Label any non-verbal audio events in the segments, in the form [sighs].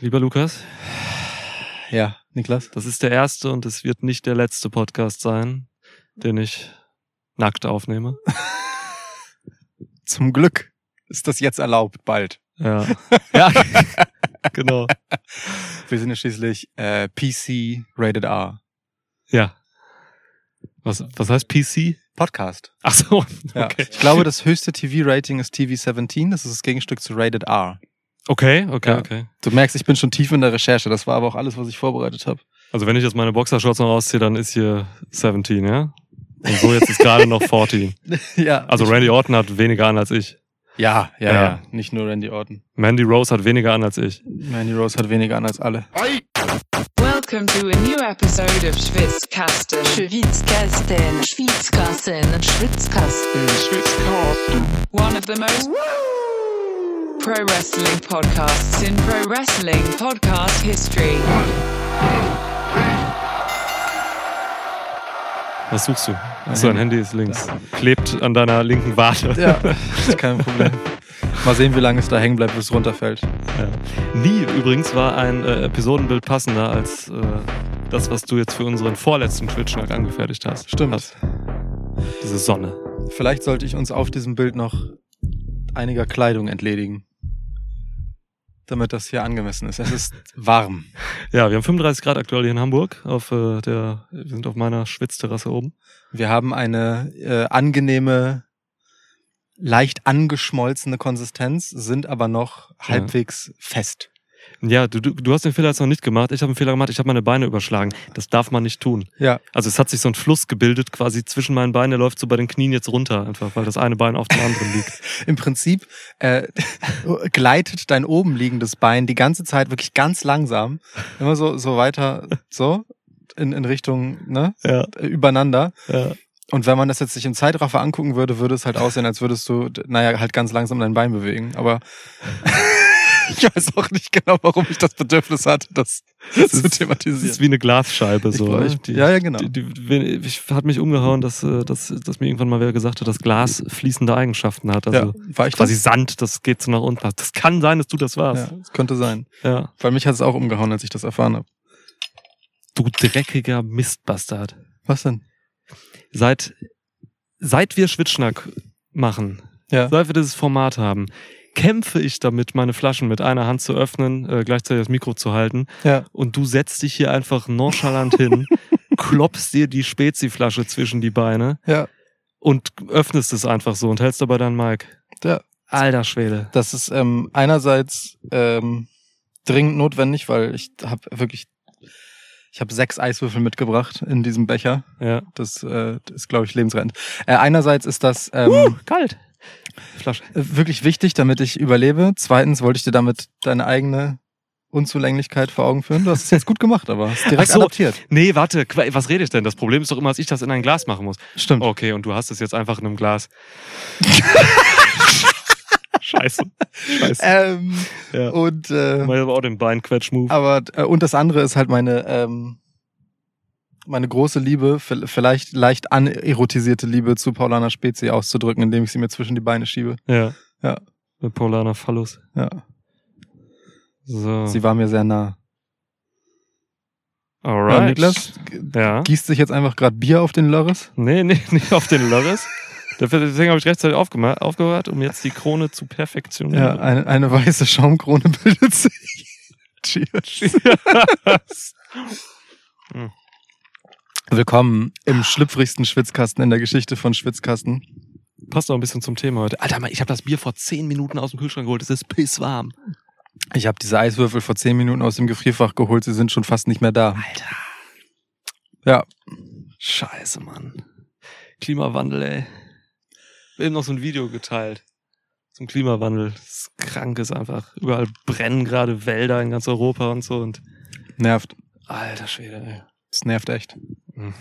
lieber Lukas, Ja, Niklas. das ist der erste und es wird nicht der letzte Podcast sein, den ich nackt aufnehme. Zum Glück ist das jetzt erlaubt, bald. Ja. ja. genau. Wir sind ja schließlich äh, PC Rated R. Ja. Was, was heißt PC? Podcast. Ach so. Ja. Okay. Ich glaube, das höchste TV-Rating ist TV17. Das ist das Gegenstück zu Rated R. Okay, okay, Ja. okay. Du merkst, ich bin schon tief in der Recherche. Das war aber auch alles, was ich vorbereitet habe. Also wenn ich jetzt meine Boxershorts noch ausziehe, dann ist hier 17, ja? Und so jetzt ist gerade noch 14. [laughs] ja. Also ich, Randy Orton hat weniger an als ich. ja, ja, Ja. ja, Nicht nur Randy Orton. Mandy Rose hat weniger an als ich. Randy Rose hat weniger an als alle. Welcome to a new episode of Schwitzkasten. Schwitzkasten, Schwitzkasten, Schwitzkasten. One of the most pro wrestling podcasts in pro wrestling podcast history. Was suchst du? Ach so, ein Handy ist links. Klebt an deiner linken Wade. [laughs] Ja, ist kein Problem. Mal sehen, wie lange es da hängen bleibt, bis es runterfällt. Ja. Nie übrigens war ein äh, Episodenbild passender als äh, das, was du jetzt für unseren vorletzten Twitch-Schnack angefertigt hast. Hast diese Sonne. Vielleicht sollte ich uns auf diesem Bild noch einiger Kleidung entledigen. Damit das hier angemessen ist. Es ist warm. Ja, wir haben 35 Grad aktuell hier in Hamburg. Auf äh, der, wir sind auf meiner Schwitzterrasse oben. Wir haben eine äh, angenehme, leicht angeschmolzene Konsistenz, sind aber noch halbwegs fest. Ja, du, du, du hast den Fehler jetzt noch nicht gemacht. Ich habe einen Fehler gemacht. Ich habe meine Beine überschlagen. Das darf man nicht tun. Ja. Also es hat sich so ein Fluss gebildet, quasi zwischen meinen Beinen. Der läuft so bei den Knien jetzt runter, einfach, weil das eine Bein auf dem anderen [laughs] liegt. Im Prinzip äh, [laughs] gleitet dein oben liegendes Bein die ganze Zeit wirklich ganz langsam, immer so, so weiter, so in, in Richtung, ne, Ja, übereinander. ja. Und wenn man das jetzt sich im Zeitraffer angucken würde, würde es halt aussehen, als würdest du, d- naja, halt ganz langsam dein Bein bewegen. Aber [laughs] ich weiß auch nicht genau, warum ich das Bedürfnis hatte, das zu Das ist thematisieren. wie eine Glasscheibe so. ich glaub, ne? ich, Die- ja, ja, genau. Die, die, wenn- ich hat mich umgehauen, dass, äh, dass, dass mir irgendwann mal wer gesagt hat, dass Glas fließende Eigenschaften hat. Also ja, war ich quasi Sand, das geht so nach unten. Das kann sein, dass du das das? warst. Ja, das könnte sein. Ja. Weil mich hat es auch umgehauen, als ich das erfahren habe. Du dreckiger Mistbastard. Was denn? Seit, seit wir Schwitschnack machen, Ja. seit wir dieses Format haben, kämpfe ich damit, meine Flaschen mit einer Hand zu öffnen, äh, gleichzeitig das Mikro zu halten. Ja. Und du setzt dich hier einfach nonchalant [laughs] hin, klopfst dir die Spezi-Flasche zwischen die Beine Ja. und öffnest es einfach so und hältst dabei deinen Mic. Ja. Alter Schwede. Das ist ähm, einerseits ähm, dringend notwendig, weil ich habe wirklich, ich habe sechs Eiswürfel mitgebracht in diesem Becher. Ja. Das äh, ist, glaube ich, lebensrettend. Äh, einerseits ist das... Ähm, Kalt. Flasche. wirklich wichtig, damit ich überlebe. Zweitens wollte ich dir damit deine eigene Unzulänglichkeit vor Augen führen. Du hast es jetzt gut gemacht, aber hast direkt Ach so. adaptiert. Nee, warte, Qu- was rede ich denn? Das Problem ist doch immer, dass ich das in ein Glas machen muss. Stimmt. Okay, und du hast es jetzt einfach in einem [laughs] Glas. Scheiße. Scheiße. Ähm, ja. und äh, Mal aber auch den Beinquetsch-Move. aber äh, und das andere ist halt meine ähm, meine große Liebe, vi- vielleicht leicht anerotisierte Liebe zu Paulana Spezi auszudrücken, indem ich sie mir zwischen die Beine schiebe. Ja. Ja. Mit Polana Phallus. Ja, So. sie war mir sehr nah. Alright. Ja, Niklas, g- Ja. gießt sich jetzt einfach gerade Bier auf den Lörres? Nee, nee, [laughs] nicht auf den Loris. Dafür- Deswegen habe ich rechtzeitig aufgemacht, aufgehört, um jetzt die Krone zu Ja, perfektionieren. eine, eine weiße Schaumkrone [laughs] bildet sich. Cheers. [laughs] Willkommen im schlüpfrigsten Schwitzkasten in der Geschichte von Schwitzkasten. Passt auch ein bisschen zum Thema heute. Alter, Mann, ich habe das Bier vor zehn Minuten aus dem Kühlschrank geholt. Es ist pisswarm. Ich habe diese Eiswürfel vor zehn Minuten aus dem Gefrierfach geholt, sie sind schon fast nicht mehr da. Alter. Ja, Scheiße, Mann. Klimawandel, ey. Ich hab Eben noch so ein Video geteilt zum Klimawandel. Das ist krank ist einfach. Überall brennen gerade Wälder in ganz Europa und so. Und nervt. alter Schwede, ey. Es nervt echt. Mhm.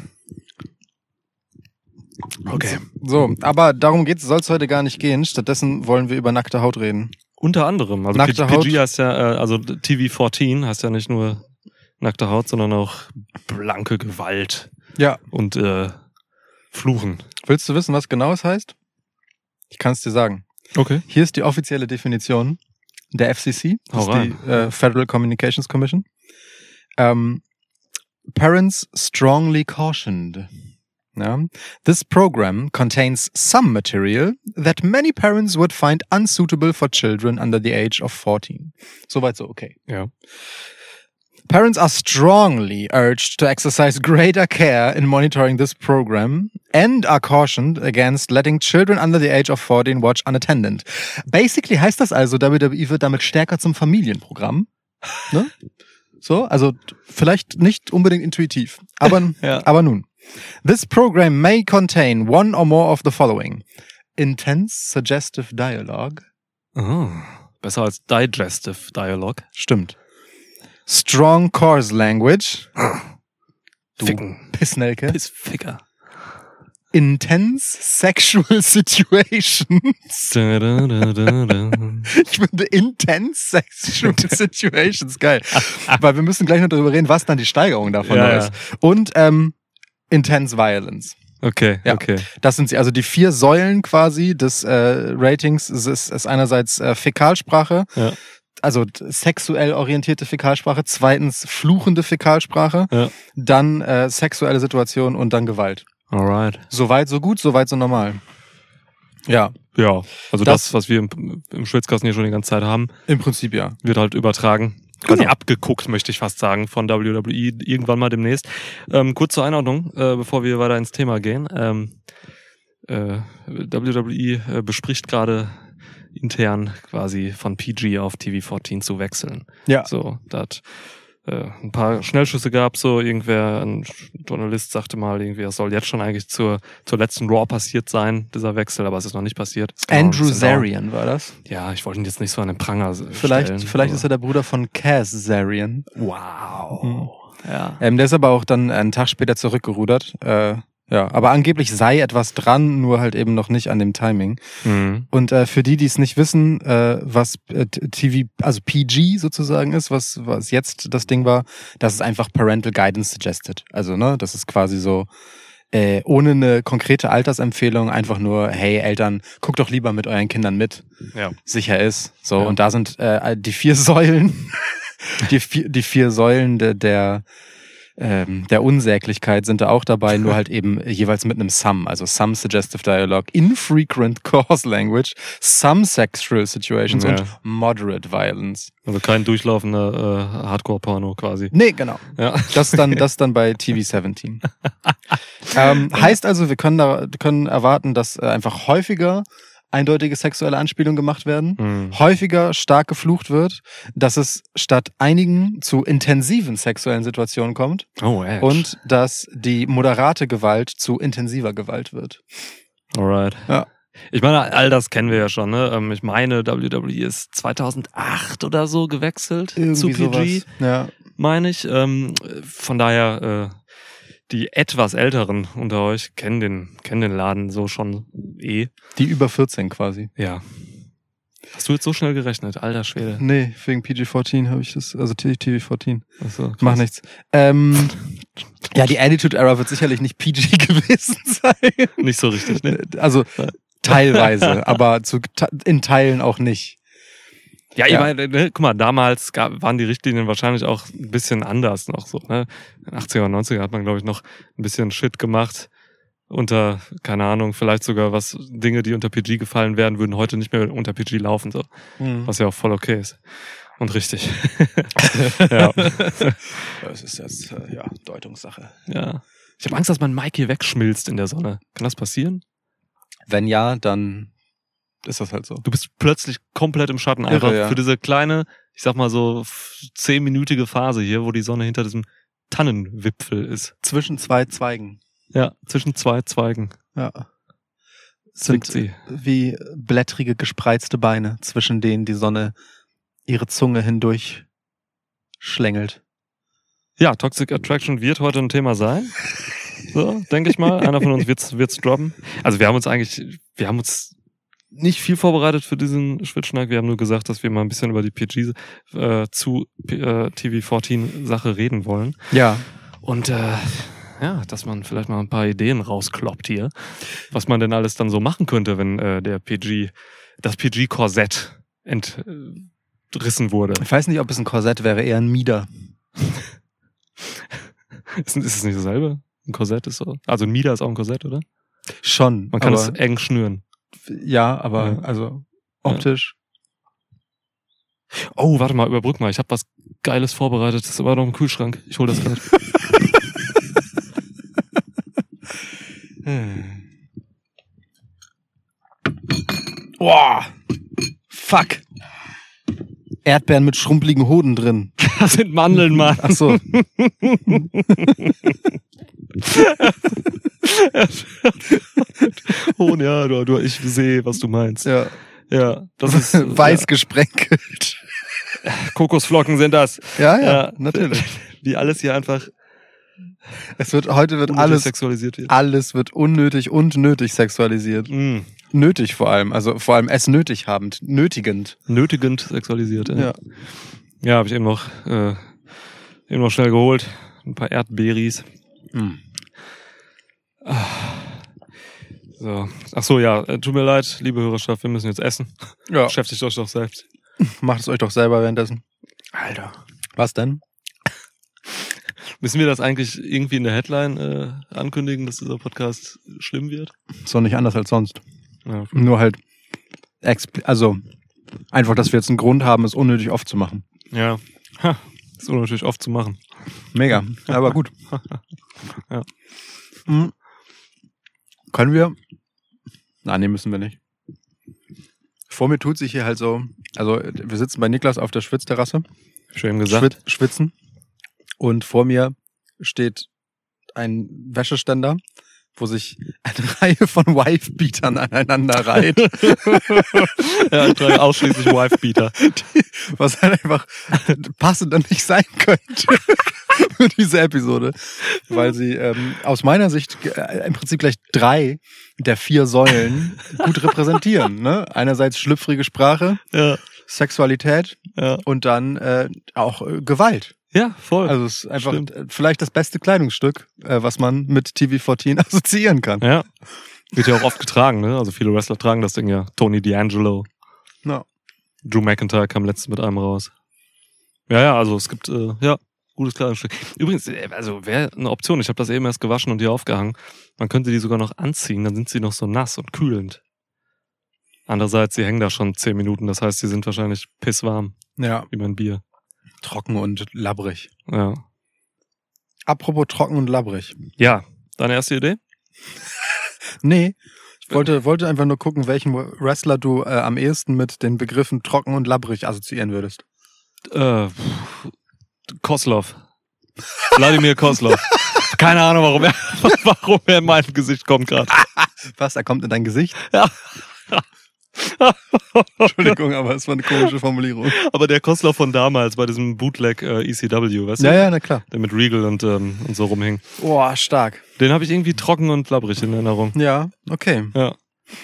Okay. So, aber darum geht's, soll es heute gar nicht gehen. Stattdessen wollen wir über nackte Haut reden. Unter anderem. Also Nackte PG, Haut. PG heißt ja, äh, also TV14 heißt ja nicht nur nackte Haut, sondern auch blanke Gewalt Ja. und äh, Fluchen. Willst du wissen, was genau es heißt? Ich kann es dir sagen. Okay. Hier ist die offizielle Definition. der FCC, das Hau ist die äh, Federal Communications Commission. Ähm, parents strongly cautioned. Ja. This program contains some material that many parents would find unsuitable for children under the age of 14. Soweit so okay. Ja. Parents are strongly urged to exercise greater care in monitoring this program and are cautioned against letting children under the age of 14 watch unattended. Basically heißt das also, WWE wird damit stärker zum Familienprogramm. Ne? So, also t- vielleicht nicht unbedingt intuitiv, aber, Ja. aber nun. This program may contain one or more of the following. Intense suggestive dialogue. Oh. Besser als Digestive Dialog. Stimmt. Strong coarse language. Du Ficken. Pissnelke. Pissficker. intense sexual [laughs] situations. Ach Ich finde intense [laughs] sexual situations geil. Weil wir müssen gleich noch darüber reden, was dann die Steigerung davon Ja, ist. Und ähm, intense violence. [laughs] Okay, Ja. okay. Das sind sie. Also die vier Säulen quasi des äh, Ratings Es ist, ist einerseits äh, Fäkalsprache, Ja. also t- sexuell orientierte Fäkalsprache, zweitens fluchende Fäkalsprache, Ja. dann äh, sexuelle Situation und dann Gewalt. Alright. Soweit so gut, soweit so normal. Ja, Ja, also das, Das- was wir im, im Schwitzkasten hier schon die ganze Zeit haben, im Prinzip ja. wird halt übertragen. Quasi Genau. abgeguckt, möchte ich fast sagen, von WWE irgendwann mal demnächst. Ähm, kurz zur Einordnung, äh, bevor wir weiter ins Thema gehen. Ähm, äh, WWE äh, bespricht gerade intern quasi von PG auf TV14 zu wechseln. Ja. So, da hat äh, ein paar Schnellschüsse gab so irgendwer, ein Sch- Journalist sagte mal, irgendwie, das soll jetzt schon eigentlich zur, zur letzten Raw passiert sein, dieser Wechsel, aber es ist noch nicht passiert. Genau, Es kann auch Andrew ein bisschen dauern. Zarian war das. Ja, ich wollte ihn jetzt nicht so an den Pranger s- Vielleicht, stellen, vielleicht ist er der Bruder von Cass Zarian. Wow. Ja. Ähm, der ist aber auch dann einen Tag später zurückgerudert. Äh, ja, aber angeblich sei etwas dran, nur halt eben noch nicht an dem Timing. Mhm. Und äh, für die, die es nicht wissen, äh, was äh, t- TV, also PG sozusagen ist, was, was jetzt das Ding war, das ist einfach Parental Guidance Suggested. Also, ne, das ist quasi so, äh, ohne eine konkrete Altersempfehlung, einfach nur, hey Eltern, guckt doch lieber mit euren Kindern mit. Ja. sicher ist. So, Ja. und da sind äh, die vier Säulen, [laughs] die vier, die vier Säulen de, der, ähm, der Unsäglichkeit sind da auch dabei, nur halt eben jeweils mit einem Some, also Some Suggestive Dialogue, Infrequent Cause Language, Some Sexual Situations Ja. und Moderate Violence. Also kein durchlaufender äh, Hardcore-Porno quasi. Nee, genau. Ja. Das dann, [laughs] das dann bei TV17. ähm, heißt also, wir können, da, können erwarten, dass äh, einfach häufiger eindeutige sexuelle Anspielungen gemacht werden. Mhm. häufiger stark geflucht wird, dass es statt einigen zu intensiven sexuellen Situationen kommt Oh, Edge. und dass die moderate Gewalt zu intensiver Gewalt wird. Alright. Ja. Ich meine, all das kennen wir ja schon. Ne? Ähm, Ich meine, WWE ist 2008 oder so gewechselt zu PG. Ja. meine ich. Ähm, von daher, äh, die etwas Älteren unter euch kennen den, kennen den Laden so schon eh. Die über 14 quasi. Ja. Hast du jetzt so schnell gerechnet, alter Schwede. Nee, wegen PG-14 habe ich das, also TV-14. Achso, krass. Mach nichts. Ähm, ja, die Attitude Era wird sicherlich nicht PG [laughs] gewesen sein. [laughs] Nicht so richtig, [laughs] ne? Also [laughs] teilweise, aber zu, in Teilen auch nicht. Ja, ich Ja. meine, ne, guck mal, damals gab, waren die Richtlinien wahrscheinlich auch ein bisschen anders noch so. Ne? In den 80er und 90er hat man, glaube ich, noch ein bisschen Shit gemacht unter, keine Ahnung, vielleicht sogar was Dinge, die unter PG gefallen wären, würden heute nicht mehr unter PG laufen. So. Mhm. Hm. Was ja auch voll okay ist. Und [laughs] richtig. ja. Das ist jetzt, äh, ja, Deutungssache. ja. Ich habe Angst, dass mein Mic hier wegschmilzt in der Sonne. Kann das passieren? Wenn ja, dann ist das halt so. Du bist plötzlich komplett im Schatten. Irre, Einfach ja. für diese kleine, ich sag mal so, f- zehnminütige Phase hier, wo die Sonne hinter diesem Tannenwipfel ist. Zwischen zwei Zweigen. Ja, zwischen zwei Zweigen. Ja. Zwickt Sind sie. wie blättrige, gespreizte Beine, zwischen denen die Sonne ihre Zunge hindurch schlängelt. Ja, Toxic Attraction wird heute ein Thema sein. So, denke ich mal. Einer von uns wird's, wird's droppen. Also wir haben uns eigentlich, wir haben uns nicht viel vorbereitet für diesen Schwitzschnack. Wir haben nur gesagt, dass wir mal ein bisschen über die PG äh, zu P- äh, TV14 Sache reden wollen. Ja. Und äh, ja, dass man vielleicht mal ein paar Ideen rauskloppt hier, was man denn alles dann so machen könnte, wenn äh, der PG, das PG-Korsett ent, äh, gerissen wurde. Ich weiß nicht, ob es ein Korsett wäre, eher ein Mieder. Ist, ist es nicht dasselbe? Ein Korsett ist so. Also ein Mieder ist auch ein Korsett, oder? Schon. Man kann aber, es eng schnüren. Ja, aber Ja. also Ja. optisch. Oh, warte mal, überbrück mal. Ich habe was Geiles vorbereitet. Das ist aber noch im Kühlschrank. Ich hol das [laughs] gleich. Äh. Boah. Fuck. Erdbeeren mit schrumpeligen Hoden drin. Das sind Mandeln, Mann. Ach so. [laughs] Oh, ja, du, du, ich sehe, was du meinst. [laughs] ja. Ja, das ist [laughs] äh, Weiß gesprenkelt. [laughs] Ja, Kokosflocken sind das. Ja, ja, Ja. natürlich. Wie alles hier [laughs] einfach Es wird heute wird unnötig alles sexualisiert wird. alles wird unnötig und nötig sexualisiert. Mm. Nötig vor allem, also vor allem es nötig habend, nötigend. Nötigend sexualisiert. Ja, ja. habe ich eben noch, äh, eben noch schnell geholt. Ein paar Erdbeeris. Hm. So. Ach so, ja, äh, tut mir leid, liebe Hörerschaft, wir müssen jetzt essen. ja. Beschäftigt euch doch selbst. Macht es euch doch selber währenddessen. Alter. Was denn? Müssen wir das eigentlich irgendwie in der Headline äh, ankündigen, dass dieser Podcast schlimm wird? Ist doch nicht anders als sonst. Ja. Nur halt, expl- also einfach, dass wir jetzt einen Grund haben, es unnötig oft zu machen. ja. Ha. Ist unnötig oft zu machen. Mega, [laughs] aber gut. Mhm. Ja. Hm. Können wir? Nein, nee, müssen wir nicht. Vor mir tut sich hier halt so, also wir sitzen bei Niklas auf der Schwitzterrasse, Schön gesagt. schwit schwitzen und vor mir steht ein Wäscheständer, wo sich eine [laughs] Reihe von [laughs] Wife-Beatern aneinander reiht. ja, ich trage ausschließlich Wife-Beater. was halt einfach passender nicht sein könnte [laughs] für diese Episode, weil sie ähm, aus meiner Sicht äh, im Prinzip gleich drei der vier Säulen gut repräsentieren. Ne? Einerseits schlüpfrige Sprache, Ja, Sexualität ja. und dann äh, auch äh, Gewalt. ja, voll. Also es ist einfach Stimmt. äh, vielleicht das beste Kleidungsstück, äh, was man mit TV14 [laughs] assoziieren kann. Ja. Wird ja auch oft getragen, ne? Also viele Wrestler tragen das Ding ja. Tony D'Angelo. Ja. Drew McIntyre kam letztens mit einem raus. Ja, ja, also es gibt, äh, ja, gutes Kleidungsstück. Übrigens, äh, also wäre eine Option. Ich habe das eben erst gewaschen und hier aufgehangen. Man könnte die sogar noch anziehen, dann sind sie noch so nass und kühlend. Andererseits, sie hängen da schon zehn Minuten, das heißt, sie sind wahrscheinlich pisswarm, Ja, wie mein Bier. trocken und labbrig. Ja. Apropos trocken und labbrig. Ja, deine erste Idee? Nee. Ich wollte, wollte einfach nur gucken, welchen Wrestler du äh, am ehesten mit den Begriffen trocken und labbrig assoziieren würdest. Äh, pff, Koslov. Wladimir Koslov. Keine Ahnung, warum er, [laughs] warum er in mein Gesicht kommt gerade. Was? Er kommt in dein Gesicht? [laughs] Ja. Entschuldigung, aber es war eine komische Formulierung. Aber der Koslov von damals bei diesem Bootleg äh, ECW, weißt du? Ja, ja, na klar. Der mit Regal und, ähm, und so rumhing. Boah, stark. Den habe ich irgendwie trocken und labbrig in Erinnerung. Ja, okay. Ja. Krass.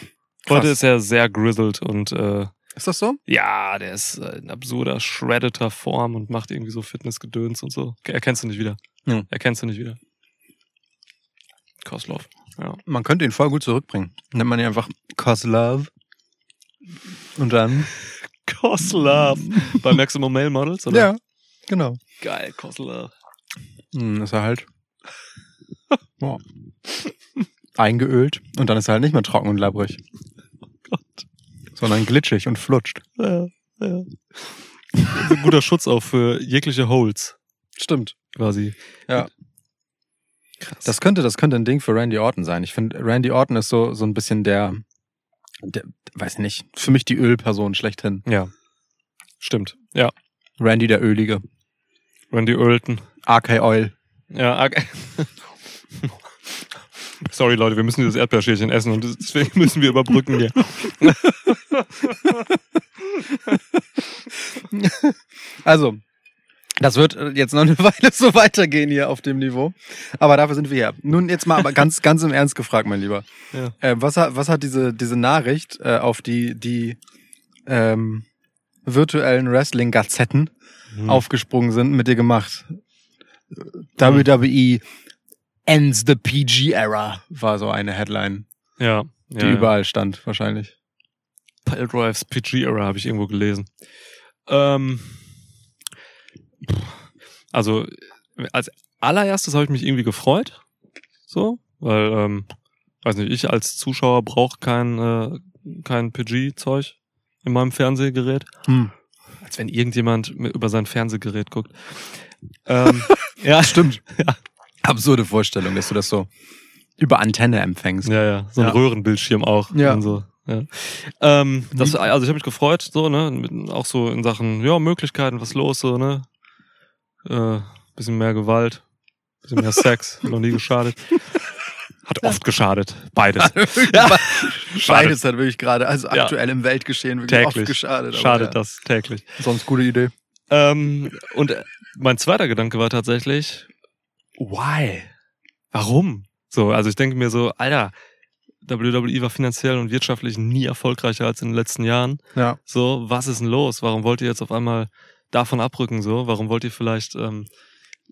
Heute ist er sehr grizzled und äh, Ist das so? ja, der ist äh, in absurder, shreddeter Form und macht irgendwie so Fitnessgedöns und so. Erkennst du nicht wieder. Ja. Erkennst du nicht wieder. Koslov. Ja. Man könnte ihn voll gut zurückbringen. Nennt man ihn einfach Koslov. Und dann? Koslov. Bei Maximum Male Models, oder? genau. Geil, Koslov. Hm, ist er halt. Boah. Eingeölt und dann ist er halt nicht mehr trocken und labbrig. Oh Sondern glitschig und flutscht. Ja, ja. Das ist ein guter Schutz auch für jegliche Holes, Stimmt. quasi. Ja. Krass. Das könnte, das könnte ein Ding für Randy Orton sein. Ich finde, Randy Orton ist so, so ein bisschen der, der, weiß ich nicht, für mich die Ölperson schlechthin. ja. Stimmt. Ja. Randy der Ölige. Randy Orton. RK Oil. Ja, okay. Sorry, Leute, wir müssen dieses Erdbeerschälchen essen und deswegen müssen wir überbrücken hier. Also, das wird äh, jetzt noch eine [laughs] Weile so weitergehen hier auf dem Niveau. Aber dafür sind wir hier. Nun jetzt mal aber ganz, [laughs] ganz im Ernst gefragt, mein Lieber. Ja. Äh, was, hat, was hat diese, diese Nachricht äh, auf die, die ähm, virtuellen Wrestling-Gazetten Mhm. aufgesprungen sind mit dir gemacht? WWE ends the PG-Era war so eine Headline, Ja. ja die überall stand wahrscheinlich. Pile Drives PG Era habe ich irgendwo gelesen. Ähm, also als allererstes habe ich mich irgendwie gefreut, so, weil ähm, weiß nicht, ich als Zuschauer brauche kein äh, kein PG-Zeug in meinem Fernsehgerät, Hm. als wenn irgendjemand mir über sein Fernsehgerät guckt. Ähm, [laughs] ja, Stimmt. Absurde Vorstellung, dass du das so über Antenne empfängst. Ja, ja, so ein Ja. Röhrenbildschirm auch. Ja. Und so. Ja. Ähm, das, also ich habe mich gefreut, so, ne? Mit, auch so in Sachen, ja, Möglichkeiten, was los, so, ne? Äh, bisschen mehr Gewalt, bisschen mehr Sex, [laughs] hat noch nie geschadet. Hat oft geschadet. [laughs] Beides. Ja. Beides hat wirklich gerade, also Ja. aktuell im Weltgeschehen wirklich Täglich. oft geschadet. aber Schadet ja. das täglich. Sonst gute Idee. Ähm, und äh, mein zweiter Gedanke war tatsächlich, why? Warum? So, also ich denke mir so, Alter, WWE war finanziell und wirtschaftlich nie erfolgreicher als in den letzten Jahren. Ja. So, was ist denn los? Warum wollt ihr jetzt auf einmal davon abrücken? So, warum wollt ihr vielleicht ähm,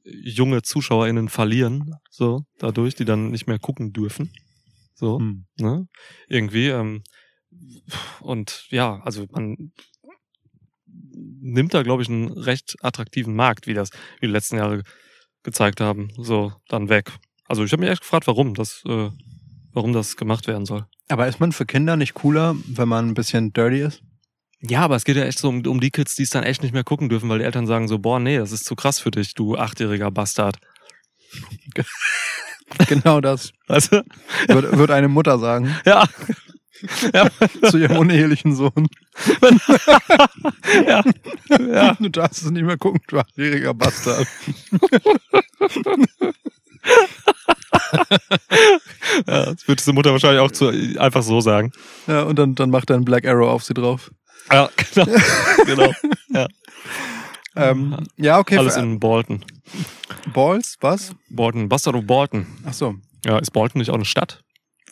junge ZuschauerInnen verlieren? So, dadurch, die dann nicht mehr gucken dürfen. So, Hm. ne? Irgendwie. Ähm, und ja, also man nimmt da, glaube ich, einen recht attraktiven Markt, wie das wie die letzten Jahre gezeigt haben. So, dann weg. Also ich habe mich echt gefragt, warum das, äh, warum das gemacht werden soll. Aber ist man für Kinder nicht cooler, wenn man ein bisschen dirty ist? [laughs] Ja, aber es geht ja echt so um, um die Kids, die es dann echt nicht mehr gucken dürfen, weil die Eltern sagen so, boah, nee, das ist zu krass für dich, du achtjähriger Bastard. Genau das Weißt du? wird, wird eine Mutter sagen Also, [laughs] Ja. Ja. zu ihrem unehelichen Sohn. [laughs] ja. ja. Du darfst es nicht mehr gucken, du achtjähriger Bastard. Ja, das würde die Mutter wahrscheinlich auch zu, einfach so sagen. Ja, und dann, dann macht er einen Black Arrow auf sie drauf. Ja, [laughs] genau. genau. Ähm, [laughs] ja, okay. Alles für- äh, in Bolton. Balls, was? Bolton, Bastard of Bolton. Ach so, Ja, ist Bolton nicht auch eine Stadt?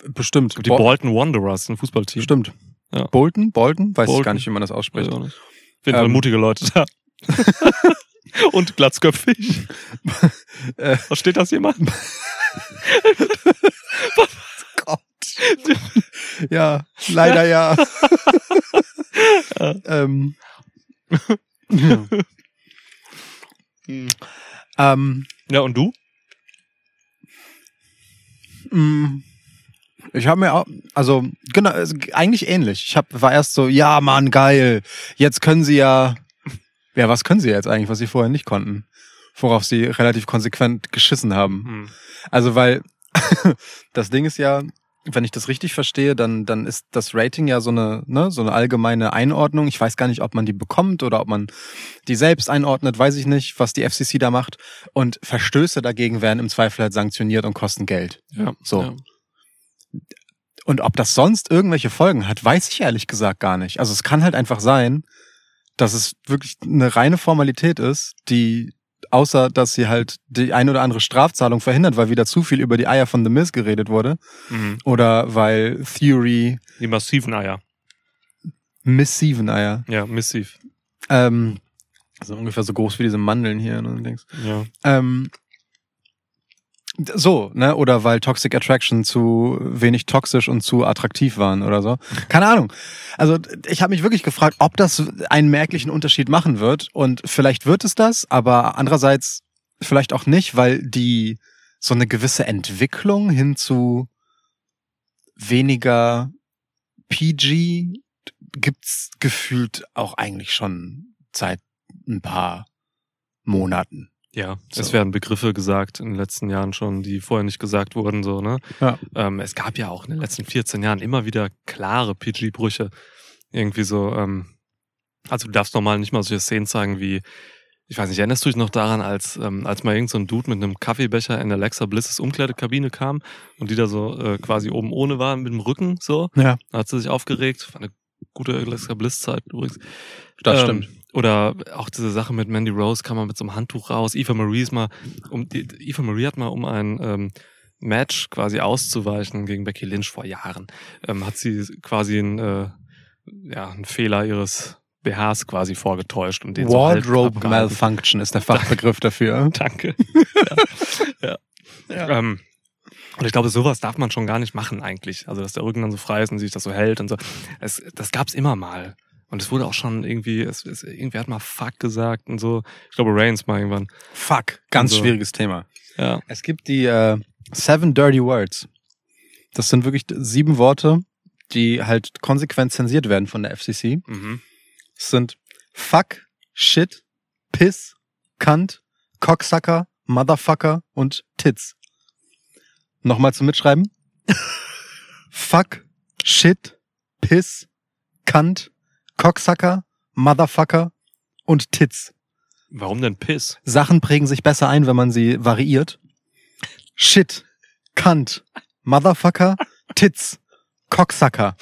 bestimmt. Die Bo- Bolton Wanderers, ein Fußballteam. Stimmt. Ja. Bolton? Bolton? Weiß ich Bolton. gar nicht, wie man das Weiß ich ausspricht. auch nicht. Auf jeden Fall Ähm. mutige Leute [laughs] da. Und glatzköpfig. Äh. Was steht das jemand? [laughs] Ja, leider ja. ähm. Ja. ähm, Ja, und du? mh, mm, ich habe mir auch, also genau, also eigentlich ähnlich. Ich hab, war erst so, ja, Mann, geil. Jetzt können sie ja, ja, was können sie jetzt eigentlich, was sie vorher nicht konnten, worauf sie relativ konsequent geschissen haben. Hm. Also, weil [laughs] das Ding ist ja, wenn ich das richtig verstehe, dann, dann ist das Rating ja so eine, ne, so eine allgemeine Einordnung. Ich weiß gar nicht, ob man die bekommt oder ob man die selbst einordnet, weiß ich nicht, was die FCC da macht. Und Verstöße dagegen werden im Zweifel halt sanktioniert und kosten Geld. Ja. So. Ja. Und ob das sonst irgendwelche Folgen hat, weiß ich ehrlich gesagt gar nicht. Also es kann halt einfach sein, dass es wirklich eine reine Formalität ist, die außer dass sie halt die ein oder andere Strafzahlung verhindert, weil wieder zu viel über die Eier von The Miz geredet wurde Mhm. oder weil Theory Die massiven Eier. missiven Eier, Ja, massiv. ähm, also ungefähr so groß wie diese Mandeln hier ne, und Dings. Ja. Ähm, d- so, ne? Oder weil Toxic Attraction zu wenig toxisch und zu attraktiv waren oder so. Keine Ahnung. Also d- ich habe mich wirklich gefragt, ob das einen merklichen Unterschied machen wird. Und vielleicht wird es das, aber andererseits vielleicht auch nicht, weil die so eine gewisse Entwicklung hin zu weniger PG gibt's gefühlt auch eigentlich schon seit ein paar Monaten. Ja, es So. werden Begriffe gesagt in den letzten Jahren schon, die vorher nicht gesagt wurden, so, ne? Ja. Ähm, es gab ja auch in den letzten 14 Jahren immer wieder klare PG-Brüche. Irgendwie so, ähm, also du darfst normal nicht mal solche Szenen zeigen wie, ich weiß nicht, erinnerst du dich noch daran, als, ähm, als mal irgend so ein Dude mit einem Kaffeebecher in Alexa Blisses Umkleidekabine kam und die da so äh, quasi oben ohne war mit dem Rücken, so? Ja. Da hat sie sich aufgeregt. War eine gute Alexa Bliss-Zeit übrigens. Das Ähm, stimmt. Oder auch diese Sache mit Mandy Rose kam man mit so einem Handtuch raus. Eva Marie ist mal, um, die, Eva Marie hat mal um ein ähm, Match quasi auszuweichen gegen Becky Lynch vor Jahren, ähm, hat sie quasi einen, äh, ja, einen Fehler ihres BHs quasi vorgetäuscht und den so halb Wardrobe abgehalten. Malfunction ist der Fachbegriff dafür. [laughs] Danke. ja. Ja. Ähm, und ich glaube, sowas darf man schon gar nicht machen eigentlich. Also, dass der Rücken dann so frei ist und sich das so hält und so. Es, das gab's immer mal. Und es wurde auch schon irgendwie, es, es, irgendwer hat mal Fuck gesagt und so. Ich glaube, Reigns mal irgendwann. [laughs] Fuck, ganz Also- schwieriges Thema. Ja. Es gibt die äh, Seven Dirty Words. Das sind wirklich d- sieben Worte, die halt konsequent zensiert werden von der FCC. Mhm. Es sind Fuck, Shit, Piss, Kant, Cocksucker, Motherfucker und Tits. Nochmal zum Mitschreiben. Fuck, Shit, Piss, Kant, Cocksucker, Motherfucker und Tits. Warum denn Piss? [laughs] Sachen prägen sich besser ein, wenn man sie variiert. Shit, Kant, Motherfucker, Tits, Cocksucker,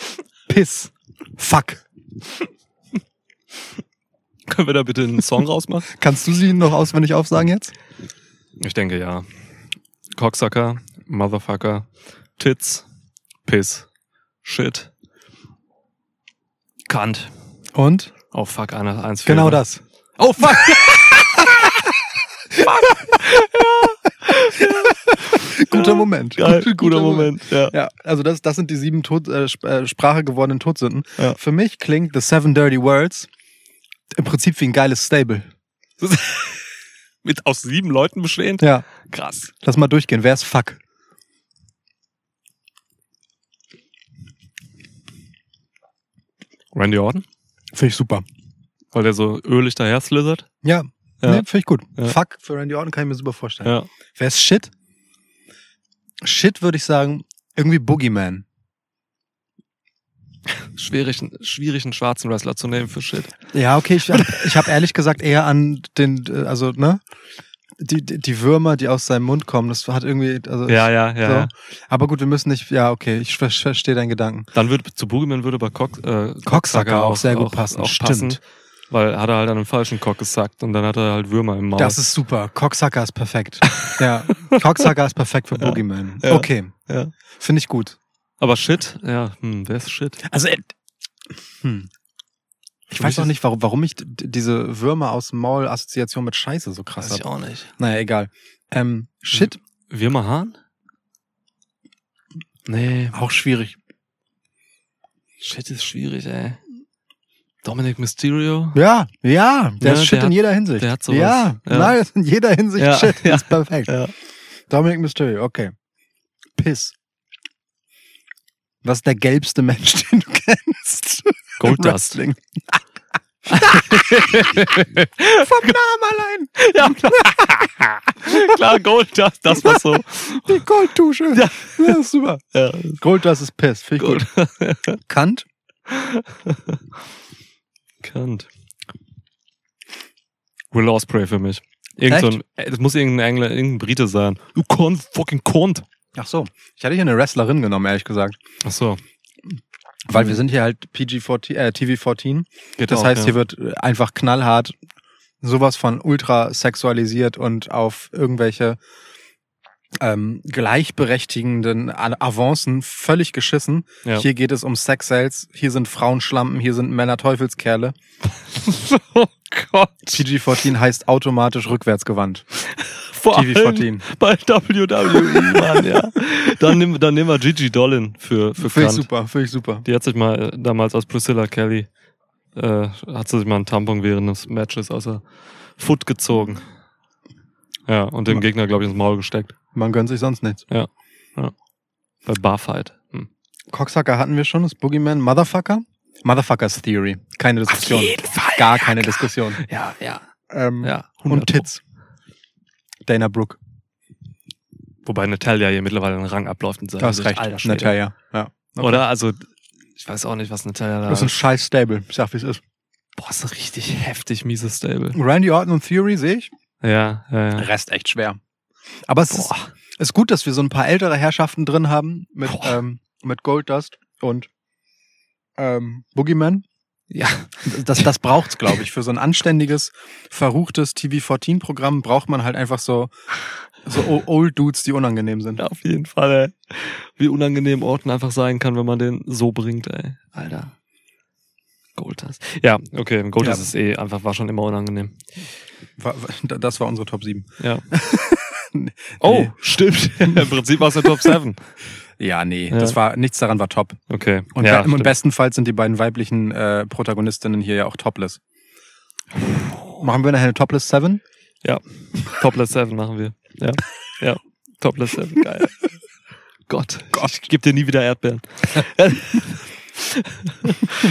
Piss, Fuck. Können wir da bitte einen Song rausmachen? Kannst du sie noch auswendig aufsagen jetzt? Ich denke ja. Cocksucker, Motherfucker, Tits, Piss, Shit, Kant. Und? Oh fuck, einer eins Genau fehlt noch. das. Oh fuck! Guter Moment. Geil, guter, Moment. Ja. Ja, also das, das sind die sieben Tod, äh, Sp- äh, Sprache gewordenen Todsünden. Ja. Für mich klingt The Seven Dirty Words im Prinzip wie ein geiles Stable. Mit aus sieben Leuten bestehend? Ja, Krass. lass mal durchgehen. Wer ist Fuck? Randy Orton, Finde ich super. weil der so ölig daher slithert. Ja, Ja. Nee, finde ich gut. Ja. Fuck, für Randy Orton kann ich mir super vorstellen. Ja. Wer ist Shit? Shit würde ich sagen, irgendwie Boogeyman. Schwierig, schwierig, einen schwarzen Wrestler zu nehmen für Shit. Ja, okay, [laughs] ich, ich habe ehrlich gesagt eher an den, äh, also, ne? Die, die, die Würmer, die aus seinem Mund kommen, das hat irgendwie, also. Ja, ja, ja. so. ja. Aber gut, wir müssen nicht, ja, okay, ich ver- verstehe deinen Gedanken. Dann wird zu Boogeyman würde bei Cock, äh, Cocksucker auch sehr gut passen, stimmt. weil hat er halt an einem falschen Cock gesackt und dann hat er halt Würmer im Maul. Das ist super. Cocksucker ist [laughs] perfekt. ja. Cocksucker ist perfekt für Boogeyman. Ja. Okay. Ja. Finde ich gut. Aber Shit, ja, hm, wer ist Shit? Also, äh, hm. Ich Für weiß mich auch ist- nicht, warum, warum ich d- diese Würmer aus dem Maul-Assoziation mit Scheiße so krass habe. Also auch Mhm. nicht. Naja, egal. Ähm, Shit, Würmer Hahn? Nee, auch schwierig. Shit ist schwierig, ey. Dominic Mysterio? Ja, ja, der Ja, ist Shit der in hat- jeder Hinsicht. der hat sowas. Ja, Ja. nein, ist in jeder Hinsicht Ja, Shit. ja. Ist perfekt. Ja. Dominic Mysterio, okay. Piss. Was ist der gelbste Mensch, [laughs] den du kennst? Gold Dust. Wrestling. Vom Namen allein. Ja, klar. [laughs] klar, Gold Dust, das war so. Die Goldtusche. Ja. ja, ist super. Ja, Gold, das ist Piss. Finde ich Gold. gut. Kant? Kant. Will Osprey für mich. Irgend so ein, es muss irgendein Engler, irgendein Brite sein. Du Kont, fucking Kont. Ach so. Ich hatte hier eine Wrestlerin genommen, ehrlich gesagt. Ach so. Weil Mhm. wir sind hier halt PG-14, äh, TV-14. Geht Das auch, heißt, ja. hier wird äh, einfach knallhart sowas von ultra sexualisiert und auf irgendwelche ähm, gleichberechtigenden A- Avancen völlig geschissen. Ja. Hier geht es um Sex-Sales, hier sind Frauenschlampen, hier sind Männer Teufelskerle. [laughs] oh Gott. PG-14 heißt automatisch rückwärtsgewandt. Vor allem TV-14. bei WWE, Mann, ja. Dann, nimm, dann nehmen wir Gigi Dollin für, für Finde ich Kant. super, finde ich super. Die hat sich mal äh, damals aus Priscilla Kelly, äh, hat sie sich mal einen Tampon während des Matches aus der Foot gezogen. Ja, und dem Gegner, glaube ich, ins Maul gesteckt. Man gönnt sich sonst nichts. Bei Äh, Barfight. Hm. Cocksucker hatten wir schon, das Boogeyman. Motherfucker? Motherfuckers Theory. Keine Diskussion. Fall. Gar keine Diskussion. Ja, ja. Ähm, ja 100 Hm. und Pro. Tits. Dana Brooke. Wobei Natalia hier mittlerweile einen Rang abläuft und sagt, Du hast recht. Natalia. Natalia. Ja. Okay. Oder? Also, ich weiß auch nicht, was Natalia da Das ist ein scheiß Stable. Ich sag, wie es ist. Boah, ist ein richtig heftig mieses Stable. Randy Orton und Theory sehe ich. Ja, ja, ja. Rest echt schwer. Aber es ist, Boah. ist gut, dass wir so ein paar ältere Herrschaften drin haben mit, Boah. ähm, mit Goldust und ähm, Boogeyman. Ja. [laughs] Das, das braucht's, glaube ich. Für so ein anständiges, verruchtes TV-14-Programm braucht man halt einfach so, so o- Old Dudes, die unangenehm sind. Auf jeden Fall, ey. Wie unangenehm Orten einfach sein kann, wenn man den so bringt, ey. Alter. Goldas. Ja, okay, Goldas Ja. ist eh einfach, war schon immer unangenehm. War- war- Das war [laughs] unsere Top 7. [laughs] Ja. oh, stimmt. Im Prinzip war es der Top 7. Ja, nee, Ja. das war nichts daran war top. Okay. Und ja, im stimmt. besten Fall sind die beiden weiblichen äh, Protagonistinnen hier ja auch topless. Machen wir nachher eine Topless 7? Topless Seven machen wir. Ja. Ja. Topless Seven. Geil. Gott. Gott. Ich geb dir nie wieder Erdbeeren.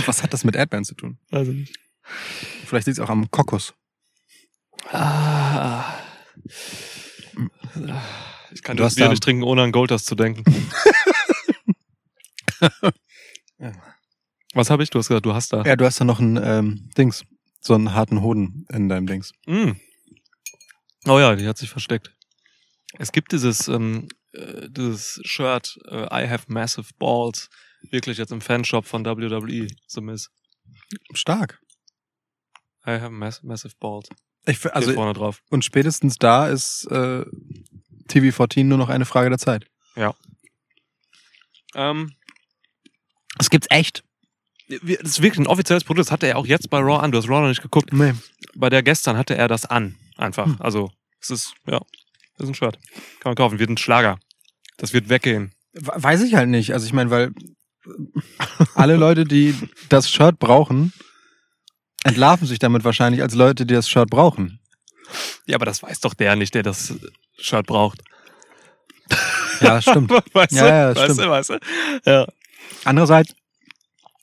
Was hat das mit Erdbeeren zu tun? Also nicht. Vielleicht liegt es auch am Kokos. Ah. Ich kann Du das hast Bier da- nicht trinken, ohne an Golders zu [laughs] denken. Was habe ich? Du hast gesagt, du hast da. Ja, du hast ja noch ein ähm, Dings, so einen harten Hoden in deinem Dings. Mm. Oh ja, die hat sich versteckt. Es gibt dieses, ähm, äh, dieses Shirt äh, I have massive balls wirklich jetzt im Fanshop von WWE so Miss. Stark. I have mass massive balls. Ich, f- Also also, vorne drauf. und spätestens da ist äh, TV14 nur noch eine Frage der Zeit. Ähm, Das gibt's echt? wir- das ist wirklich ein offizielles Produkt. Das hatte er auch jetzt bei Raw an. Du hast Raw noch nicht geguckt. Nee. Bei der gestern hatte er das an. Einfach. Hm. Also es ist ja, es ist ein Shirt. Kann man kaufen. Wird ein Schlager. Das wird weggehen. We- Weiß ich halt nicht. Also ich meine, weil äh, alle Leute, die das Shirt brauchen, entlarven sich damit wahrscheinlich als Leute, die das Shirt brauchen. Ja, aber das weiß doch der nicht, der das Shirt braucht. [laughs] Ja, stimmt. Weißt Ja, du? ja, das weißt stimmt. du, weißt du? Ja. Andererseits,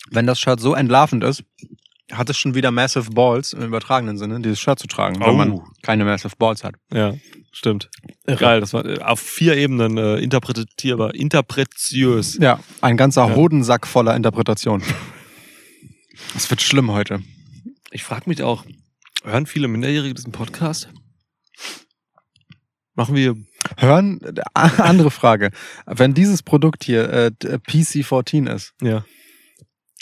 wenn das Shirt so entlarvend ist, hat es schon wieder Massive Balls im übertragenen Sinne, dieses Shirt zu tragen, weil Oh. man keine Massive Balls hat. Ja, stimmt. Geil, das war äh, auf vier Ebenen äh, interpretierbar, interpretiös. Ja, ein ganzer Ja. Hodensack voller Interpretation. Es wird schlimm heute. Ich frage mich auch, hören viele Minderjährige diesen Podcast? Machen wir Hören, [laughs] äh, andere Frage. Wenn dieses Produkt hier äh, d- PC14 ist, ja.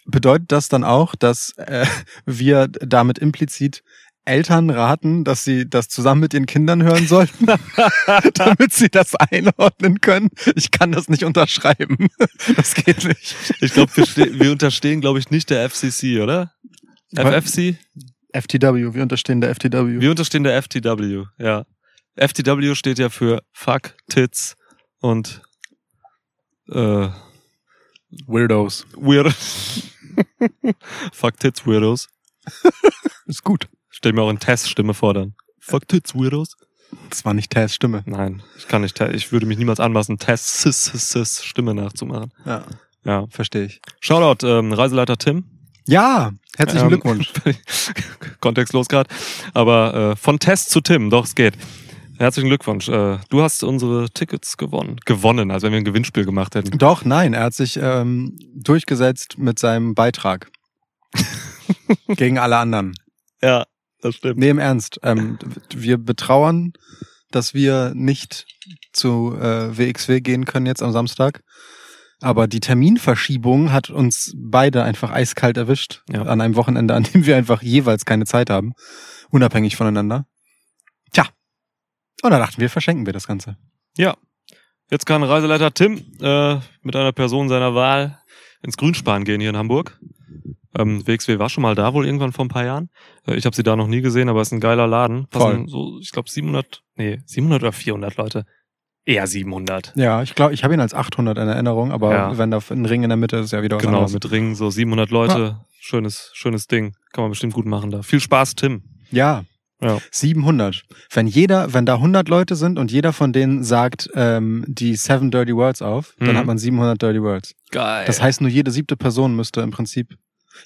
bedeutet das dann auch, dass äh, [laughs] wir damit implizit Eltern raten, dass sie das zusammen mit ihren Kindern hören sollten, [laughs] damit sie das einordnen können? Ich kann das nicht unterschreiben. [laughs] Das geht nicht. Ich glaube, wir, ste- wir unterstehen, glaube ich, nicht der FCC, oder? Was? FFC? FTW, wir unterstehen der FTW. Wir unterstehen der FTW, ja. FTW steht ja für Fuck, Tits und äh, Weirdos. Weird. Fuck, Tits, Weirdos. Ist gut. Stell mir auch in Teststimme vor dann. Fuck, Tits, Weirdos. Das war nicht Tess Stimme. Nein, ich kann nicht. te- Ich würde mich niemals anmaßen, Tess sis, sis, sis, Stimme nachzumachen. Ja, Ja. verstehe ich. Shoutout, ähm, Reiseleiter Tim. Ja, herzlichen Ähm, Glückwunsch. [laughs] Kontextlos gerade. Aber äh, von Test zu Tim, doch, es geht. Herzlichen Glückwunsch. Äh, du hast unsere Tickets gewonnen. Gewonnen, als wenn wir ein Gewinnspiel gemacht hätten. Doch, nein, er hat sich ähm, durchgesetzt mit seinem Beitrag. Gegen alle anderen. Ja, das stimmt. Nee, im Ernst. Ähm, d- wir betrauern, dass wir nicht zu äh, WXW gehen können jetzt am Samstag. Aber die Terminverschiebung hat uns beide einfach eiskalt erwischt. Ja. An einem Wochenende, an dem wir einfach jeweils keine Zeit haben. Unabhängig voneinander. Tja. Und da dachten wir, verschenken wir das Ganze. Jetzt kann Reiseleiter Tim äh, mit einer Person seiner Wahl ins Grünspan gehen hier in Hamburg. Ähm, WXW war schon mal da wohl irgendwann vor ein paar Jahren. Äh, ich habe sie da noch nie gesehen, aber es ist ein geiler Laden. Passen so, ich glaube 700, nee, 700 oder 400 Leute. Eher 700. Ja, ich glaube, ich habe ihn als 800 in Erinnerung, aber Ja. wenn da ein Ring in der Mitte ist, ist ja wieder was Genau, anderes. mit Ringen, so 700 Leute. Schönes, schönes Ding. Kann man bestimmt gut machen da. Viel Spaß, Tim. Ja. Ja. 700. Wenn jeder, wenn da 100 Leute sind und jeder von denen sagt ähm, die Seven Dirty Words auf, dann Mhm. hat man 700 Dirty Words. Geil. Das heißt, nur jede siebte Person müsste im Prinzip,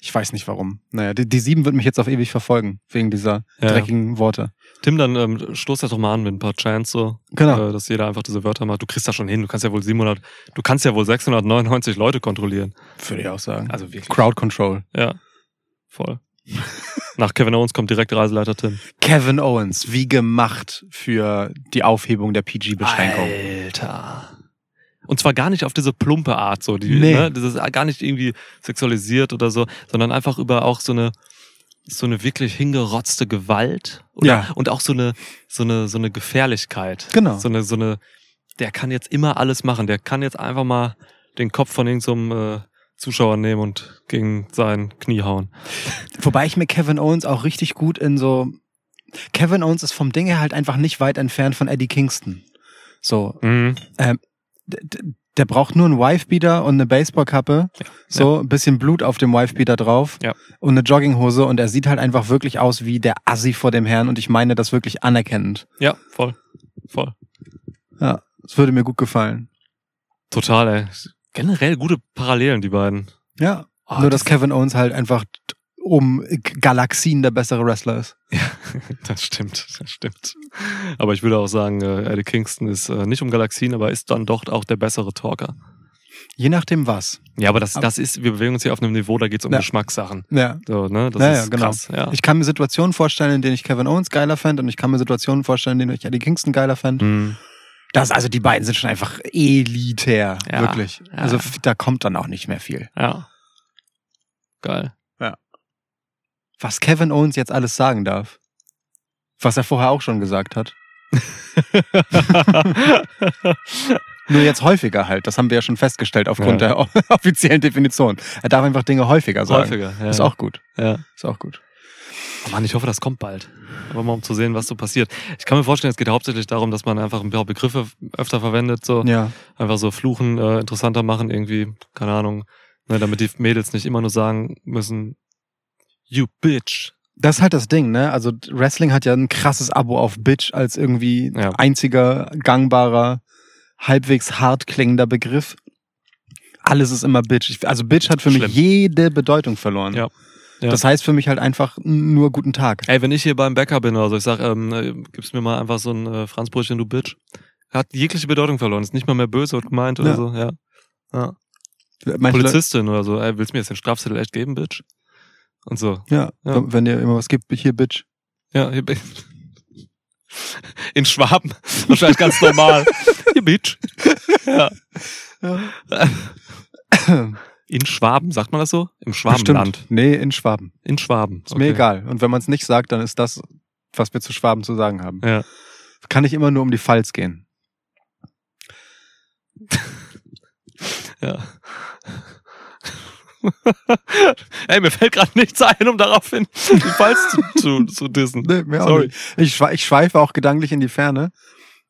ich weiß nicht warum. Naja, die, die sieben wird mich jetzt auf ewig verfolgen, wegen dieser Ja. dreckigen Worte. Tim, dann ähm, stoß das doch mal an mit ein paar Chants so, Genau. äh, dass jeder einfach diese Wörter macht. Du kriegst das schon hin. Du kannst ja wohl 700, du kannst ja wohl 699 Leute kontrollieren. Würde ich auch sagen. Also wirklich. Crowd Control. Ja, voll. [laughs] Nach Kevin Owens kommt direkt Reiseleiter Tim. Kevin Owens, wie gemacht für die Aufhebung der PG-Beschränkung. Alter. Und zwar gar nicht auf diese plumpe Art, so die, Nee. ne, das ist gar nicht irgendwie sexualisiert oder so, sondern einfach über auch so eine so eine wirklich hingerotzte Gewalt oder, Ja. und auch so eine so eine so eine Gefährlichkeit. Genau. So eine so eine der kann jetzt immer alles machen, der kann jetzt einfach mal den Kopf von irgendeinem äh, Zuschauer nehmen und gegen sein Knie hauen. Wobei ich mir Kevin Owens auch richtig gut in so. Kevin Owens ist vom Ding her halt einfach nicht weit entfernt von Eddie Kingston. So, Mhm. d- d- Der braucht nur einen Wifebeater und eine Baseballkappe, so ein bisschen Blut auf dem Wifebeater drauf Ja. und eine Jogginghose und er sieht halt einfach wirklich aus wie der Assi vor dem Herrn und ich meine das wirklich anerkennend. Ja, voll. Voll. Ja, das würde mir gut gefallen. Total, ey. Generell gute Parallelen, die beiden. Ja, Ah, nur dass Kevin Owens halt einfach t- um G- Galaxien der bessere Wrestler ist. [laughs] Das stimmt, das stimmt. Aber ich würde auch sagen, äh, Eddie Kingston ist äh, nicht um Galaxien, aber ist dann doch auch der bessere Talker. Je nachdem was. Ja, aber das, Aber- das ist, wir bewegen uns hier auf einem Niveau, da geht's um Ja. Geschmackssachen. Ja. So, ne? Das Ja, ist ja, genau. krass. Ja. Ich kann mir Situationen vorstellen, in denen ich Kevin Owens geiler fand und ich kann mir Situationen vorstellen, in denen ich Eddie Kingston geiler fand. Hm. Das, also die beiden sind schon einfach elitär, Ja, wirklich. ja. Also f- da kommt dann auch nicht mehr viel. ja. [laughs] Geil. Was Kevin Owens jetzt alles sagen darf, was er vorher auch schon gesagt hat, nur jetzt häufiger halt. Das haben wir ja schon festgestellt aufgrund Ja. der [laughs] o- offiziellen Definition. Er darf einfach Dinge häufiger sagen. Also Häufiger. Ja. Ist auch gut. Ja. Ist auch gut. Oh Mann, ich hoffe, das kommt bald. Aber mal um zu sehen, was so passiert. Ich kann mir vorstellen, es geht hauptsächlich darum, dass man einfach ein paar Begriffe öfter verwendet, so Ja. einfach so Fluchen äh, interessanter machen, irgendwie, keine Ahnung, ne, damit die Mädels nicht immer nur sagen müssen, you bitch. Das ist halt das Ding, ne? Also Wrestling hat ja ein krasses Abo auf Bitch als irgendwie Ja. einziger gangbarer, halbwegs hart klingender Begriff. Alles ist immer Bitch. Ich- Also Bitch hat für Schlimm. mich jede Bedeutung verloren. Ja. Ja. Das heißt für mich halt einfach nur guten Tag. Ey, wenn ich hier beim Bäcker bin oder so, ich sag, ähm, äh, gib's mir mal einfach so ein äh, Franzbrötchen, du bitch. Hat jegliche Bedeutung verloren, ist nicht mal mehr böse und gemeint oder Ja. so, ja. ja. Manche Leute- Polizistin oder so, ey, willst du mir jetzt den Strafzettel echt geben, bitch? Und so. Ja, Ja. Wenn- wenn dir immer was gibt, hier Bitch. Ja, hier bin in Schwaben wahrscheinlich ganz normal. Ihr Bitch. Ja. In Schwaben, sagt man das so? Im Schwabenland. Bestimmt. Nee, in Schwaben. In Schwaben. Ist mir egal. Und wenn man es nicht sagt, dann ist das, was wir zu Schwaben zu sagen haben. Ja. Kann ich immer nur um die Pfalz gehen. Ja. Ey, mir fällt gerade nichts ein, um daraufhin die Pfalz zu, zu, zu dissen. Nee, mir auch Sorry. nicht. Ich, schwe- ich schweife auch gedanklich in die Ferne,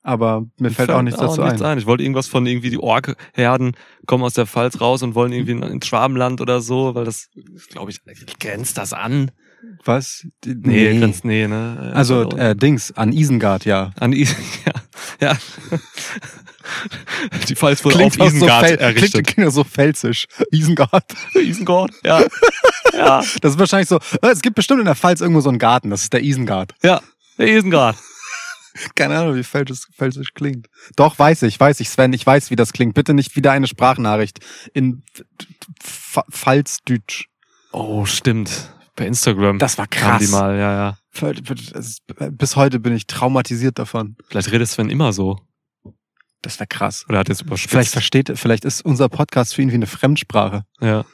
aber mir fällt auch nichts dazu ein. Ich wollte irgendwas von irgendwie die Ork-Herden kommen aus der Pfalz raus und wollen irgendwie in- ins Schwabenland oder so, weil das, glaube ich, grenzt das an. Was? Die- Nee, grenzt, nee, ne? Äh, Also verloren. äh, Dings, an Isengard, ja. An Is [laughs] ja, ja. Die Pfalz wurde auf auch Isengard so fel- errichtet. Klingt, klingt auch so felsisch. [laughs] Isengard. Isengard, [laughs] ja. ja. Das ist wahrscheinlich so, äh, es gibt bestimmt in der Pfalz irgendwo so einen Garten, das ist der Isengard. [laughs] Ja, der Isengard. Keine Ahnung, wie felsisch, felsisch klingt. Doch, weiß ich, weiß ich, Sven, ich weiß, wie das klingt. Bitte nicht wieder eine Sprachnachricht in Pf- Pf- Pfalzdütsch. Oh, stimmt. Bei Instagram. Das war Kam die krass. mal, ja, ja. Voll- das ist- äh, Bis heute bin ich traumatisiert davon. Vielleicht redet Sven immer so. Das war krass. Oder hat jetzt überspitzt. Vielleicht versteht, vielleicht ist unser Podcast für ihn wie eine Fremdsprache. ja.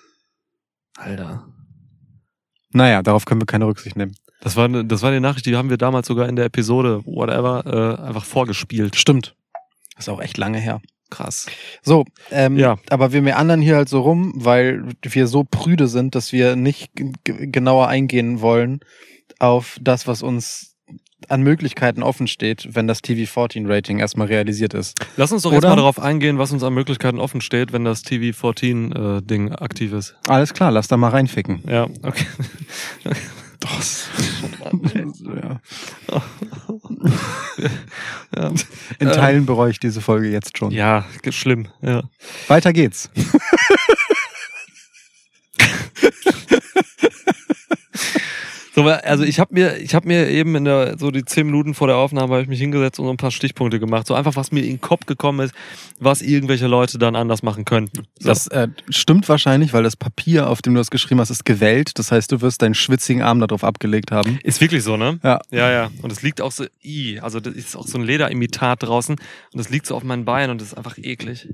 Alter. Naja, darauf können wir keine Rücksicht nehmen. Das war, ne- das war die Nachricht, die haben wir damals sogar in der Episode, whatever, äh, einfach vorgespielt. Stimmt. Ist auch echt lange her. Krass. So, ähm, Ja. aber wir meandern hier halt so rum, weil wir so prüde sind, dass wir nicht g- g- genauer eingehen wollen auf das, was uns an Möglichkeiten offen steht, wenn das TV-14-Rating erstmal realisiert ist. Lass uns doch jetzt Oder? mal darauf eingehen, was uns an Möglichkeiten offen steht, wenn das TV-14-Ding äh, aktiv ist. Alles klar, lass da mal [laughs] reinficken. Ja, okay. Doch. ja. Ja, In Teilen bereue ich diese Folge jetzt [laughs] schon. ja ge- schlimm. Ja. Weiter geht's. So, weil- also ich habe mir, ich habe mir eben in der so die zehn Minuten vor der Aufnahme habe ich mich hingesetzt und so ein paar Stichpunkte gemacht, so einfach was mir in den Kopf gekommen ist, was irgendwelche Leute dann anders machen könnten. So. Das äh, stimmt wahrscheinlich, weil das Papier, auf dem du das geschrieben hast, ist gewellt. Das heißt, du wirst deinen schwitzigen Arm darauf abgelegt haben. ist wirklich so, ne? Ja. Ja, ja. Und es liegt auch so, i, also das ist auch so ein Lederimitat draußen und das liegt so auf meinen Beinen und das ist einfach eklig.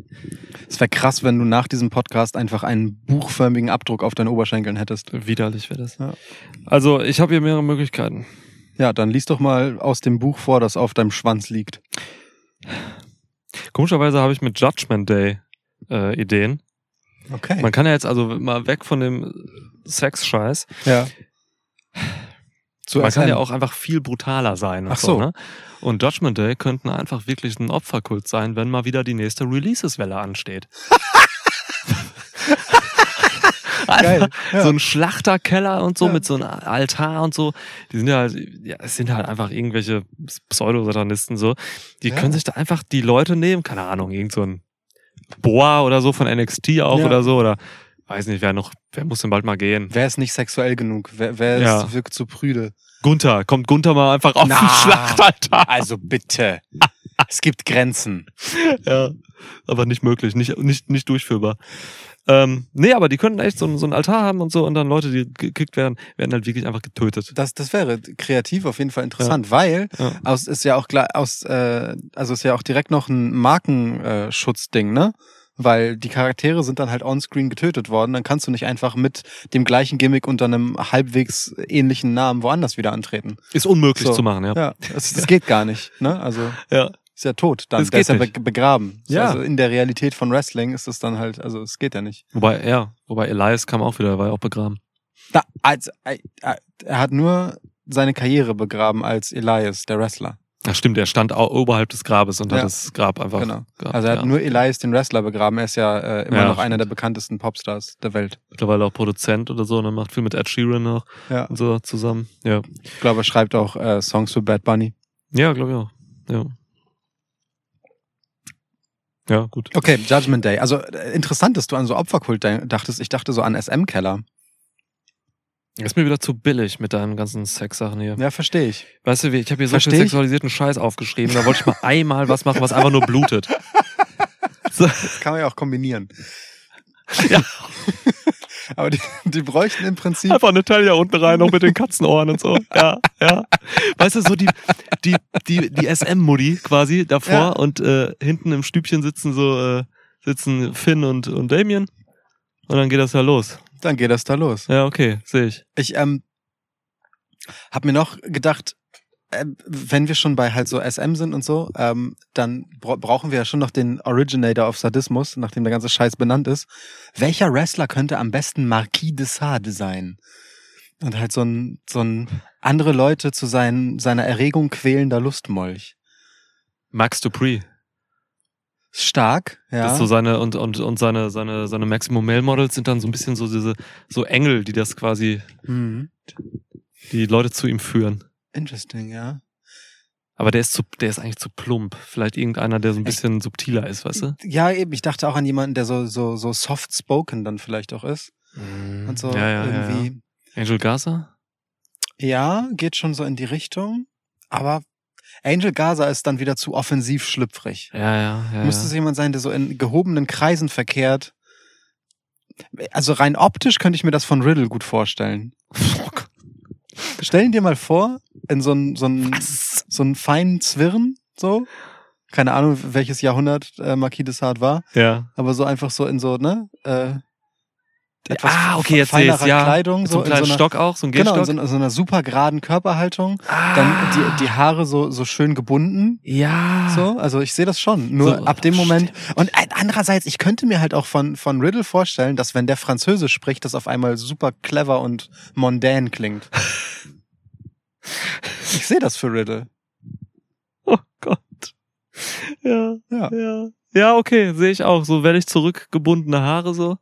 Es wäre krass, wenn du nach diesem Podcast einfach einen buchförmigen Abdruck auf deinen Oberschenkeln hättest. Widerlich wäre das. Ja. Also ich habe hier mehrere Möglichkeiten. Ja, dann lies doch mal aus dem Buch vor, das auf deinem Schwanz liegt. Komischerweise habe ich mit Judgment Day äh, Ideen. Okay. Man kann ja jetzt also mal weg von dem Sex-Scheiß. ja. zu Man kann erkennen. ja auch einfach viel brutaler sein. Und Ach so. Ne? Und Judgment Day könnten einfach wirklich ein Opferkult sein, wenn mal wieder die nächste Releases-Welle [laughs] ansteht. Einfach Geil, ja. So ein Schlachterkeller und so Ja. mit so einem Altar und so. Die sind ja, halt- ja es sind halt einfach irgendwelche Pseudosatanisten so. Die Ja. können sich da einfach die Leute nehmen, keine Ahnung, irgend so ein Boa oder so von NXT auch Ja. oder so oder weiß nicht, wer noch, wer muss denn bald mal gehen? [laughs] Wer ist nicht sexuell genug? Wer, wer Ja. ist wirkt [laughs] zu prüde? Gunther, kommt Gunther mal einfach auf Na. den Schlachtaltar. Also bitte. es gibt Grenzen. Ja, aber nicht möglich, nicht, nicht, nicht durchführbar. Ähm, nee, aber die könnten echt so, ein- so einen Altar haben und so und dann Leute, die gekickt werden, werden halt wirklich einfach getötet. Das, das wäre kreativ auf jeden Fall interessant, weil Ja. aus ist ja auch klar, aus äh, also ist ja auch direkt noch ein Markenschutzding, ne? Weil die Charaktere sind dann halt onscreen getötet worden, dann kannst du nicht einfach mit dem gleichen Gimmick unter einem halbwegs ähnlichen Namen woanders wieder antreten. Ist unmöglich So. zu machen, ja. Ja, das, das geht gar nicht, ne? Also Ja, ist ja tot dann, Das der geht ist ja be nicht. begraben. Ja. Also in der Realität von Wrestling ist es dann halt, also es geht ja nicht. Wobei, ja, wobei Elias kam auch wieder, der war ja auch begraben. Da, als, äh, äh, er hat nur seine Karriere begraben als Elias, der Wrestler. Ach stimmt, er stand au- oberhalb des Grabes und Ja. hat das Grab einfach. Genau. Gehabt, Also er hat ja. nur Elias, den Wrestler, begraben. Er ist ja äh, immer Ja, noch stimmt. einer der bekanntesten Popstars der Welt. Mittlerweile auch Produzent oder so und er macht viel mit Ed Sheeran noch Ja. und so zusammen. Ja, Ich glaube, er schreibt auch äh, Songs für Bad Bunny. ja glaube ich auch. Ja. ja, gut. Okay, Judgment Day. Also äh, interessant, dass du an so Opferkult de- dachtest. Ich dachte so an SM-Keller. Ist mir wieder zu billig mit deinen ganzen Sexsachen hier. Ja, verstehe ich. Weißt du, wie- ich habe hier so Versteh viel ich. sexualisierten Scheiß aufgeschrieben, da wollte ich [laughs] mal einmal was machen, was einfach nur blutet. So, Das kann man ja auch kombinieren. Ja. [laughs] Aber die, die bräuchten im Prinzip. einfach eine Taille unten rein, noch mit den Katzenohren und so. Ja, ja. Weißt du, so die, die, die, die SM-Mutti quasi davor Ja. und äh, hinten im Stübchen sitzen so, äh, sitzen Finn und, und Damien. Und dann geht das ja los. Dann geht das da los. Ja, okay, sehe ich. Ich ähm, habe mir noch gedacht, ähm, wenn wir schon bei halt so SM sind und so, ähm, dann bra brauchen wir ja schon noch den Originator of Sadismus, nachdem der ganze Scheiß benannt ist. Welcher Wrestler könnte am besten Marquis de Sade sein? Und halt so ein, so ein andere Leute zu sein, seiner Erregung quälender Lustmolch. Max Dupree. Stark, ja. Das ist so seine und, und, und seine, seine, seine Maximum Male Models sind dann so ein bisschen so diese, so Engel, die das quasi, mhm. die Leute zu ihm führen. Interesting, ja. Aber der ist zu, der ist eigentlich zu plump. Vielleicht irgendeiner, der so ein bisschen subtiler ist, weißt du? Ja, eben, ich dachte auch an jemanden, der so, so, so soft spoken dann vielleicht auch ist. Und so ja, ja, irgendwie. Ja, ja. Angel Gaza? Ja, geht schon so in die Richtung. Aber Angel Gaza ist dann wieder zu offensiv schlüpfrig. Ja, ja, ja. Müsste es ja. jemand sein, der so in gehobenen Kreisen verkehrt. Also rein optisch könnte ich mir das von Riddle gut vorstellen. Stellen dir mal vor, in so einen so einen- Was? so einen feinen Zwirn, so. Keine Ahnung, welches Jahrhundert äh, Marquis de Sade war, Ja. aber so einfach so in so, ne? Äh, etwas ah, okay, jetzt sehe feinerer ich ja. Kleidung, Mit so so in einen kleinen so einer- Stock auch, so einen Genau, in Gehstock. Ah. so, einer- so einer super geraden Körperhaltung. Dann die, die Haare so, so schön gebunden. Ja. Oh, So, also ich sehe das schon. Nur Ah. So, ab dem das Moment. Und ein- andererseits, ich könnte mir halt auch von, von Riddle vorstellen, dass wenn der Französisch spricht, das auf einmal super clever und [laughs] mondän klingt. ich sehe das für Riddle. Oh Gott. Ja, Ja. ja. Ja, okay, sehe ich auch. So wellig zurückgebundene Haare so.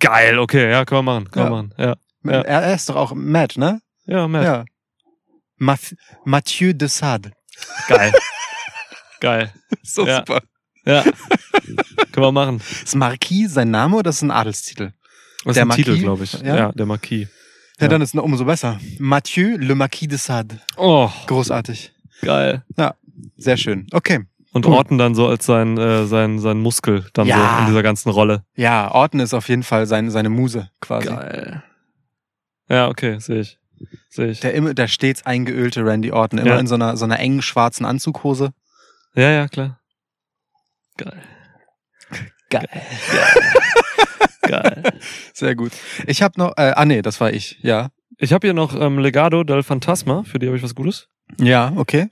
Geil, okay, ja, können wir machen, können wir Ja. machen. Ja, Ja. Er, er ist doch auch Matt, ne? ja, Matt. Ja. Math Mathieu de Sade. [laughs] Geil. Geil. So Ja. super. Ja. können wir machen. Ist Marquis sein Name oder ist es ein Adelstitel? Das Der ist ein Titel, Marquis? glaube ich. Ja? Ja? der Marquis. Ja, Ja. dann ist es umso besser. Mathieu le Marquis de Sade. Oh, Großartig. geil. Sehr schön. Okay. Und Cool. Orton dann so als sein, äh, sein, sein Muskel dann Hm. Ja. so in dieser ganzen Rolle. Ja, Orton ist auf jeden Fall sein, seine Muse quasi. Geil. Ja, okay, sehe ich. Sehe ich. Der, immer, der stets eingeölte Randy Orton, immer Ja. in so einer, so einer engen schwarzen Anzughose. Ja, ja, klar. Geil. Geil. [laughs] Geil. Sehr gut. Ich habe noch, äh, ah nee, das war ich, ja. Ich habe hier noch ähm, Legado del Fantasma, für die habe ich was Gutes. Ja, okay.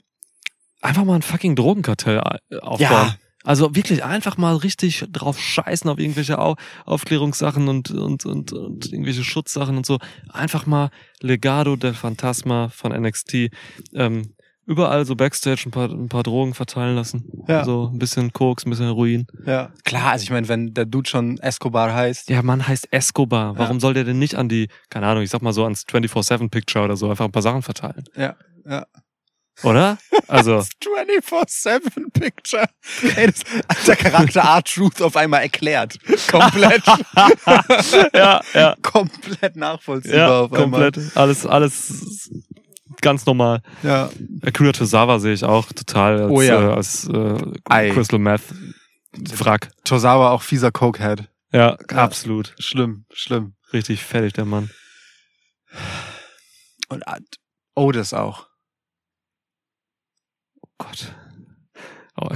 Einfach mal ein fucking Drogenkartell äh, aufbauen. Ja, Also wirklich einfach mal richtig drauf scheißen auf irgendwelche Au Aufklärungssachen und, und, und, und irgendwelche Schutzsachen und so. Einfach mal Legado del Fantasma von NXT. Ähm, überall so Backstage ein paar, ein paar Drogen verteilen lassen. Ja. So ein bisschen Koks, ein bisschen Heroin. Ja. Klar, also ich meine, wenn der Dude schon Escobar heißt. Der Mann heißt Escobar. Warum soll der denn nicht an die, keine Ahnung, ich sag mal so ans 24-7-Picture oder so einfach ein paar Sachen verteilen? Ja, ja. Oder? [laughs] Also, 24-7 Picture. Ey, das hat der [laughs] Charakter R-Truth auf einmal erklärt. Komplett, ja, ja, komplett nachvollziehbar ja, auf einmal. komplett. Alles, alles ganz normal. Ja, Akira Äh, Tozawa sehe ich auch total als, Oh ja. äh, als äh, Ei. Crystal Meth Wrack. Tosawa auch fieser Cokehead. Ja, Ja. absolut. Schlimm, schlimm. Richtig fertig, der Mann. Und Ad- Otis auch. Oh Gott. Aber-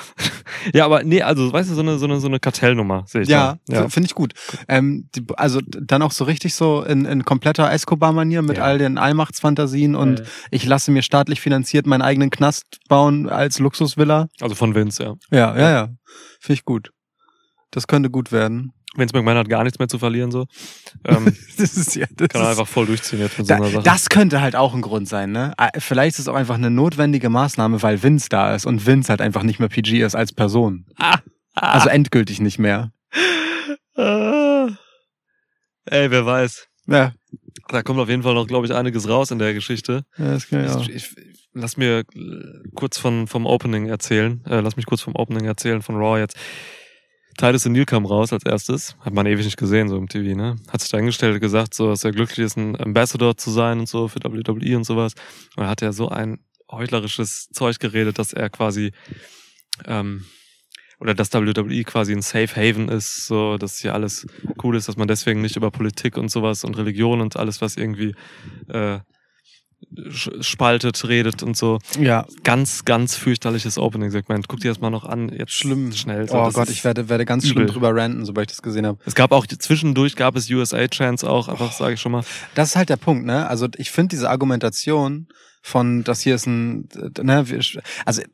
[laughs] ja, aber nee, also weißt du, so eine, so eine, so eine Kartellnummer sehe ich. Ja, da. ja. finde ich gut. Ähm, die, also d- dann auch so richtig so in, in kompletter Escobar-Manier mit Ja. all den Allmachtsfantasien und Ja, ich lasse mir staatlich finanziert meinen eigenen Knast bauen als Luxusvilla. Also von Vince, ja. Ja, ja, ja. Finde ich gut. Das könnte gut werden. [laughs] Vince McMahon hat gar nichts mehr zu verlieren, so. Ähm, Das ist ja das kann er ist- einfach voll durchziehen jetzt mit so einer da, Sache. das könnte halt auch ein Grund sein, ne? Ah, Vielleicht ist es auch einfach eine notwendige Maßnahme, weil Vince da ist und Vince halt einfach nicht mehr PG ist als Person. Ah, ah. Also endgültig nicht mehr. Ah. Ey, wer weiß. Ja, Da kommt auf jeden Fall noch, glaube ich, einiges raus in der Geschichte. ja, das kann ja. Ich, ich, ich- lass mir äh, kurz von, vom Opening erzählen. Äh, lass mich kurz vom Opening erzählen von Raw jetzt. Titus O'Neill kam raus als erstes. Hat man ewig nicht gesehen, so im TV, ne? Hat sich da hingestellt und gesagt, so, dass er glücklich ist, ein Ambassador zu sein und so für WWE und sowas. Und da hat er so ein heuchlerisches Zeug geredet, dass er quasi, ähm, oder dass WWE quasi ein Safe Haven ist, so, dass hier alles cool ist, dass man deswegen nicht über Politik und sowas und Religion und alles, was irgendwie, äh, sch- spaltet, redet und so. ja. Ganz, ganz fürchterliches Opening-Segment. Guck dir das mal noch an. Jetzt Schlimm. Schnell. So, Oh das Gott, ist- ich werde, werde ganz schlimm übel. drüber ranten, sobald ich das gesehen habe. Es gab auch, zwischendurch gab es USA-Chance auch, einfach Oh. sage ich schon mal. Das ist halt der Punkt, ne? Also ich finde diese Argumentation von, das hier ist ein, äh, ne, wir- also äh,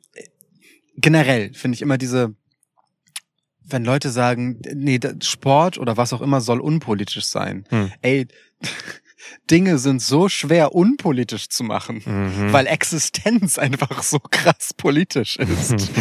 generell finde ich immer diese, wenn Leute sagen, nee, da- Sport oder was auch immer soll unpolitisch sein. Hm. Ey, [laughs] Dinge sind so schwer unpolitisch zu machen. Mhm. Weil Existenz [laughs] einfach so krass [laughs] politisch ist.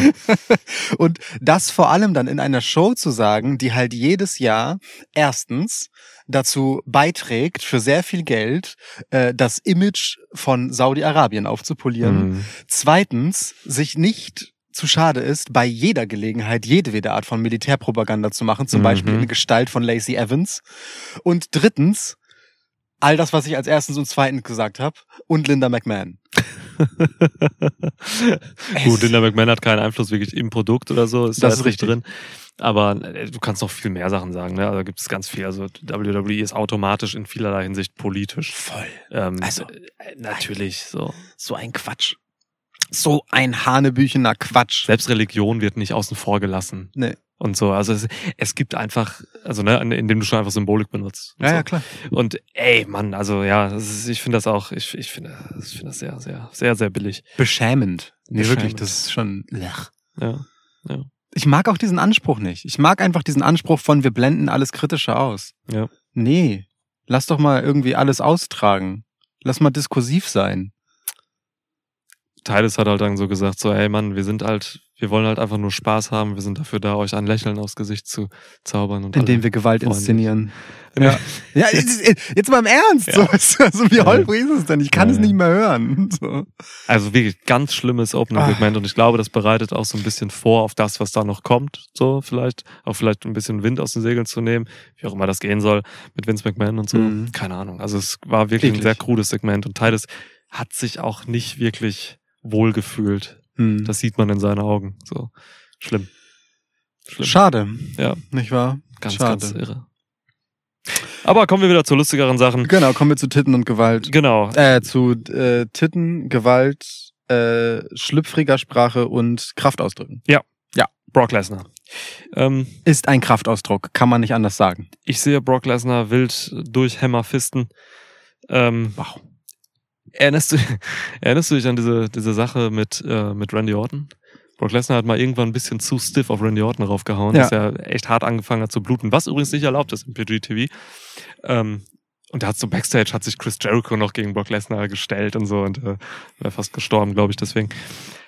Und das vor allem dann in einer Show zu sagen, die halt jedes Jahr erstens dazu beiträgt, für sehr viel Geld äh, das Image von Saudi-Arabien aufzupolieren. [laughs] Mhm. Zweitens sich nicht zu schade ist, bei jeder Gelegenheit jedwede Art von Militärpropaganda zu machen, zum Mhm. Beispiel in Gestalt von Lacey Evans. Und drittens all das, was ich als erstens und zweitens gesagt habe, und Linda McMahon. Gut, Linda McMahon hat keinen Einfluss wirklich im Produkt oder so. Ist da Das jetzt ist nicht richtig. drin. Aber äh, du kannst noch viel mehr Sachen sagen. Ne? Also gibt es ganz viel. Also WWE ist automatisch in vielerlei Hinsicht politisch. Voll. Ähm, Also- äh, natürlich so. So ein Quatsch. So ein hanebüchener Quatsch. selbst Religion wird nicht außen vor gelassen. Nee. Und so, also es, es gibt einfach, also ne, an- indem du schon einfach Symbolik benutzt. Und, so. klar. und ey, Mann, also ja, das ist, ich finde das auch, ich, ich finde ich finde das sehr, sehr, sehr, sehr billig. Beschämend. Nee, Beschämend. wirklich, das ist schon. Lach. Ja. Ich mag auch diesen Anspruch nicht. Ich mag einfach diesen Anspruch von, wir blenden alles Kritische aus. Ja. Nee. Lass doch mal irgendwie alles austragen. Lass mal diskursiv sein. Titus hat halt dann so gesagt, so, ey Mann, wir sind halt, wir wollen halt einfach nur Spaß haben, wir sind dafür da, euch ein Lächeln aufs Gesicht zu zaubern. Und Indem wir Gewalt Freunde. inszenieren. [laughs] Ja. Ja, jetzt, jetzt mal im Ernst. Ja. So, weißt du, also wie Ja. holprig ist es denn? Ich kann Ja, es ja. nicht mehr hören. So. Also wirklich ganz schlimmes Opening Ah. Segment und ich glaube, das bereitet auch so ein bisschen vor auf das, was da noch kommt. So vielleicht auch vielleicht ein bisschen Wind aus den Segeln zu nehmen, wie auch immer das gehen soll mit Vince McMahon und so. Mhm. Keine Ahnung. Also es war wirklich Eklig. ein sehr krudes Segment und Titus hat sich auch nicht wirklich wohlgefühlt. Hm. Das sieht man in seinen Augen. So schlimm, schlimm. Schade. Ja. Nicht wahr? ganz, Schade. ganz irre. Aber kommen wir wieder zu lustigeren Sachen. Genau, kommen wir zu Titten und Gewalt. Genau. Äh, zu äh, Titten, Gewalt, äh, schlüpfriger Sprache und Kraftausdrücken. Brock Lesnar. Ähm, Ist ein Kraftausdruck, kann man nicht anders sagen. Ich sehe Brock Lesnar wild durch Hämmerfisten. Ähm, Wow. [laughs] erinnerst, du, erinnerst du dich an diese, diese Sache mit, äh, mit Randy Orton? Brock Lesnar hat mal irgendwann ein bisschen zu stiff auf Randy Orton raufgehauen, Ja. dass er echt hart angefangen hat zu bluten, was übrigens nicht erlaubt ist im PG-TV. Ähm, und da hat so Backstage hat sich Chris Jericho noch gegen Brock Lesnar gestellt und so und äh, wäre fast gestorben, glaube ich, deswegen.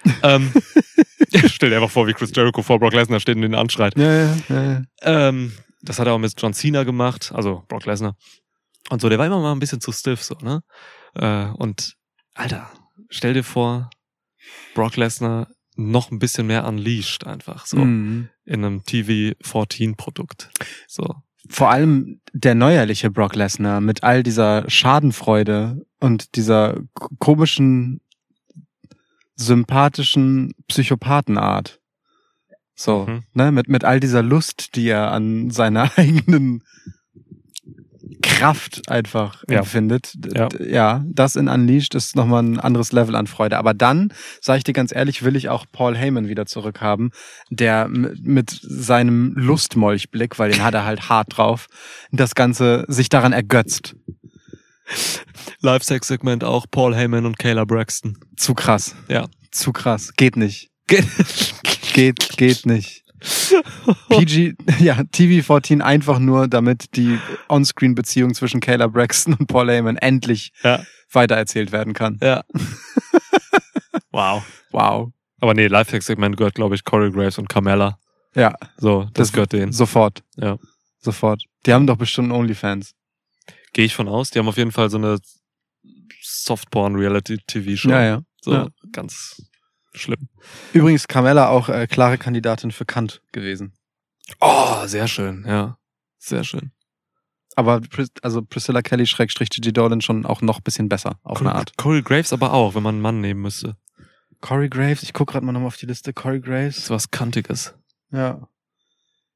[laughs] ähm, [laughs] stell dir einfach vor, wie Chris Jericho vor Brock Lesnar steht und ihn anschreit. Ja, ja, ja, ja. Ähm, das hat er auch mit John Cena gemacht, also Brock Lesnar. Und so, der war immer mal ein bisschen zu stiff, so, ne? Äh, und, Alter, stell dir vor, Brock Lesnar noch ein bisschen mehr unleashed einfach, so, Mhm. in einem TV-14-Produkt. So. Vor allem der neuerliche Brock Lesnar mit all dieser Schadenfreude und dieser k- komischen, sympathischen Psychopathenart. So, Mhm. ne, mit, mit all dieser Lust, die er an seiner [laughs] eigenen Kraft einfach Ja. empfindet. Ja. Ja. ja, das in Unleashed ist nochmal ein anderes Level an Freude. Aber dann, sage ich dir ganz ehrlich, will ich auch Paul Heyman wieder zurückhaben, der m- mit seinem Lustmolchblick, weil den hat er halt hart drauf, das Ganze sich daran ergötzt. Live-Sex-Segment auch, Paul Heyman und Kayla Braxton. Zu krass. Ja. Zu krass. Geht nicht. [laughs] Geht, geht nicht. PG, [laughs] ja, TV14 einfach nur, damit die Onscreen-Beziehung zwischen Kayla Braxton und Paul Heyman endlich Ja. weitererzählt werden kann. ja. wow. Wow. Aber nee, Live-Sex-Segment gehört, glaube ich, Corey Graves und Carmella. Ja, So, das, Das- gehört denen. sofort. Ja. Sofort. Die haben doch bestimmt einen Onlyfans. Gehe ich von aus. Die haben auf jeden Fall so eine Softporn-Reality-TV-Show. Ja, ja. So Ja. ganz schlimm. Übrigens Carmella auch äh, klare Kandidatin für Kant gewesen. Oh, sehr schön, ja. Sehr schön. Aber Pris also Priscilla Kelly schrägstrich Gigi Dolan schon auch noch bisschen besser auf eine Art. Corey Graves aber auch, wenn man einen Mann nehmen müsste. Corey Graves, ich guck gerade mal nochmal auf die Liste. Corey Das Graves. ist was Kantiges. Ja.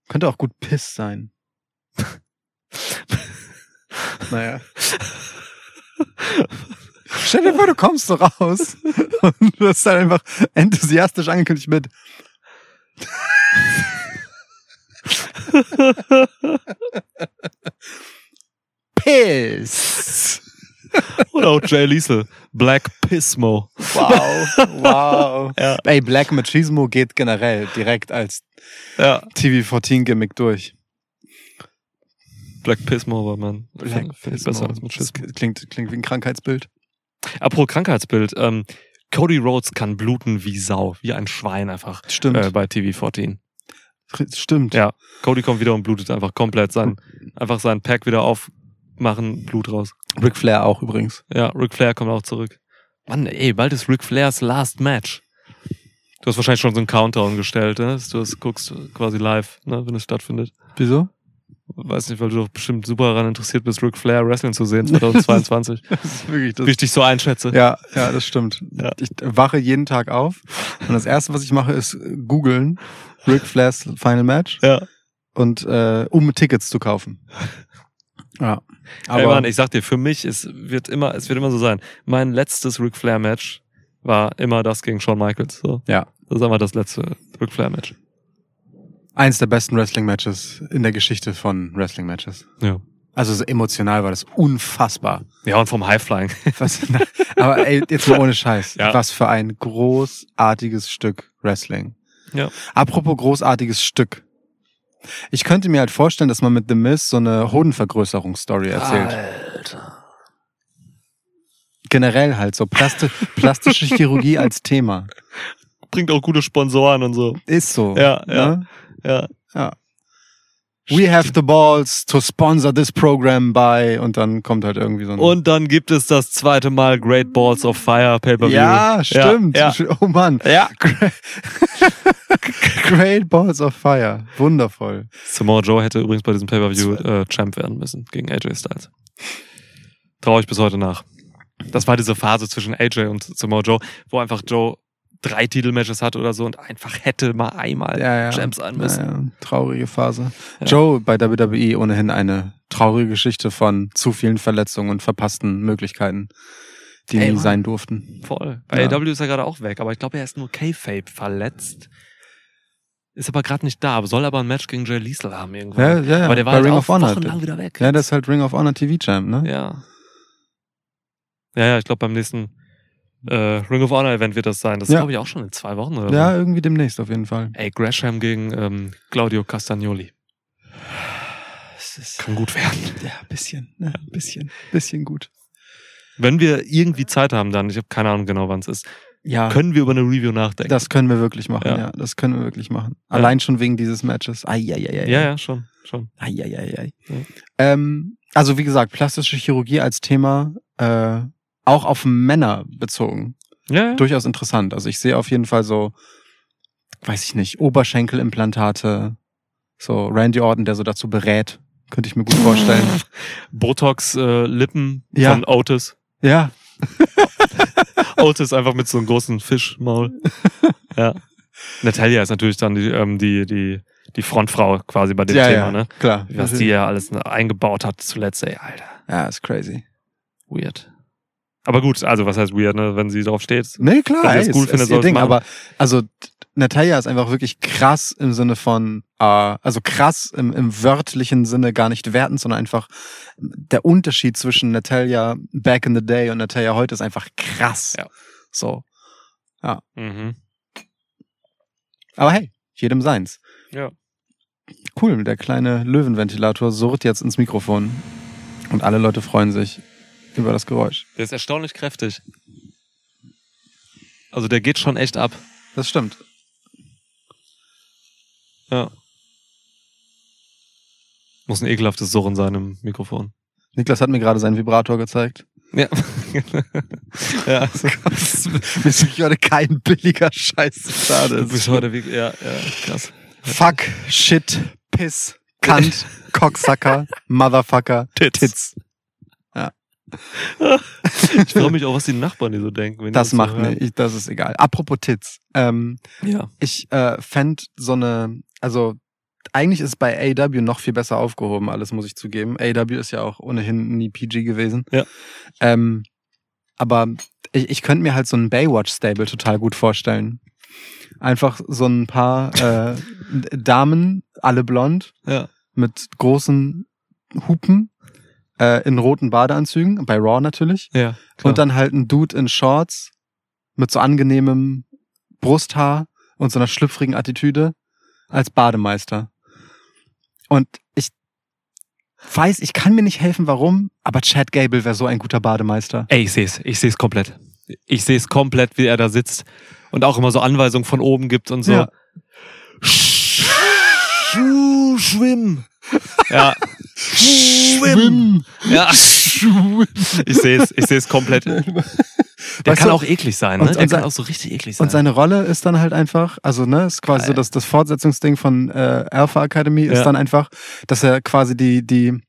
Könnte auch gut Piss [laughs] sein. naja. Stell dir vor, du kommst so raus und wirst dann einfach enthusiastisch angekündigt mit [laughs] Piss. [laughs] Oder auch Jay Liesel. Black Pismo. Wow, wow. [laughs] Ja. Ey, Black Machismo geht generell direkt als Ja. TV14-Gimmick durch. Black Pismo war man. Finde find ich besser als mit Das Schiss. klingt, klingt wie ein Krankheitsbild. Apropos Krankheitsbild. Ähm, Cody Rhodes kann bluten wie Sau. Wie ein Schwein einfach. Stimmt. Äh, bei TV14. Stimmt. Ja. Cody kommt wieder und blutet einfach komplett sein, einfach sein Pack wieder aufmachen, Blut raus. Ric Flair auch übrigens. Ja, Ric Flair kommt auch zurück. Mann, ey, bald ist Ric Flairs Last Match. Du hast wahrscheinlich schon so einen Countdown gestellt, ne? dass Du das guckst quasi live, ne? wenn es stattfindet. Wieso? Weiß nicht, weil du doch bestimmt super daran interessiert bist, Ric Flair Wrestling zu [laughs] sehen 2022. Das ist wirklich Wie ich dich so einschätze. Ja, ja, das stimmt. Ja. Ich wache jeden Tag auf und das erste, was ich mache, ist äh, googeln Ric Flairs Final Match ja. und äh, um Tickets zu kaufen. Ja. Aber Mann, ich sag dir, für mich ist, wird immer, es wird immer so sein. Mein letztes Ric Flair Match war immer das gegen Shawn Michaels. So. ja, Das ist einmal das letzte Ric Flair Match. eins der besten Wrestling Matches in der Geschichte von Wrestling Matches. Ja. Also so emotional war das unfassbar. Ja, und vom High Flying. Was, [laughs] na, aber ey, jetzt mal ohne Scheiß. Ja. Was für ein großartiges Stück Wrestling. Ja. Apropos großartiges Stück. Ich könnte mir halt vorstellen, dass man mit The Miz so eine Hodenvergrößerungsstory erzählt. Generell halt [laughs] so Plasti plastische Chirurgie als Thema. Bringt auch gute Sponsoren und so. Ist so. Ja, ja. ne? Ja. Ja. We have the balls to sponsor this program by und dann kommt halt irgendwie so ein Und dann gibt es das zweite Mal Great Balls of Fire Pay-Per-View. Ja, stimmt. Ja, Oh Mann. ja. ja. [laughs] Great Balls of Fire. Wundervoll. Samoa Joe hätte übrigens bei diesem Pay-Per-View äh, Champ werden müssen gegen AJ Styles. Traue ich bis heute nach. Das war diese Phase zwischen AJ und Samoa Joe, wo einfach Joe drei Titelmatches hatte oder so und einfach hätte mal einmal Ja, ja. Champ sein müssen. Naja, traurige Phase. Ja. Joe bei WWE ohnehin eine traurige Geschichte von zu vielen Verletzungen und verpassten Möglichkeiten, die Ey, nie Mann. sein durften. Voll. Bei Ja. AW ist er gerade auch weg, aber ich glaube, er ist nur K-Fape verletzt. Ist aber gerade nicht da, aber soll aber ein Match gegen Jay Liesel haben irgendwann. Ja, ja, ja. Aber der war Bei halt Ring auch of Honor. wochenlang wieder weg. Ja, das ist halt Ring of Honor TV Champ, ne? Ja. Ja, ja, ich glaube beim nächsten äh, Ring of Honor Event wird das sein. Das ist, Ja. glaube ich, auch schon in zwei Wochen oder Ja, so. irgendwie demnächst auf jeden Fall. Ey, Gresham gegen ähm, Claudio Castagnoli. Es ist Kann gut werden. ja, ein bisschen, ja, ein bisschen, bisschen gut. Wenn wir irgendwie Zeit haben dann, ich habe keine Ahnung genau, wann es ist, Ja, können wir über eine Review nachdenken. das können wir wirklich machen. Ja, Ja. das können wir wirklich machen. Allein schon wegen dieses Matches. Eieieiei. ja, ja, schon, schon. Eieiei. Ja. Ähm, also wie gesagt, plastische Chirurgie als Thema äh, auch auf Männer bezogen. Ja, ja. Durchaus interessant. Also ich sehe auf jeden Fall so, weiß ich nicht, Oberschenkelimplantate, so Randy Orton, der so dazu berät. Könnte ich mir gut vorstellen. Botox äh, Lippen Ja. von Otis. ja, Otis einfach mit so einem großen [laughs] Fischmaul. Ja. Natalia ist natürlich dann die, ähm, die, die, die Frontfrau quasi bei dem ja, Thema, ja, ne? klar. Was die ja alles ne, eingebaut hat zuletzt, ey, Alter. Ja, ist crazy. Weird. Aber gut, also was heißt weird, ne? Wenn sie drauf steht. Nee, Wenn klar, die ey, das ist, cool cool findet, ist ihr soll's Ding, machen. aber also t- Natalia ist einfach wirklich krass im Sinne von, äh, also krass im, im wörtlichen Sinne gar nicht wertend, sondern einfach der Unterschied zwischen Natalia back in the day und Natalia heute ist einfach krass. Ja. So. Mhm. Aber hey, jedem seins. Ja. Cool, der kleine Löwenventilator surrt jetzt ins Mikrofon und alle Leute freuen sich über das Geräusch. Der ist erstaunlich kräftig. Also der geht schon echt ab. Das stimmt. Ja. Muss ein ekelhaftes Surren sein im [laughs] Mikrofon. Niklas hat mir gerade seinen Vibrator gezeigt. Ja. ja. Mir ist wirklich heute kein billiger Scheiß schade. Du bist halt heute wie, ja, ja, krass. Fuck, Shit, Piss, [laughs] Kant, Cocksucker, Motherfucker, Tits. Tits. Ich freue mich auch, was die Nachbarn die so denken. Wenn die Das so macht hören. mir, ich, das ist egal. Apropos Tits. Ähm, Ja. ich äh, fänd so eine, also eigentlich ist bei AW noch viel besser aufgehoben, alles muss ich zugeben. AW ist ja auch ohnehin nie PG gewesen. Ja. Ähm, aber ich, ich könnte mir halt so ein Baywatch-Stable total gut vorstellen. Einfach so ein paar [laughs] äh, Damen, alle blond, Ja. mit großen Hupen äh, in roten Badeanzügen, bei Raw natürlich. Ja. klar. Und dann halt ein Dude in Shorts mit so angenehmem Brusthaar und so einer schlüpfrigen Attitüde als Bademeister. Und ich weiß, ich kann mir nicht helfen, warum, aber Chad Gable wäre so ein guter Bademeister. Ey, ich sehe es. Ich sehe es komplett. Ich sehe es komplett, wie er da sitzt und auch immer so Anweisungen von oben gibt und so. Ja. Schuh, schwimm. Ja. Schwimm. Ja. Ich sehe es. Ich sehe es komplett. Der Weißt kann du, auch eklig sein, ne? und- Der kann und sein- auch so richtig eklig sein. Und seine Rolle ist dann halt einfach, also ne, ist quasi so Geil. das, das Fortsetzungsding von äh, Alpha Academy ist Ja. dann einfach, dass er quasi die, die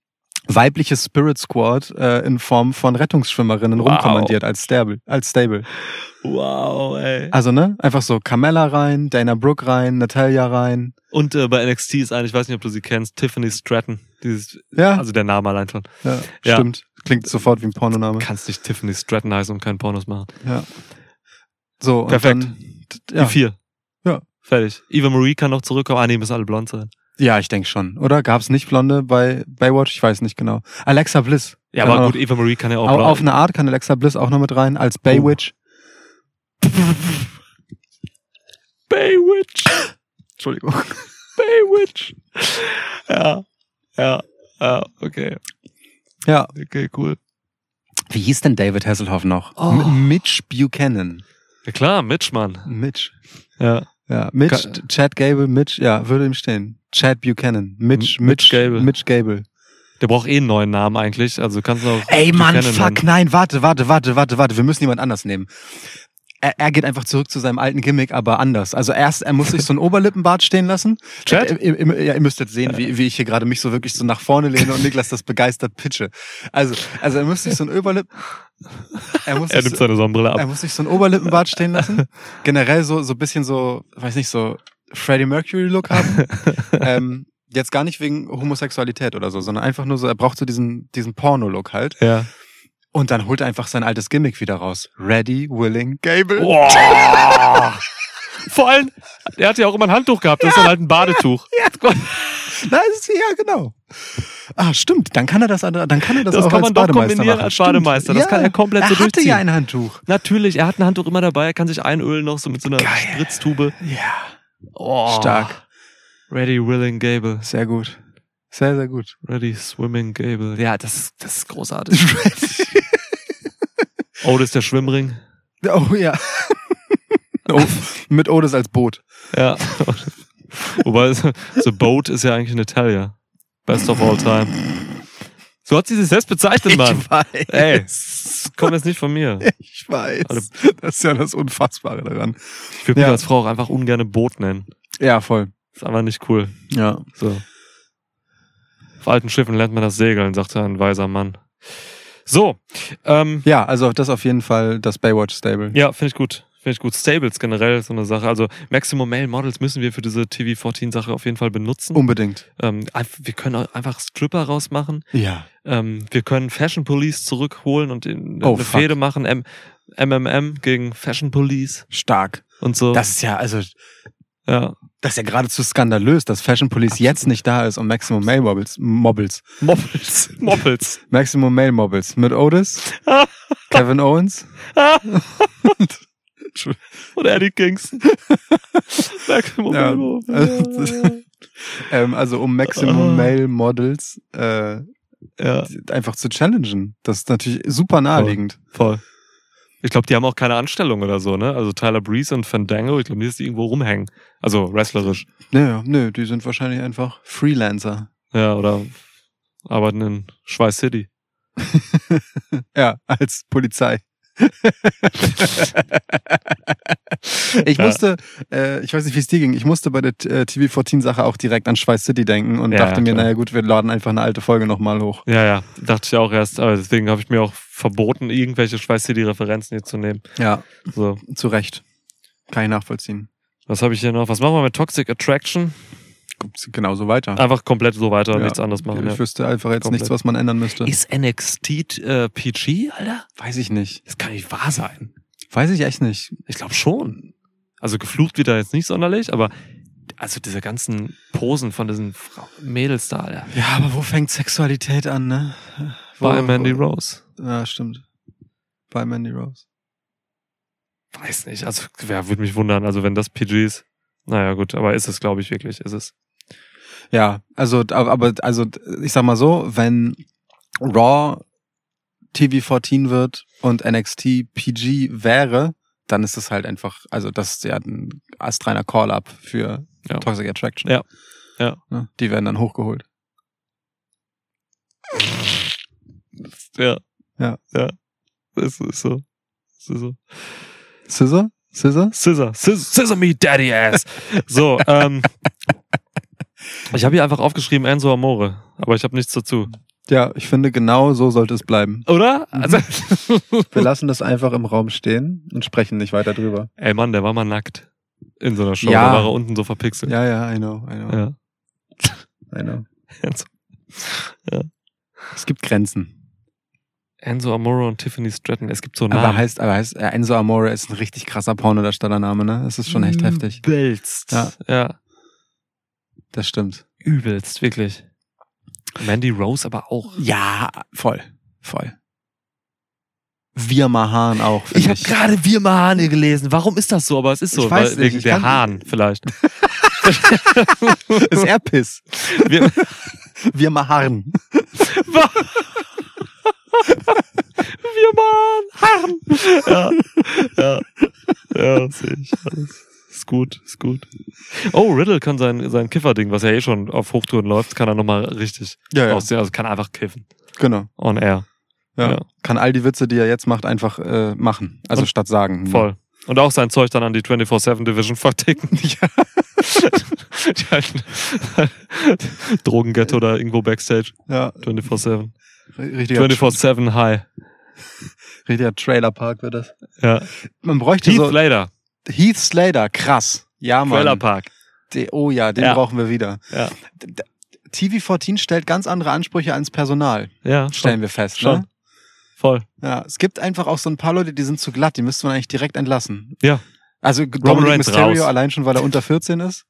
weibliche Spirit Squad äh, in Form von Rettungsschwimmerinnen Wow. rumkommandiert als Stable, als Stable. wow, ey. Also ne, einfach so Carmella rein, Dana Brooke rein, Natalia rein. Und äh, bei NXT ist eine, ich weiß nicht, ob du sie kennst, Tiffany Stratton. Dieses, Ja, also der Name allein schon. ja, ja. stimmt. Klingt sofort wie ein Pornoname. Kannst nicht Tiffany Stratton heißen und keinen Pornos machen. So, und Perfekt. Dann, t- ja. Die vier. Ja. Fertig. Eva Marie kann noch zurückkommen. Ah, nee, müssen alle blond sein. ja, ich denke schon. Oder gab's nicht Blonde bei Baywatch? Ich weiß nicht genau. Alexa Bliss. Ja, Kann aber auch- gut, Eva Marie kann ja auch Oh. Au- blond auf eine Art kann Alexa Bliss auch noch mit rein als Baywitch. Baywitch. [laughs] Entschuldigung. Baywitch. Ja. Ja. Ja, okay. Ja. Okay, cool. Wie hieß denn David Hasselhoff noch? Oh. M- Mitch Buchanan. Ja klar, Mitch, Mann. Mitch. Ja. Ja, Mitch, Ge- Chad Gable, Mitch, ja, würde ihm stehen. Chad Buchanan. Mitch, M- Mitch Mitch, Gable. Mitch Gable. Der braucht eh einen neuen Namen eigentlich. Also kannst du auch. Ey, Mann, Buchanan fuck, nennen. nein, warte, warte, warte, warte, warte, wir müssen jemand anders nehmen. Er, er geht einfach zurück zu seinem alten Gimmick, aber anders. Also erst, er muss sich so einen Oberlippenbart stehen lassen. Äh, Chad? Ihr, ihr, ihr, ihr müsst jetzt sehen, wie, wie ich hier gerade mich so wirklich so nach vorne lehne und Niklas das begeistert pitche. Also, also er muss sich so einen Oberlippen... Er muss [laughs] Er sich nimmt seine Sonnenbrille Er ab. muss sich so ein Oberlippenbart stehen lassen. Generell so, so ein bisschen so, weiß nicht, so Freddie [laughs] Mercury-Look haben. ähm, jetzt gar nicht wegen Homosexualität oder so, sondern einfach nur so, er braucht so diesen, diesen Porno-Look halt. Ja. Und dann holt er einfach sein altes Gimmick wieder raus. Ready, willing, Gable. Oh. Boah. [laughs] Vor allem, [laughs] er hat ja auch immer ein Handtuch gehabt. Das ist dann halt ein Badetuch. Nein, das ist, ja, genau. Ah, stimmt. Dann kann er das, dann kann er das, Das auch kann man als doch Bademeister kombinieren machen. als Bademeister. Das Stimmt. kann er komplett er so hatte durchziehen. ja ein Handtuch. Natürlich, er hat ein Handtuch immer dabei, er kann sich einölen noch so mit so einer Geil. Spritztube. Ja, Oh. stark. Ready, willing, Gable. Sehr gut. Sehr, sehr gut. Ready, swimming, Gable. Ja, das, das ist [laughs] großartig. Oh, das ist der Schwimmring. [laughs] oh ja. oh, mit Otis als Boot. Ja. [laughs] Wobei, The Boat ist ja eigentlich ein Italia. Best of all time. So hat sie sich selbst bezeichnet, Mann. weiß. Ey, das kommt jetzt nicht von mir. Ich weiß. Also- Das ist ja das Unfassbare daran. Ich würde mich Ja. als Frau auch einfach ungern Boot nennen. Ja, voll. Ist einfach nicht cool. Ja. So. Auf alten Schiffen lernt man das Segeln, sagte ein weiser Mann. So, ähm, Ja, also das auf jeden Fall das Baywatch Stable. ja, finde ich gut. Finde ich gut. Stables generell ist so eine Sache. Also Maximum Male Models müssen wir für diese TV14-Sache auf jeden Fall benutzen. Oh. Unbedingt. Ähm, einf- wir können auch einfach Stripper rausmachen. Ja. Ähm, wir können Fashion Police zurückholen und in, Oh, eine fuck. Fehde machen. M MMM gegen Fashion Police Stark. und so. Das ist ja, also, ja. das ist ja geradezu skandalös, dass Fashion Police jetzt nicht da ist um und Maximum Male Mobbles. Mobbles. Moppels. [laughs] Moppels. Maximum Male Mobbles. Mit Otis, Kevin Owens. Und Eddie [laughs] Kingston. Maximum Ja. Male Models. [laughs] Ähm, also um Maximum Ah. Male Models äh, ja, einfach zu challengen. Das ist natürlich super naheliegend. voll. Ich glaube, die haben auch keine Anstellung oder so, ne? Also Tyler Breeze und Fandango, ich glaube nicht, dass die irgendwo rumhängen. Also wrestlerisch. Naja, nö, die sind wahrscheinlich einfach Freelancer. Ja, oder arbeiten in Schweiß City. Ja, als Polizei. ich Ja. musste, äh, ich weiß nicht, wie es dir ging, ich musste bei der äh, TV14-Sache auch direkt an Schweiß City denken und Ja, dachte mir, klar. naja gut, wir laden einfach eine alte Folge nochmal hoch. Ja, ja, dachte ich auch erst. Aber deswegen habe ich mir auch verboten, irgendwelche Schweiß City-Referenzen hier zu nehmen. Ja, So, zu Recht. Kann ich nachvollziehen. was habe ich hier noch? Was machen wir mit Toxic Attraction? Guckt's genauso weiter. Einfach komplett so weiter, Ja. nichts anderes machen. ich Ja. wüsste einfach jetzt Komplett. nichts, was man ändern müsste. Ist NXT äh, PG, Alter? weiß ich nicht. Das kann nicht wahr sein. Weiß ich echt nicht. Ich glaube schon. Also geflucht wird da jetzt nicht sonderlich, aber also diese ganzen Posen von diesen Frau Mädels da, Alter. Ja, aber wo fängt Sexualität an, ne? Wo- Bei Mandy wo- Rose. Ja, stimmt. Bei Mandy Rose. Weiß nicht, also wer würde mich wundern, also wenn das PG ist. Naja, gut, aber ist es, glaube ich, wirklich, ist es. Ja, also, d- aber, also, d- ich sag mal so, wenn Raw TV14 wird und NXT PG wäre, dann ist es halt einfach, also, das ist ja ein astreiner Call-Up für Ja. Toxic Attraction. Ja. Ja. Ne? Die werden dann hochgeholt. Ja. Ja. Ja. Es ist so. Es ist so. Scissor? Scissor? Scissor, Scissor, Scissor me daddy [laughs] ass. So, ähm. Ich habe hier einfach aufgeschrieben Enzo Amore, aber ich habe nichts dazu. Ja, ich finde, genau so sollte [laughs] es bleiben. Oder? Also, Wir lassen das einfach im Raum stehen und sprechen nicht weiter drüber. ey Mann, der war mal nackt in so einer Show. Ja. Da war er unten so verpixelt. Ja, ja, I know, I know, Ja. [laughs] I know. Enzo, Es gibt Grenzen. Enzo Amore und Tiffany Stratton. Es gibt so einen Aber Namen. heißt, aber heißt, äh, Enzo Amore ist ein richtig krasser Pornodarstellername, ne? Es ist schon Mhm. echt heftig. Übelst. Ja. Ja. Das stimmt. Übelst, wirklich. Mandy Rose aber auch. Ja, voll, voll. Wir Mahan auch, Ich finde habe ich. gerade wir mal Hane gelesen. Warum ist das so? Aber es ist so, Ich weiß weil nicht, wegen ich der kann- Hahn vielleicht. [laughs] ist er Piss. [laughs] Wir, Wir Mahan. wir machen Harren. Ja, ja, [laughs] ja sehe ich alles. Ist gut, ist gut. Oh, Riddle kann sein, sein Kifferding, was ja eh schon auf Hochtouren läuft, kann er nochmal richtig Ja, ja, aussehen. Also kann einfach kiffen. genau. On air. Ja. Ja. Kann all die Witze, die er jetzt macht, einfach äh, machen. Also Und- statt sagen. ne? Voll. Und auch sein Zeug dann an die 24-7 Division [laughs] verticken. Ja. die alten [laughs] Drogenghetto da irgendwo Backstage. Ja, 24-7. ri- richtiger, 24-7 High. richtiger Trailer Park wird das. Ja. Man bräuchte Heath so Slater. Heath Slater, krass. Ja, Mann. Trailer Park. De- Oh ja, den Ja. brauchen wir wieder. Ja. D- d- TV14 stellt ganz andere Ansprüche ans Personal, Ja. stellen wir fest. Schon. Ne? Voll. Ja, es gibt einfach auch so ein paar Leute, die sind zu glatt, die müsste man eigentlich direkt entlassen. Ja. Also Dominic Reigns Mysterio raus. allein schon, weil er unter 14 ist.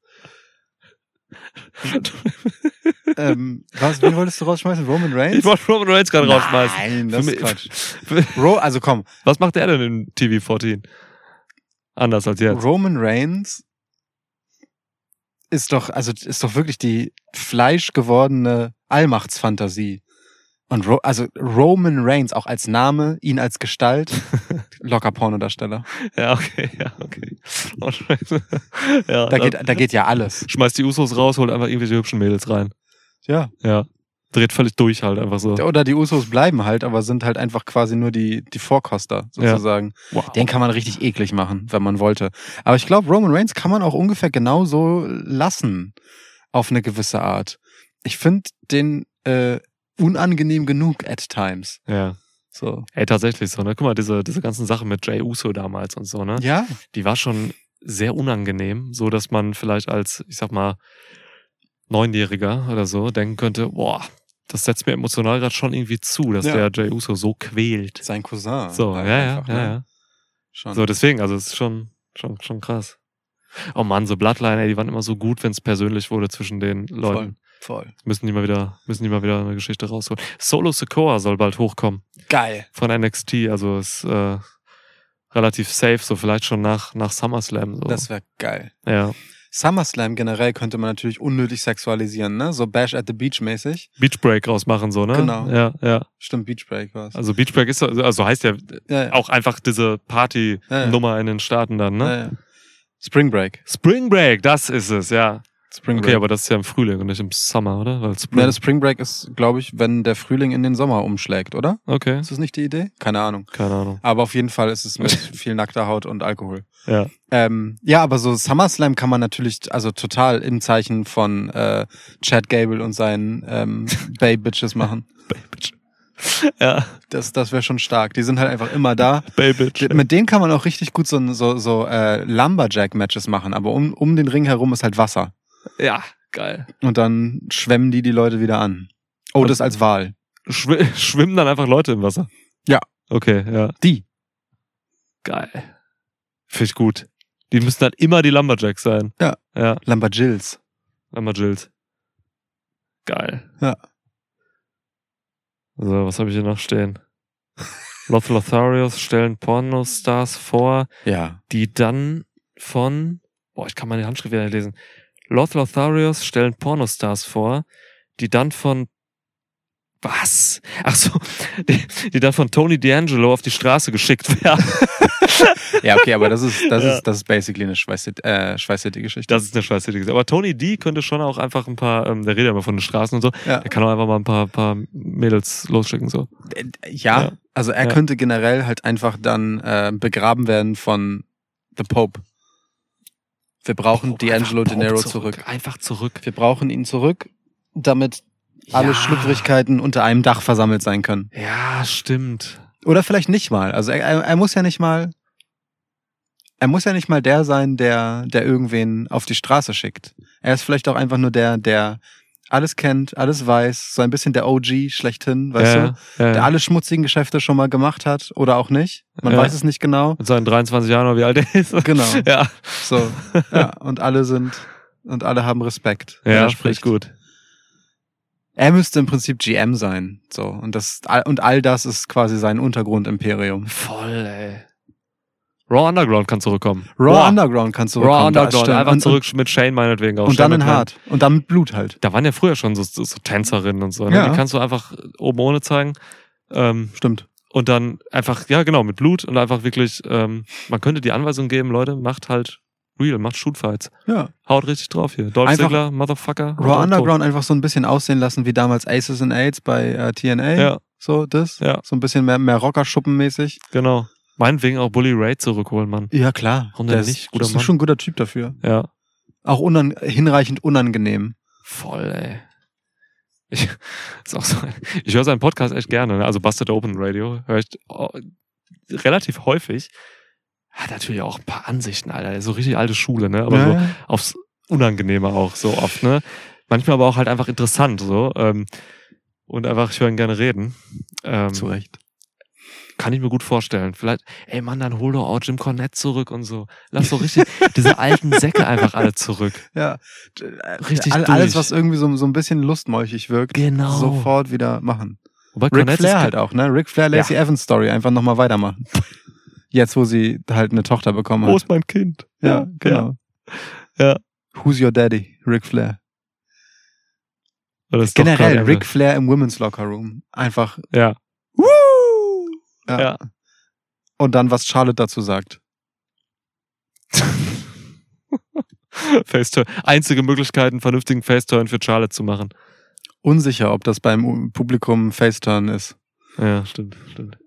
ähm, was, wen wolltest du rausschmeißen? Roman Reigns? Ich wollte Roman Reigns gerade rausschmeißen. Nein, das Für ist Quatsch. mich- Ro also komm, [laughs] Was macht er denn in TV14? Anders als jetzt. Roman Reigns ist doch, also ist doch wirklich die fleischgewordene Allmachtsfantasie. Und Ro also Roman Reigns auch als Name, ihn [laughs] als Gestalt, locker Pornodarsteller. Ja, okay, ja, [laughs] okay. Und- ja, Da dann geht, da geht ja alles. schmeißt die Usos raus, holt einfach irgendwelche hübschen Mädels rein. Ja. Ja. Dreht völlig durch halt einfach so. Oder die Usos bleiben halt, aber sind halt einfach quasi nur die, die Vorkoster sozusagen. Wow. Den kann man richtig eklig machen, wenn man wollte. Aber ich glaube, Roman Reigns kann man auch ungefähr genauso lassen. Auf eine gewisse Art. Ich finde den äh, unangenehm genug at times. Ja. So. Ey, tatsächlich so, ne? Guck mal, diese, diese ganzen Sachen mit Jay Uso damals und so, ne? Ja, Die war schon sehr unangenehm, so dass man vielleicht als, ich sag mal, Neunjähriger oder so denken könnte, boah, das setzt mir emotional gerade schon irgendwie zu, dass Ja. der Jay Uso so quält. sein Cousin. So, halt ja, ja, einfach, ja, ne? ja. Schon. So, deswegen, also es ist schon, schon, schon krass. Oh Mann, so Bloodline, ey, die waren immer so gut, wenn es persönlich wurde zwischen den Leuten. Voll. Müssen die mal wieder, müssen die mal wieder eine Geschichte rausholen. Solo Sokoa soll bald hochkommen Geil. von NXT, also ist äh, relativ safe, so vielleicht schon nach, nach SummerSlam. So. Das wäre geil. ja. SummerSlam generell könnte man natürlich unnötig sexualisieren, ne? So Bash at the Beach mäßig. Beach Break rausmachen, so, ne? Genau. Ja, ja. Stimmt, Beach Break war's. Also Beach Break ist, so- also heißt ja ja, ja. auch einfach diese Party-Nummer in den Staaten dann, ne? Ja, ja. Spring Break. Spring Break, das ist es, ja. Spring Okay, aber das ist ja im Frühling und nicht im Summer, oder? Weil Spring, Ja, das Spring Break ist, glaube ich, wenn der Frühling in den Sommer umschlägt, oder? okay, Ist das nicht die Idee? Keine Ahnung. keine Ahnung. Aber auf jeden Fall ist [laughs] es mit viel nackter Haut und Alkohol. Ja. Ähm, ja, aber so SummerSlam kann man natürlich, also total im Zeichen von äh, Chad Gable und seinen [laughs] ähm, Bay Bitches machen. Ja, Das, das wäre schon stark. Die sind halt einfach [laughs] immer da. Baby. D- Mit denen kann man auch richtig gut so, ein- so, so äh, Lumberjack-Matches machen, aber um, um den Ring herum ist halt Wasser. Ja, geil. Und dann schwemmen die die Leute wieder an. Oh, das als Wahl. Schw [laughs] schwimmen dann einfach Leute im Wasser? Ja. Okay, ja. Die. Geil. Finde ich gut. Die müssen dann immer die Lumberjacks sein. Ja. Ja, Lumberjills. Lumberjills. Geil. Ja. So, was habe ich hier noch stehen? [laughs] Los Lotharios stellen Pornostars vor, Ja. die dann von, boah, ich kann meine Handschrift wieder nicht lesen. Los Lotharios stellen Pornostars vor, die dann von, was? Ach so, [laughs] die, die dann von Tony D'Angelo auf die Straße geschickt werden. [laughs] Ja, okay, aber das ist, das Ja. ist, das ist basically eine Schweiß City- äh, Schweiß City Geschichte. Das ist eine scheiß Idee. Aber Tony D könnte schon auch einfach ein paar, ähm, der redet ja immer von den Straßen und so, Ja. er kann auch einfach mal ein paar, paar Mädels losschicken, so. Äh, Ja, Ja. also er Ja. könnte generell halt einfach dann äh, begraben werden von The Pope. Wir brauchen D'Angelo De Niro zurück. Einfach zurück. Wir brauchen ihn zurück, damit alle Ja. Schlüpfrigkeiten unter einem Dach versammelt sein können. Ja, stimmt. Oder vielleicht nicht mal. Also er, er, er muss ja nicht mal. Er muss ja nicht mal der sein, der, der irgendwen auf die Straße schickt. Er ist vielleicht auch einfach nur der, der alles kennt, alles weiß, so ein bisschen der OG schlechthin, weißt ja, du? Ja, der ja. alle schmutzigen Geschäfte schon mal gemacht hat oder auch nicht. Man Ja. weiß es nicht genau. Mit seinen 23 Jahren, oder wie alt er ist. Genau. [laughs] Ja. So. Ja, und alle sind und alle haben Respekt. wenn Ja, er spricht gut. Er müsste im Prinzip GM sein. So. Und das all- und all das ist quasi sein Untergrundimperium. Voll, ey. Raw Underground kann zurückkommen. Raw Boah. Underground kannst du Raw bekommen, das Underground, stimmt. einfach und, zurück mit Shane meinetwegen auch. Und, und dann Shane in McMahon. Hart. Und dann mit Blut halt. Da waren ja früher schon so, so, so Tänzerinnen und so. Ne? Ja. Die kannst du einfach oben ohne zeigen. Ähm, Stimmt. und dann einfach, ja genau, mit Blut und einfach wirklich, ähm, man könnte die Anweisung geben, Leute, macht halt real, macht Shootfights. Ja. Haut richtig drauf hier. Dolph Einfach Ziggler, Motherfucker. und Raw dann tot. Underground einfach so ein bisschen aussehen lassen wie damals Aces and Aids bei äh, TNA. Ja, So, das. Ja. So ein bisschen mehr, mehr Rockerschuppenmäßig. genau. Meinetwegen auch Bully Ray zurückholen, Mann. Ja, klar. Warum denn Der ist- nicht? Guter ist Mann. schon ein guter Typ dafür. Ja. auch unan hinreichend unangenehm. Voll, ey. Ich, ist auch so, ich höre seinen Podcast echt gerne, ne? also Busted Open Radio höre ich oh, relativ häufig. Hat natürlich auch ein paar Ansichten, Alter. Der ist So richtig alte Schule, ne? Aber so Ja. aufs Unangenehme auch so oft, ne? Manchmal aber auch halt einfach interessant, so. Ähm, und einfach, ich höre ihn gerne reden. Ähm, Recht. Kann ich mir gut vorstellen. Vielleicht, ey Mann, dann hol doch auch Jim Cornette zurück und so. Lass doch richtig diese alten Säcke einfach alle zurück. Ja. Richtig All, alles, durch. was irgendwie so, so ein bisschen lustmolchig wirkt, Genau. sofort wieder machen. Wobei Ric ist Flair ge- halt auch, ne? Ric Flair, Lacey Evans Story, einfach nochmal weitermachen. Jetzt, wo sie halt eine Tochter bekommen Wo hat. ist mein Kind? Ja, genau. Ja. Who's your daddy? Ric Flair. Ja. Das ist doch Generell gerade- [laughs] Ric Flair im Women's Locker Room. Einfach. Ja. Woo! Ja. Ja. Und dann, was Charlotte dazu sagt. Faceturn. Einzige Möglichkeit, einen vernünftigen Faceturn für Charlotte zu machen. Unsicher, ob das beim Publikum Faceturn ist. Ja, stimmt, stimmt.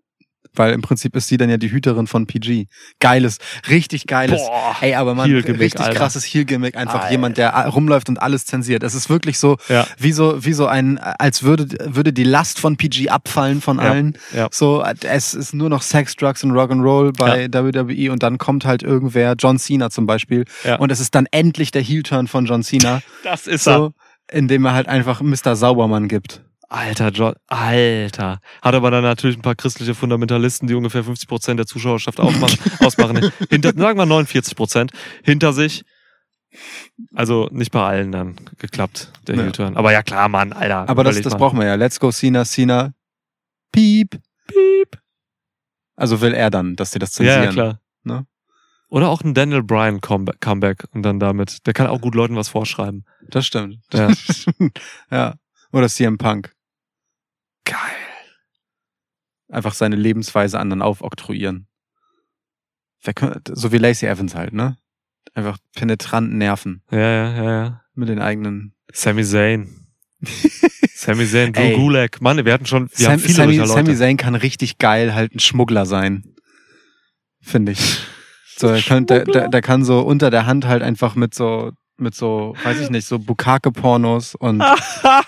Weil im Prinzip ist sie dann ja die Hüterin von PG. Geiles, richtig geiles. Boah. Ey, aber man, Heel-Gimmick, richtig Alter. krasses Heel-Gimmick. Einfach Alter. jemand, der a- rumläuft und alles zensiert. Es ist wirklich so, Ja. wie so, wie so ein, als würde, würde die Last von PG abfallen von Ja, allen. ja. So, es ist nur noch Sex, Drugs und Rock'n'Roll bei WWE und dann kommt halt irgendwer, John Cena zum Beispiel. Ja. Und es ist dann endlich der Heel-Turn von John Cena. Das [laughs] ist er. so, indem er halt einfach Mr. Saubermann gibt. Alter, John, Alter. Hat aber dann natürlich ein paar christliche Fundamentalisten, die ungefähr 50 Prozent der Zuschauerschaft [laughs] ausmachen, ausmachen hinter, sagen wir 49 Prozent, hinter sich. Also nicht bei allen dann geklappt, der Ja. ja. Heel-Turn. Aber ja klar, Mann, Alter. Aber das, überleg das mal. brauchen wir ja. Let's go Cena, Cena. Piep. Piep. Also will er dann, dass sie das zensieren. Ja, ja, klar. ne? Oder auch ein Daniel Bryan Comeba- Comeback und dann damit. Der kann auch gut Leuten was vorschreiben. Das stimmt. Ja. [laughs] ja. Oder CM Punk. Geil. Einfach seine Lebensweise anderen aufoktroyieren. Wer könnte, so wie Lacey Evans halt, ne? Einfach penetrant nerven Ja, ja, ja, ja. mit den eigenen. Sami [laughs] Zayn. Sami Zayn, Drew Ey. Gulak. Mann, wir hatten schon, wir haben Sam, viele Sammy, solcher Leute. Sammy Zayn kann richtig geil halt ein Schmuggler sein. Finde ich. So, der, kann, der, der, der kann so unter der Hand halt einfach mit so, mit so, weiß ich nicht, so [laughs] Bukake-Pornos und,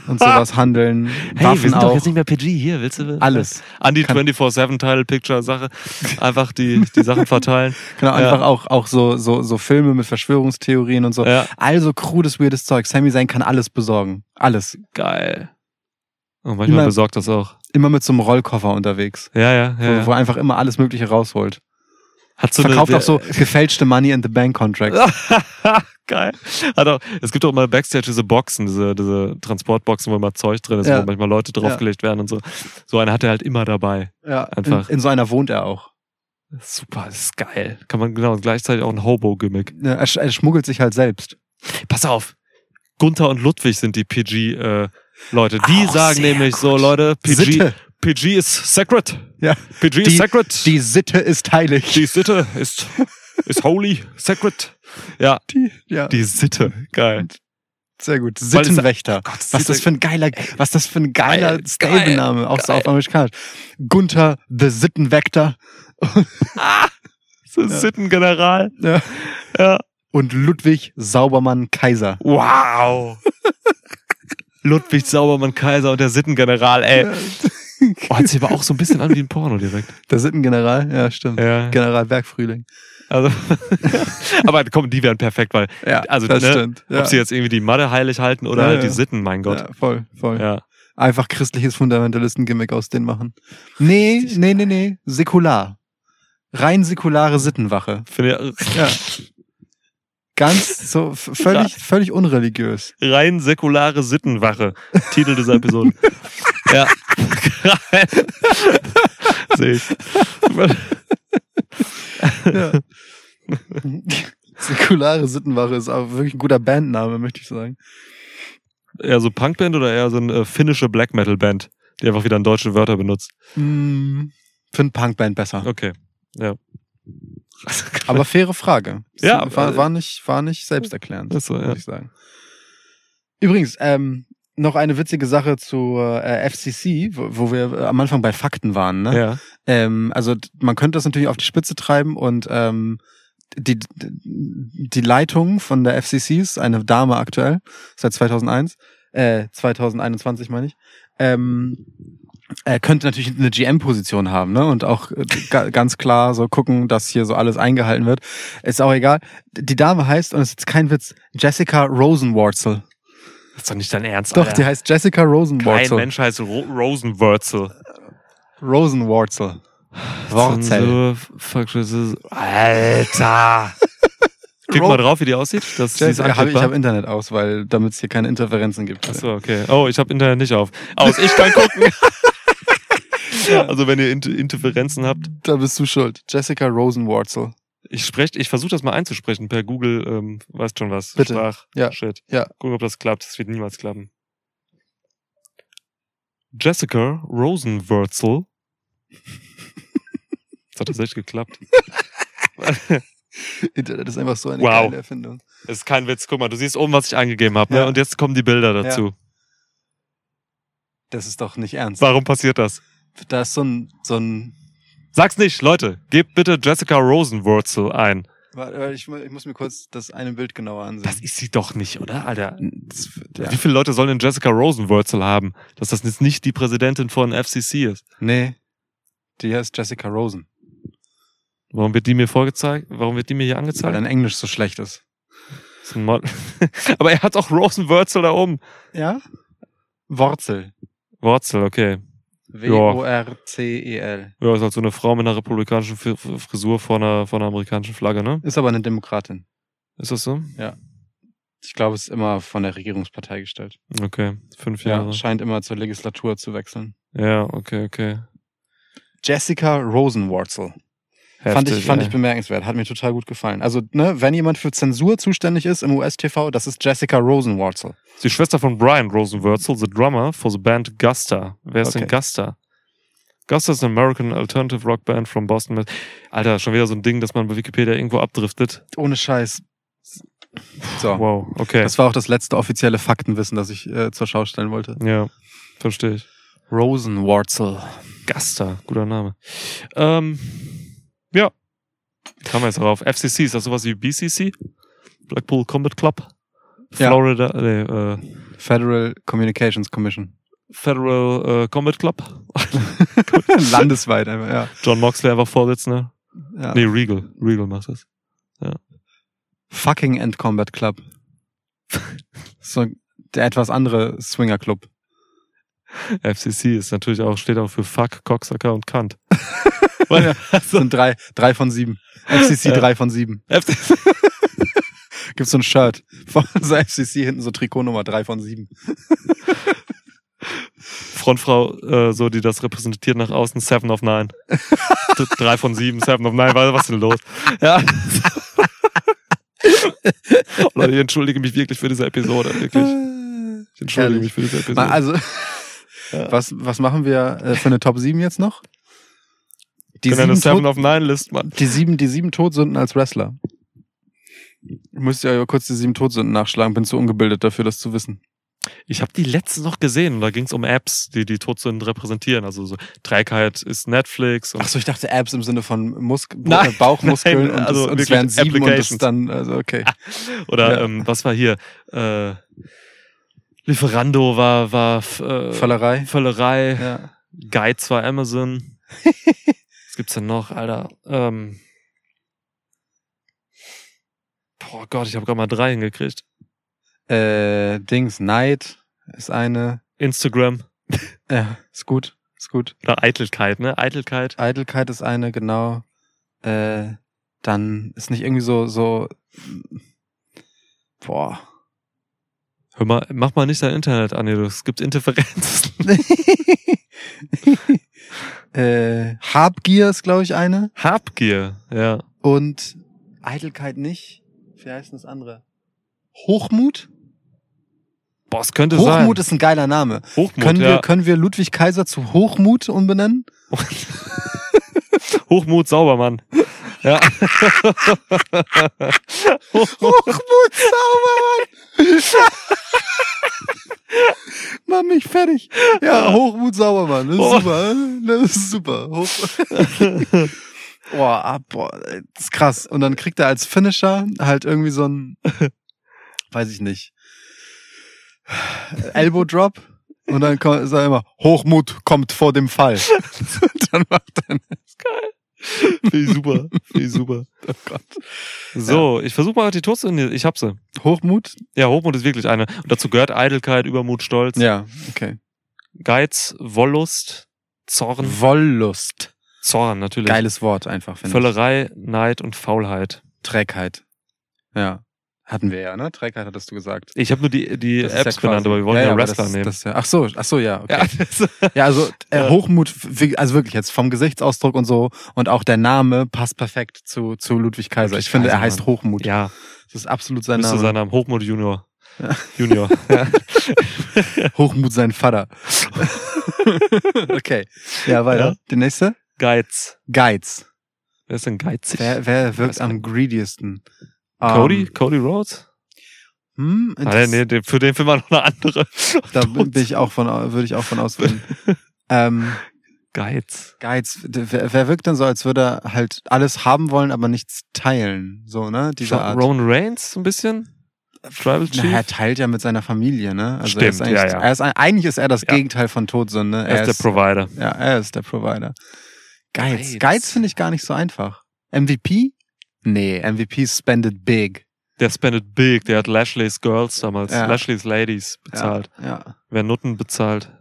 und sowas handeln. Hey, wir Waffen sind doch auch. jetzt nicht mehr PG hier, willst du? Alles. An die Kann- [laughs] 24-7-Title-Picture-Sache. Einfach die, die Sachen verteilen. Genau, Ja. einfach auch, auch so, so, so Filme mit Verschwörungstheorien und so. Ja. Also krudes, weirdes Zeug. Sammy sein kann alles besorgen. Alles. Geil. Und manchmal Immer- besorgt das auch. Immer mit so einem Rollkoffer unterwegs. Ja, ja, ja. Wo, wo ja. er einfach immer alles Mögliche rausholt. Hat so Verkauft auch so gefälschte Money in the [laughs] Bank Contracts. Geil. Hat auch, es gibt auch mal Backstage diese Boxen, diese, diese Transportboxen, wo immer Zeug drin ist, Ja. wo manchmal Leute draufgelegt werden und so. So eine hat er halt immer dabei. Ja, Einfach. In, in so einer wohnt er auch. Super, das ist geil. Kann man genau, und gleichzeitig auch ein Hobo-Gimmick. Ja, Ne, Er, sch- er schmuggelt sich halt selbst. Pass auf. Gunther und Ludwig sind die PG-Leute. die Auch sagen Ah, oh, sehr nämlich gut. so, Leute, PG, Sitte. PG ist sacred. Ja. PG Die- ist sacred. Die Sitte ist heilig. Die Sitte ist, ist holy, sacred. Ja, Die, ja. die Sitte. Geil. Sehr gut. Weil es- Sittenwächter. Gott, Sitte- was das für ein geiler, was das für ein geiler Geil, Stable-Name, auch so geil. auf Amerikanisch. Gunther, The Sittenwächter So ein Sittengeneral. Ja. ja. und Ludwig Saubermann Kaiser. Wow. [laughs] Ludwig Saubermann Kaiser und der Sittengeneral, ey. Oh, hört sich aber auch so ein bisschen an wie ein Porno direkt. Der Sittengeneral, ja, [laughs] stimmt. Ja. General Bergfrühling. Also, [laughs] aber komm, die wären perfekt, weil, Ja, also, das ne, stimmt. Ja. ob sie jetzt irgendwie die Madde heilig halten oder Ja, halt ja. die Sitten, mein Gott. Ja, voll, voll. Ja. Einfach christliches Fundamentalisten-Gimmick aus denen machen. Nee, Richtig nee, nee, nee. Säkular. Rein säkulare Sittenwache. Finde ich, Ja. Ganz [laughs] so f- völlig, völlig unreligiös. rein säkulare Sittenwache. Titel dieser [laughs] Episode. ja. [laughs] Sehe ich. Ja. säkulare Sittenwache ist auch wirklich ein guter Bandname, möchte ich sagen. Eher so Punkband oder eher so eine äh, finnische Black Metal Band, die einfach wieder deutsche Wörter benutzt. Hm, Finde Punkband besser. Okay. Ja. [laughs] Aber faire Frage. Ja, war, äh, war nicht, war nicht selbsterklärend. Ach so, ja. würde ich sagen. Übrigens, ähm, noch eine witzige Sache zur äh, FCC, wo, wo wir äh, am Anfang bei Fakten waren. Ne? ja. Ähm, also d- man könnte das natürlich auf die Spitze treiben und ähm, die, d- die Leitung von der FCC ist eine Dame aktuell, seit 2001, äh, 2021 meine ich, ähm, äh, könnte natürlich eine GM-Position haben ne? und auch äh, ga, ganz klar so gucken, dass hier so alles eingehalten wird. Ist auch egal. Die Dame heißt, und es ist kein Witz, Jessica Rosenwurzel. Das ist doch nicht dein Ernst. Doch, Alter. die heißt Jessica Kein Rosenwurzel. Mensch heißt Ro Rosenwurzel. Rosenwurzel. Worzel. Zensur, Volksschüsse. Alter! [laughs] Klick Rob- mal drauf, wie die aussieht. Das die ist Ich habe anklickbar. hab Internet aus, weil damit es hier keine Interferenzen gibt. Achso, okay. Oh, ich habe Internet nicht auf. Aus, ich kann [laughs] gucken. also wenn ihr Inter Interferenzen habt, Da bist du schuld. Jessica Rosenwurzel. ich sprech, ich versuche das mal einzusprechen per Google, ähm, weißt schon was. Bitte. Sprach. Ja. Shit. Ja. Gucken, ob das klappt. Das wird niemals klappen. Jessica Rosenwurzel. [laughs] Das hat tatsächlich geklappt. [laughs] Internet ist einfach so eine Wow. geile Erfindung. Das ist kein Witz. Guck mal, du siehst oben, was ich eingegeben habe. Ja. Ne? Und jetzt kommen die Bilder dazu. Das ist doch nicht ernst. Warum passiert das? Da ist so ein, so ein Sag's nicht, Leute. Gebt bitte Jessica Rosenwurzel ein. Warte, warte, ich, mu- ich muss mir kurz das eine Bild genauer Das ansehen. ist sie doch nicht, oder, Alter? Das, Wie viele Leute sollen denn Jessica Rosenwurzel haben, dass das jetzt nicht die Präsidentin von FCC ist? Nee. Die heißt Jessica Rosen. Warum wird die mir vorgezeigt? Warum wird die mir hier Weil angezeigt? dein Englisch so schlecht ist. Das ist ein Mod [laughs] Aber er hat auch Rosenwurzel da oben. Ja? Wurzel. Wurzel, okay. W-O-R-C-E-L. Ja, ist halt so eine Frau mit einer republikanischen Fri- Fri- Frisur vor einer, vor einer amerikanischen Flagge, ne? Ist aber eine Demokratin. Ist das so? Ich glaube, es ist immer von der Regierungspartei gestellt. Okay, fünf Ja. Jahre. Scheint immer zur Legislatur zu wechseln. Ja, okay, okay. Jessica Rosenwurzel. Fand ich, fand ich bemerkenswert. Hat mir total gut gefallen. Also, ne, wenn jemand für Zensur zuständig ist im US-TV, das ist Jessica Rosenwurzel. ich Die Schwester von Brian Rosenwurzel, the drummer for the band Gusta. Wer ist denn Okay. Gusta? Gusta ist eine American Alternative Rock Band from Boston. Alter, schon wieder so ein Ding, dass man bei Wikipedia irgendwo abdriftet. Ohne Scheiß. So. Wow, okay. Das war auch das letzte offizielle Faktenwissen, das ich äh, zur Schau stellen wollte. ja, verstehe ich. Rosenwurzel. Gusta, guter Name. Ähm, ja. Wie Kam jetzt drauf. FCC, ist das sowas wie BCC? Blackpool Combat Club? Ja. Florida, nee, äh, Federal Communications Commission. Federal äh, Combat Club? [laughs] Landesweit einfach, ja. John Moxley einfach Vorsitzender? ja. Nee, Regal. Regal macht das. Fucking End Combat Club. so der etwas andere Swinger Club. FCC ist natürlich auch, steht auch für Fuck, Cocksucker und Kant. Ja. Das sind drei, drei von sieben. FCC Ja. drei von sieben. FCC. Gibt's so ein Shirt von [laughs] so FCC hinten so Trikotnummer drei von sieben. [laughs] Frontfrau, äh, so, die das repräsentiert nach außen, Seven of Nine. [laughs] D- Drei von sieben, Seven of Nine, was was ist denn los? Ja. Leute, ich entschuldige mich wirklich für diese Episode, wirklich. Ich entschuldige Herrlich. mich für diese Episode. Mal, also, was, was machen wir äh, für eine Top 7 jetzt noch? Die ich bin eine sieben, Genau, Seven of Tod, Nine List, Mann. die, sieben, die sieben Todsünden als Wrestler. Müsst ihr aber kurz die sieben Todsünden nachschlagen, bin zu ungebildet dafür, das zu wissen. Ich habe die letzte noch gesehen und da ging es um Apps, die die Todsünden repräsentieren. Also so Trägheit ist Netflix und Achso, ich dachte Abs im Sinne von Musk Nein, äh, Bauchmuskeln nein, und, also das, und wirklich es wären sieben und das Applications. dann, also okay. Oder Ja. ähm, was war hier? Äh, Lieferando war, war f- äh, Völlerei. Völlerei. Ja. Geiz war [laughs] Amazon. was gibt's denn noch, Alter? Ähm, boah Gott, ich habe gerade mal drei hingekriegt. Äh, Dings, Neid ist eine, Instagram. ja, ist gut, ist gut. Oder Eitelkeit, ne? Eitelkeit. Eitelkeit ist eine, genau. Äh, dann ist nicht irgendwie so, so, [laughs] boah. Hör mal, mach mal nicht dein Internet an, hier, es gibt Interferenzen. äh, Habgier ist, glaube ich, eine. Habgier, ja. Und Eitelkeit nicht. Wie heißt denn das andere? Hochmut? Boah, es könnte sein. Hochmut ist ein geiler Name. Hochmut, können, ja. wir, können wir Ludwig Kaiser zu Hochmut umbenennen? Hochmut Saubermann. [laughs] Ja. Hochmut, Saubermann! [laughs] Mach mich fertig. Ja, Hochmut, Saubermann. Das ist Oh. super. Das ist super. Hoch [laughs] boah, ah, boah, das ist krass. Und dann kriegt er als Finisher halt irgendwie so [laughs] ein, weiß ich nicht, [sighs] Elbow Drop. Und dann kommt, sagt er immer, Hochmut kommt vor dem Fall. [laughs] Und dann macht er, Finde ich super. Finde ich super. oh Gott. So, ich versuche mal die Toast in die, Ich hab sie. Hochmut? Ja, Hochmut ist wirklich eine. Und dazu gehört Eitelkeit, Übermut, Stolz, Ja, okay. Geiz, Wollust, Zorn, Wollust. Zorn natürlich. Geiles Wort einfach, Mhm. finde ich. Völlerei, Neid und Faulheit. Trägheit. halt. Ja. Hatten wir ja, ne? Trägheit hattest du gesagt. Ich habe nur die, die Das ist Apps ja quasi- benannt, aber wir wollen ja, aber Wrestler das, nehmen. Das, ist ja, ach so, ach so, ja. Okay. Ja, [laughs] das, Ja, also äh, Ja. Hochmut, wi- also wirklich jetzt vom Gesichtsausdruck und so und auch der Name passt perfekt zu, zu Ludwig Kaiser. Ludwig ich finde, er Kaiser, heißt Mann. Hochmut. ja Das ist absolut sein müsste Name. sein Name. Hochmut Junior. Ja. [laughs] Junior. Hochmut [laughs] sein Vater. [laughs] okay. Ja, weiter. Ja. Der nächste? Geiz. Geiz. Wer ist denn geizig? Wer, ähm, wer wirkt Weiß am greediesten? Ähm, Cody? Cody Rhodes? Hm, Ah, nee, nee, für den Film war noch eine andere. [laughs] da bin ich auch von, au- würde ich auch von ausgehen. ähm, Geiz. Geiz, d- wer, wer wirkt denn so, als würde er halt alles haben wollen, aber nichts teilen? So, ne? Diese Art. Roman Reigns so ein bisschen? Tribal Chief? Na, er teilt ja mit seiner Familie, ne? er ist Stimmt, eigentlich, ja, ja. Er ist, ein- eigentlich ist er das Ja. Gegenteil von Todsünde. er ist der Provider. Ja, er ist der Provider. Geiz. Geiz, Geiz. finde ich gar nicht so einfach. MVP? Nee, MVP spendet big. Der spendet big, der hat Lashley's Girls damals, Ja. Lashley's Ladies bezahlt. Ja, ja. [laughs] Wer Nutten bezahlt?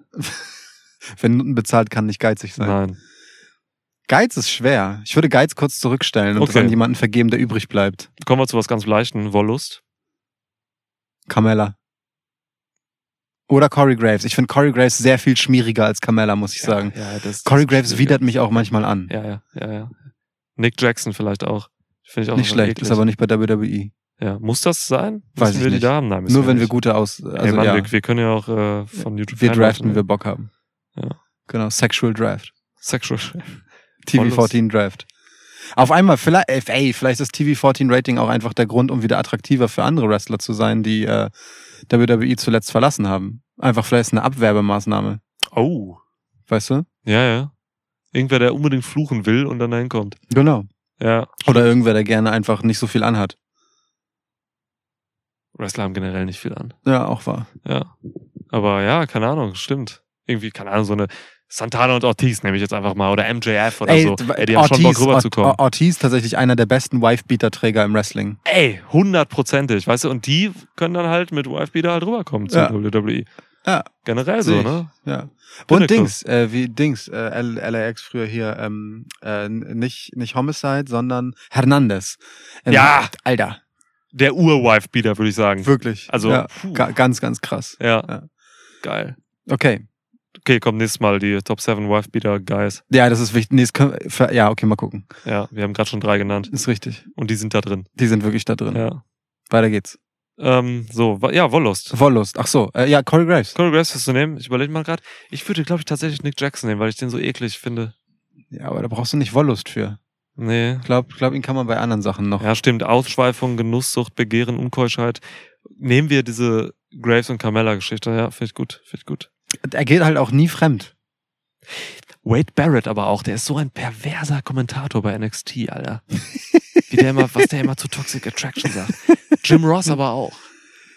Wenn Nutten bezahlt, kann nicht geizig sein. Nein. Geiz ist schwer. Ich würde Geiz kurz zurückstellen und es Okay. an jemanden vergeben, der übrig bleibt. Kommen wir zu was ganz Leichten, Wollust. Carmella. Oder Corey Graves. Ich finde Corey Graves sehr viel schmieriger als Carmella, muss ich sagen. Ja, ja, das, Corey das- Graves widert mich auch manchmal an. Ja, ja, ja, ja. Nick Jackson vielleicht auch. Finde ich auch nicht nochmal schlecht, eklig. ist aber nicht bei WWE. ja, muss das sein? Weiß Müssen ich wir nicht. die Damen haben? Nur wenn wir gute aus, also Also, Ey, Mann, ja, wir, wir können ja auch äh, von YouTube wir Fan draften, machen. wenn wir Bock haben. Ja. Genau, Sexual Draft. Sexual. TV14 Draft. Auf einmal, vielleicht, ey, vielleicht ist TV14 Rating auch einfach der Grund, um wieder attraktiver für andere Wrestler zu sein, die äh, WWE zuletzt verlassen haben. Einfach vielleicht ist eine Abwerbemaßnahme, Oh. weißt du? Ja, ja. Irgendwer, der unbedingt fluchen will und dann dahin kommt. Genau. Ja. Oder irgendwer, der gerne einfach nicht so viel anhat. Wrestler haben generell nicht viel an. Ja, auch wahr. Ja. Aber ja, keine Ahnung, stimmt. Irgendwie, keine Ahnung, so eine Santana und Ortiz nehme ich jetzt einfach mal. Oder MJF oder so. d- Ey, die haben schon Bock rüberzukommen. Ort- Ortiz tatsächlich einer der besten Wife-Beater-Träger im Wrestling. Ey, hundertprozentig, weißt du? Und die können dann halt mit YFB da halt rüberkommen zur Ja. WWE. Ja. E. Generell Seh so, ich. ne? Ja. Und Pinnacle. Dings, äh, wie Dings, äh, L- LAX früher hier, ähm, äh, n- nicht, nicht Homicide, sondern Hernandez. Ähm, Ja. Alter, Der Ur-Wife-Beater, würde ich sagen. wirklich. Also, ja, puh. ga, ganz, ganz krass. Ja. Ja. Geil. Okay. Okay, komm, nächstes Mal die Top 7 Wife-Beater-Guys. Ja, das ist wichtig. Nee, das können, wir- ver- ja, okay, mal gucken. Ja, wir haben gerade schon drei genannt. Ist richtig. Und die sind da drin. Die sind wirklich da drin. Ja. Weiter geht's. Ähm, so, wa- ja, Wollust. Wollust. Ach so, äh, ja, Corey Graves. Corey Graves zu nehmen. Ich überlege mal gerade. Ich würde, glaube ich, tatsächlich Nick Jackson nehmen, weil ich den so eklig finde. Ja, aber da brauchst du nicht Wollust für. Nee. Ich glaube, glaub, ihn kann man bei anderen Sachen noch. Ja, stimmt. Ausschweifung, Genusssucht, Begehren, Unkeuschheit. Nehmen wir diese Graves und Carmella-Geschichte. Ja, finde ich gut. Finde ich gut. Er geht halt auch nie fremd. Wade Barrett aber auch, der ist so ein perverser Kommentator bei NXT, Alter. Wie der immer, was der immer zu Toxic Attraction sagt. Jim Ross aber auch.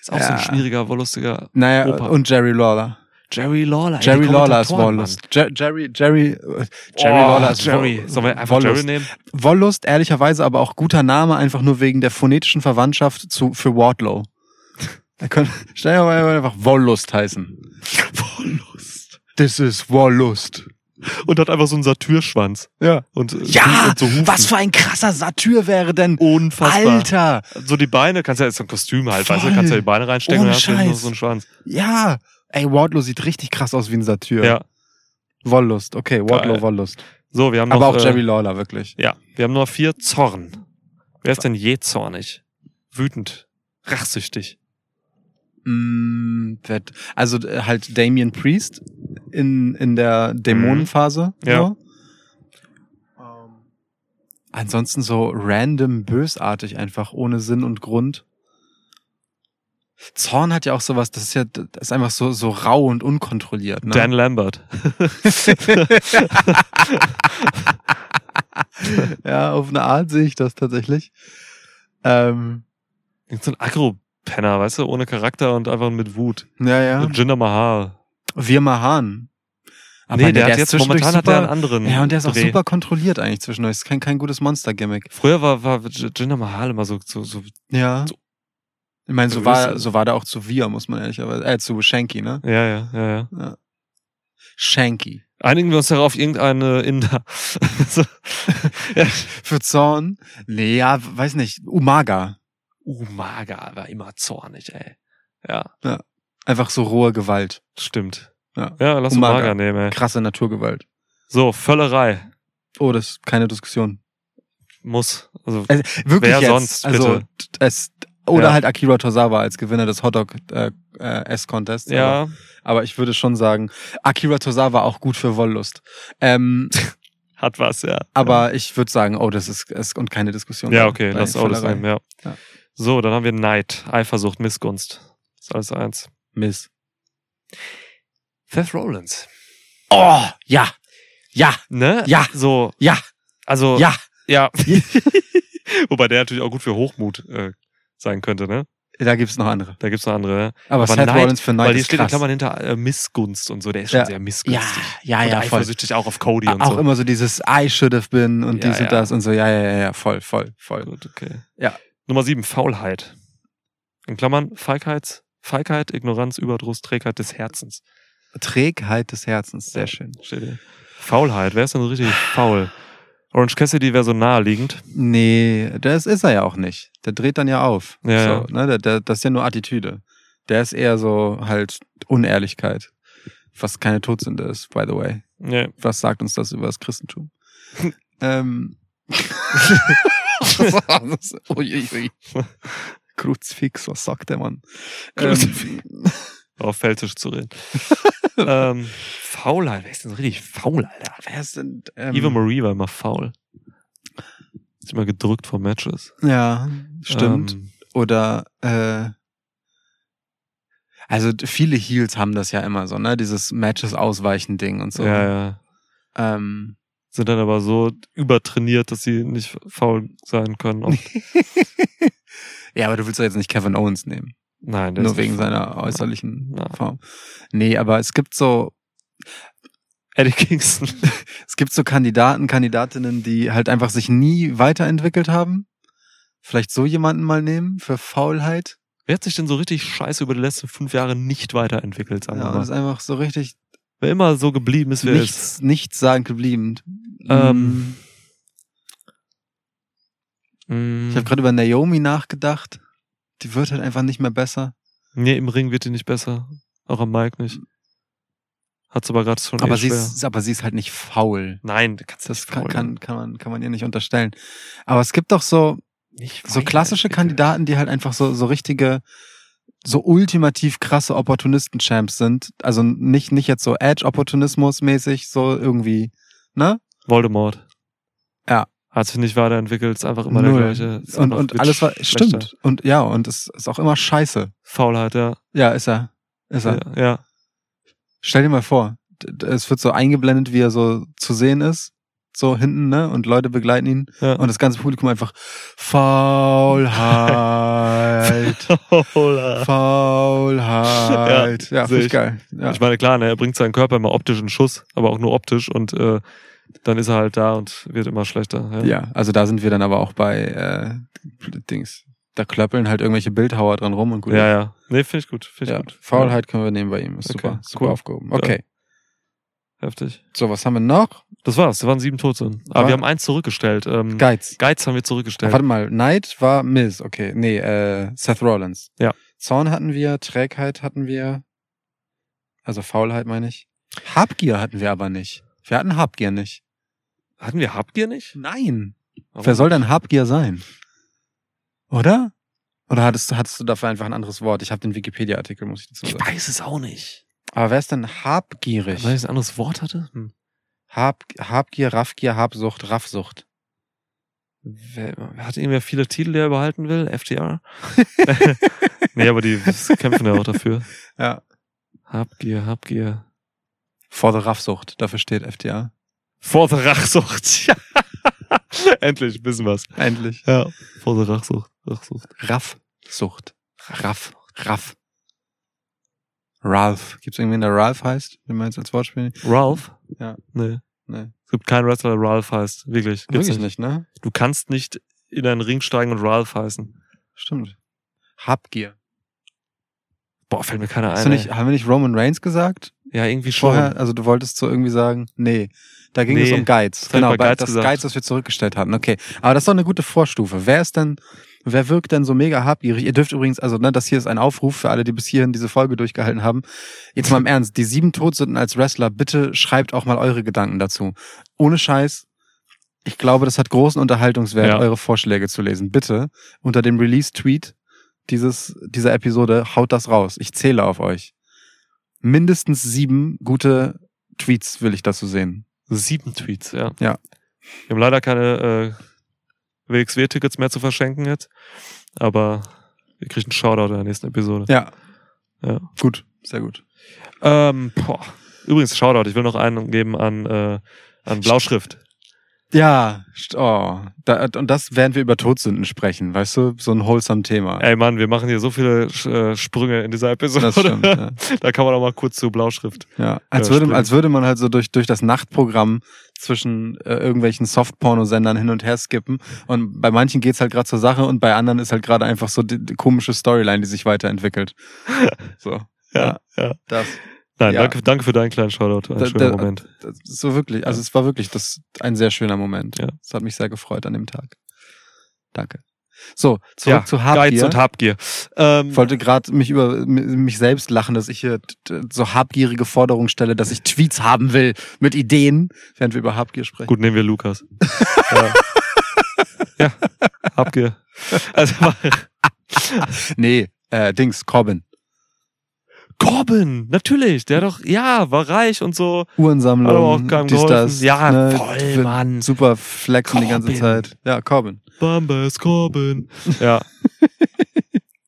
Ist auch so Ja. ein schmieriger, wollüstiger. Naja, Opa. und Jerry Lawler. Jerry Lawler. ey, Jerry die Lawler ist Kommentatoren, Wollust. Jer Jerry, Jerry, äh, Mann. Jerry oh, Lawler ist Jerry. Wo- Sollen wir einfach Wollust. Jerry nehmen? Wollust, ehrlicherweise aber auch guter Name, einfach nur wegen der phonetischen Verwandtschaft zu, für Wardlow. Er könnte, [laughs] stell dir mal einfach Wollust heißen. Wollust. This is Wollust. Und hat einfach so einen Satyrschwanz. Ja. Und, äh, Ja, und so Hufen. was für ein krasser Satyr wäre denn? Unfassbar. Alter! So die Beine, kannst ja, ist so ein Kostüm halt, weißt du, Voll. kannst ja die Beine reinstecken Ohne und dann hast du Scheiß. nur so einen Schwanz. Ja! Ey, Wardlow sieht richtig krass aus wie ein Satyr. Ja. Wollust, okay, Wardlow, Geil. Wollust. So, wir haben Aber noch, auch äh, Jerry Lawler, wirklich. Ja, wir haben nur vier Zorn. Wer ist denn je zornig? Wütend. Rachsüchtig. Mm, wird- Also äh, halt Damien Priest in, in der Dämonenphase. Mhm. Ja. So. Ähm, Ansonsten so random bösartig einfach, ohne Sinn und Grund. Zorn hat ja auch sowas, das ist ja das ist einfach so, so rau und unkontrolliert. Ne? Dan [laughs] Lambert. [laughs] ja, auf eine Art sehe ich das tatsächlich. Ähm, Irgend So ein Agro-Penner, weißt du, ohne Charakter und einfach mit Wut. ja, ja. Mit Jinder Mahal. Wir Mahan. nee, der, hat ist jetzt zwischendurch momentan hat er einen super- anderen. Ja, und der ist auch Dreh. super kontrolliert eigentlich zwischendurch. Ist kein, kein gutes Monster-Gimmick. Früher war, war J- Jinder Mahal immer so, so, so Ja. So. Ich meine, so Ja, war, ist- so war der auch zu Wir, muss man ehrlicherweise, äh, zu Shanky, ne? ja, ja, ja, ja. Ja. Shanky. Einigen wir uns darauf, irgendeine [laughs] Inder. so. ja. Für Zorn? Nee, ja, weiß nicht. Umaga. Umaga Oh, war immer zornig, ey. Ja, Einfach so rohe Gewalt. stimmt. Ja. Ja, lass Umaga. Umaga, nehmen, ey. Krasse Naturgewalt. So, Völlerei. Oh, das ist keine Diskussion. Muss. Also, Also, wirklich Wer jetzt. sonst, also, bitte? t- Es, oder Ja. halt Akira Tozawa als Gewinner des Hotdog äh, äh, Ess-Contests. Aber, ja, aber ich würde schon sagen, Akira Tozawa auch gut für Wollust. [laughs] Ähm, hat was, ja. aber ich würde sagen, oh, das ist, ist und keine Diskussion. Ja, okay, Bei lass auch das Völlerei. nehmen, ja. Ja. So, dann haben wir Neid, Eifersucht, Missgunst. Ist alles eins. Miss. Seth Rollins. Oh, ja. Ja, Ne? Ja. So, ja, also, ja. [laughs] ja. [laughs] Wobei der natürlich auch gut für Hochmut äh, sein könnte, ne? Da gibt's noch andere. Da gibt's noch andere, ne? Aber, Aber Seth Neid, Rollins für Neid Weil hier ist steht in krass. Klammern hinter äh, Missgunst und so, der ist schon Ja. sehr ja, missgünstig. ja, ja, und voll. eifersüchtig auch auf Cody und Auch so. immer so dieses I should have been und Ja, dies ja. und das und so. Ja, ja, ja, ja, voll, voll, voll. Gut, okay. Ja. Nummer sieben, Faulheit. In Klammern Feigheit, Feigheit, Ignoranz, Überdruss, Trägheit des Herzens. Trägheit des Herzens, sehr schön. Steht hier. Faulheit, wer ist denn so [laughs] richtig faul? Orange Cassidy wäre so naheliegend. Nee, das ist er ja auch nicht. Der dreht dann ja auf. Ja, so, Ne? Der, der, das ist ja nur Attitüde. Der ist eher so halt Unehrlichkeit. Was keine Todsünde ist, by the way. Nee. Was sagt uns das über das Christentum? [laughs] ähm. Uiuiui. [laughs] Kruzifix, was sagt der Mann? Ähm, Auf Felsisch zu [laughs] reden. ähm, Faulheit, wer ist denn so richtig faul, Alter? wer ist denn? Ähm, Eva Marie war immer faul. Ist immer gedrückt vor Matches. Ja, stimmt. Ähm, oder äh, also d- viele Heels haben das ja immer so, ne? Dieses Matches ausweichen Ding und so. Ja, ja. Ähm, Sind dann aber so übertrainiert, dass sie nicht faul sein können. Und, ja, aber du willst doch jetzt nicht Kevin Owens nehmen, nein, der nur ist wegen nicht faul. seiner äußerlichen Ja. Form. Nee, aber es gibt so Eddie Kingston. es gibt so Kandidaten, Kandidatinnen, die halt einfach sich nie weiterentwickelt haben. Vielleicht so jemanden mal nehmen für Faulheit. Wer hat sich denn so richtig scheiße über die letzten fünf Jahre nicht weiterentwickelt, sagen Ja, also wir und ist mal? einfach so richtig Wer immer so geblieben ist, wer ist. nichts, nichts sagen geblieben. Hm. Ähm, Mm, hm. Ich habe gerade über Naomi nachgedacht. Die wird halt einfach nicht mehr besser. Nee, im Ring wird die nicht besser. Auch am Mike nicht. Hat's aber gerade schon Aber eh sie, schwer. ist, aber sie ist halt nicht faul. Nein, kannst du Das nicht kann, faul kann, kann, man, kann man ihr nicht unterstellen. Aber es gibt doch so, nicht so klassische Kandidaten, die halt einfach so, so richtige, so ultimativ krasse Opportunisten-Champs sind. Also nicht, nicht jetzt so Edge-Opportunismus-mäßig, so irgendwie, ne? Voldemort. Ja. Hat sich nicht weiterentwickelt, ist einfach immer der gleiche. äh, Ist Und, einfach- und wird alles war, schlechter. stimmt. Und ja, und es ist auch immer scheiße. Faulheit, ja. Ja, ist er. Ist er. Ja, ja. [laughs] Stell dir mal vor, d- d- es wird so eingeblendet, wie er so zu sehen ist, so hinten, ne? Und Leute begleiten ihn ja. und das ganze Publikum einfach [laughs] Faulheit, Faulheit. [laughs] Faulheit. Ja, sehe finde ich ich. geil. Ja. Ich meine, klar, ne, er bringt seinen Körper immer optisch in Schuss, aber auch nur optisch und äh, dann ist er halt da und wird immer schlechter. Ja. ja, also da sind wir dann aber auch bei äh, Dings. Da klöppeln halt irgendwelche Bildhauer dran rum und gut. ja, ja. Nee, finde ich gut. Finde ich Ja, gut. Faulheit können wir nehmen bei ihm. Ist Okay, super, super cool. aufgehoben. Okay. Ja, heftig. So, was haben wir noch? Das war's. Das waren sieben Todsünden. Aber Aber- wir haben eins zurückgestellt. Ähm, Geiz. Geiz haben wir zurückgestellt. Ah. Warte mal, Knight war Miz, okay. Nee, äh, Seth Rollins. Ja. Zorn hatten wir, Trägheit hatten wir. Also Faulheit meine ich. Habgier hatten wir aber nicht. Wir hatten Habgier nicht. Hatten wir Habgier nicht? Nein. Warum? Wer soll denn Habgier sein? Oder? Oder hattest, du- hattest du dafür einfach ein anderes Wort? Ich habe den Wikipedia-Artikel, muss ich dazu Ich sagen. weiß es auch nicht. Aber wer ist denn habgierig? Weil ich ein anderes Wort hatte? Hm. Hab, Habgier, Raffgier, Habsucht, Raffsucht. Wer, hat irgendwer viele Titel, der er behalten will? [laughs] FTR? [laughs] nee, aber die kämpfen ja auch dafür. Ja. Habgier, Habgier. For the Raffsucht, dafür steht FDA. Vor der Rachsucht. [laughs] Ja. Endlich wissen wir's. Endlich. Ja, vor der Rachsucht. Rachsucht. Raffsucht. Raff. Raff. Ralph. Gibt's irgendwen, der Ralph heißt, den man jetzt als Wortspiel? Ralph? Ja. Nee. Nee. Es gibt keinen Wrestler, der Ralph heißt. Wirklich. Gibt's Wirklich nicht. nicht, ne? Du kannst nicht in einen Ring steigen und Ralph heißen. Stimmt. Habgier. Boah, fällt mir keiner Hast ein. du ey. nicht, haben wir nicht Roman Reigns gesagt? ja, irgendwie schon. Vorher, also du wolltest so irgendwie sagen, nee, da ging es Nee, um Geiz. das hab ich Genau, bei bei- Geiz das gesagt. Geiz, was wir zurückgestellt hatten. Okay, aber das ist doch eine gute Vorstufe. Wer ist denn, wer wirkt denn so mega habgierig? Ihr dürft übrigens, also ne, das hier ist ein Aufruf für alle, die bis hierhin diese Folge durchgehalten haben. Jetzt mal im Ernst, die sieben Todsünden als Wrestler, bitte schreibt auch mal eure Gedanken dazu. Ohne Scheiß. Ich glaube, das hat großen Unterhaltungswert, Ja. eure Vorschläge zu lesen. Bitte unter dem Release-Tweet dieses, dieser Episode haut das raus. Ich zähle auf euch. Mindestens sieben gute Tweets will ich dazu sehen. Sieben Tweets, ja. Ja. Wir haben leider keine äh, WXW-Tickets mehr zu verschenken jetzt. Aber wir kriegen einen Shoutout in der nächsten Episode. Ja. Ja. Gut, sehr gut. Ähm, boah. Übrigens, Shoutout, ich will noch einen geben an, äh, an Blauschrift. Ja, st- oh, da, und das werden wir über Todsünden sprechen, weißt du, so ein wholesome Thema. Ey Mann, wir machen hier so viele äh, Sprünge in dieser Episode. das stimmt. ja. [laughs] Da kann man auch mal kurz zu Blauschrift. Ja, als, Ja, würde, stimmt. als würde man halt so durch, durch das Nachtprogramm zwischen äh, irgendwelchen Softporno-Sendern hin und her skippen. Und bei manchen geht's halt gerade zur Sache und bei anderen ist halt gerade einfach so die, die komische Storyline, die sich [laughs] weiterentwickelt. So. Ja, ja. Das, Nein, Ja. danke, danke für deinen kleinen Shoutout. Ein Da- schöner da- Moment. das ist so wirklich, also es war wirklich das, ein sehr schöner Moment. Ja. Das hat mich sehr gefreut an dem Tag. Danke. So, zurück Ja, zu Geiz Habgier. und Habgier. Ähm, Ich wollte gerade mich über m- mich selbst lachen, dass ich hier t- t- so habgierige Forderungen stelle, dass ich Tweets haben will mit Ideen, während wir über Habgier sprechen. Gut, nehmen wir [laughs] Lukas. ja. ja, Habgier. [laughs] Also, Nee, äh, Dings, Corbin. Corbin, natürlich. Der doch, ja, war reich und so. Uhrensammlung, Hat aber auch keinem dies, geholfen. das. ja, ne, voll, wird Mann. Super flexen die ganze Corbin. Zeit. Ja, Corbin. Bombas, [laughs] Corbin. Ja,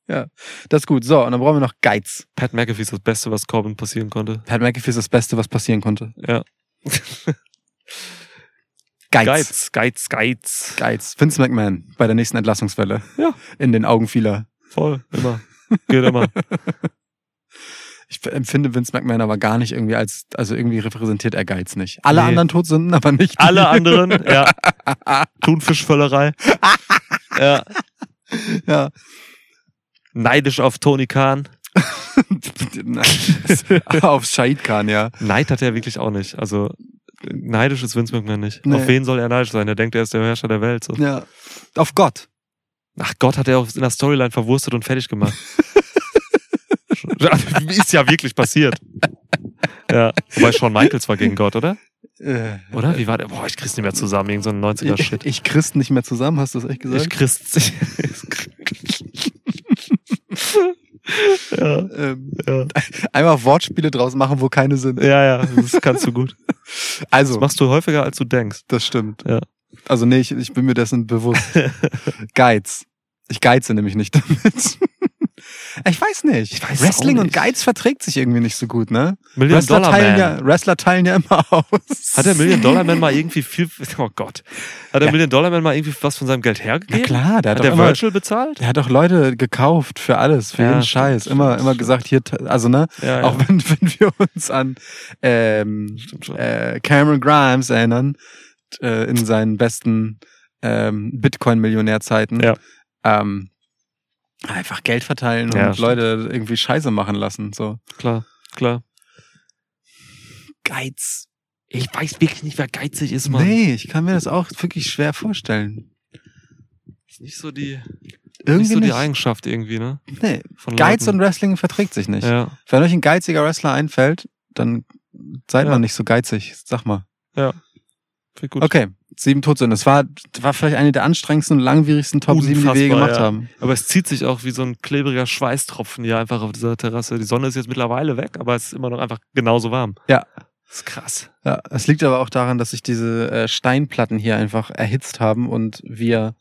Das ist gut. So, und dann brauchen wir noch Geiz. Pat McAfee ist das Beste, was Corbin passieren konnte. Pat McAfee ist das Beste, was passieren konnte. Ja. [laughs] Geiz. Geiz, Geiz, Geiz. Geiz. Vince McMahon bei der nächsten Entlassungswelle. Ja. In den Augen vieler. Voll, immer. Geht immer. Ich empfinde Vince McMahon aber gar nicht irgendwie als, also irgendwie repräsentiert er Geiz nicht. Alle Nee. anderen Todsünden, aber nicht. die. Alle anderen, ja. Thunfischvöllerei. Ja. [laughs] Ja. [laughs] Neidisch auf Tony Khan. Auf Shahid Khan, ja. Neid hat er wirklich auch nicht. Also neidisch ist Vince McMahon nicht. Nee. Auf wen soll er neidisch sein? Er denkt, er ist der Herrscher der Welt. So. Ja. Auf Gott. Ach Gott, hat er auch in der Storyline verwurstet und fertig [laughs] gemacht. ist ja wirklich passiert. Ja. Wobei Shawn Michaels war gegen Gott, oder? Äh, Oder? Wie war der? Boah, ich krieg's nicht mehr zusammen, irgend so ein 90er-Shit. ich, ich Christen nicht mehr zusammen, hast du das echt gesagt? Ich krieg's. [laughs] ja, ähm, ja. [laughs] einmal Wortspiele draus machen, wo keine sind. Ja, ja, das kannst du gut. Das Also, das, machst du häufiger, als du denkst. stimmt. Ja. Also nee, ich, ich bin mir [laughs] dessen bewusst. Geiz. Ich geize nämlich nicht [laughs] damit. ich weiß nicht. weiß Wrestling auch und nicht. Geiz verträgt sich irgendwie nicht so gut, ne? Million Wrestler Dollar teilen, Man. ja, Wrestler teilen ja immer [laughs] aus. Hat der Million Dollar Man mal irgendwie viel. Oh Gott. Hat der Ja. Million Dollar Man mal irgendwie was von seinem Geld hergegeben? Na klar, der Hat hat, doch der immer, Virtual bezahlt? Der hat doch Leute gekauft für alles, für Ja, jeden stimmt, Scheiß. stimmt, immer, immer stimmt. gesagt, hier, t- also ne, Ja, auch wenn, wenn wir uns an ähm, Stimmt schon. äh, Cameron Grimes erinnern, t- äh, in seinen besten ähm, Bitcoin-Millionärzeiten. Ja. Ähm, einfach Geld verteilen Ja, und stimmt. Leute irgendwie Scheiße machen lassen. So. Klar, klar. Geiz. Ich weiß wirklich nicht, wer geizig ist, Mann. Nee, ich kann mir das auch wirklich schwer vorstellen. Ist nicht so die, Irgendwie nicht so die nicht. Eigenschaft irgendwie, ne? nee, Von Geiz und Leuten. Wrestling verträgt sich nicht. Ja, Wenn euch ein geiziger Wrestler einfällt, dann seid Ja. mal nicht so geizig, sag mal. finde ich gut. Okay, sieben Todsünden. Das war, das war vielleicht eine der anstrengendsten und langwierigsten Top sieben, die wir je Unfassbar, gemacht ja. haben. Aber es zieht sich auch wie so ein klebriger Schweißtropfen hier einfach auf dieser Terrasse. Die Sonne ist jetzt mittlerweile weg, aber es ist immer noch einfach genauso warm. Ja. ist krass. Ja, es liegt aber auch daran, dass sich diese äh, Steinplatten hier einfach erhitzt haben und wir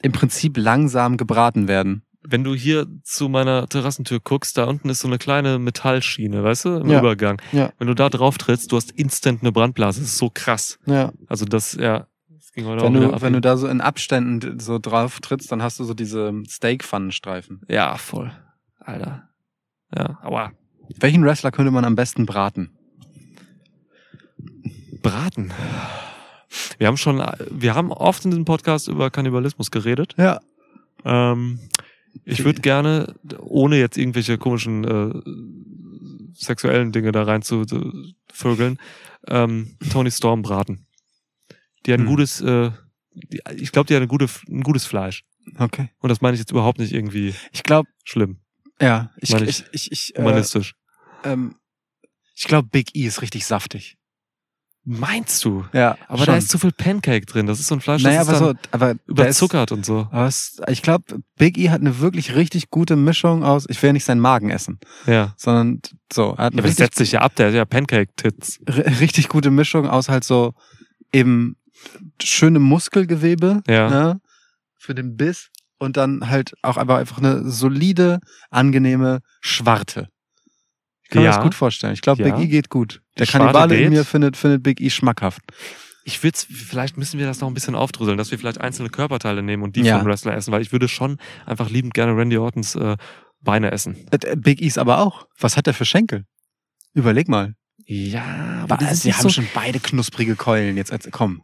im Prinzip langsam gebraten werden. Wenn du hier zu meiner Terrassentür guckst, da unten ist so eine kleine Metallschiene, weißt du, im Ja. Übergang. Ja. Wenn du da drauf trittst, du hast instant eine Brandblase. Das ist so krass. Ja. Also das, ja, das ging heute Wenn auch wieder du, ab. wenn du da so in Abständen d- so drauf trittst, dann hast du so diese Steak-Pfannenstreifen. ja, voll. Alter. Ja, aua. Welchen Wrestler könnte man am besten braten? Braten. Wir haben schon, wir haben oft in diesem Podcast über Kannibalismus geredet. Ja. Ähm, Ich würde gerne, ohne jetzt irgendwelche komischen äh, sexuellen Dinge da rein zu, zu vögeln, ähm, Tony Storm braten. Die hat ein Hm. gutes, äh, die, ich glaube, die hat ein, gute, ein gutes Fleisch. Okay. Und das meine ich jetzt überhaupt nicht irgendwie Ich glaube, schlimm, ja, ich, Meine ich, ich- ich, ich, äh, humanistisch. ähm, ich glaube, Big E ist richtig saftig. Meinst du? Ja, Aber da ist zu viel Pancake drin. Das ist so ein Fleisch, naja, das ist aber so, dann aber da ist- überzuckert und so. Aber es- ich glaube, Big E hat eine wirklich richtig gute Mischung aus, ich will ja nicht seinen Magen essen, Ja. sondern so, er hat Ja, eine aber das richtig, setzt sich ja ab, der hat ja Pancake-Tits. ri- richtig gute Mischung aus halt so eben schönem Muskelgewebe Ja. ne, für den Biss und dann halt auch aber einfach eine solide, angenehme Schwarte. Ich kann mir Ja. das gut vorstellen. Ich glaube, Ja. Big E geht gut. Der Schwarte Kannibale in geht. mir findet, findet Big E schmackhaft. Ich würde vielleicht müssen wir das noch ein bisschen aufdröseln, dass wir vielleicht einzelne Körperteile nehmen und die Ja. vom Wrestler essen, weil ich würde schon einfach liebend gerne Randy Ortons äh, Beine essen. Äh, äh, Big E's aber auch. Was hat der für Schenkel? Überleg mal. Ja, Ba- Sie haben schon beide knusprige Keulen jetzt. als- Komm.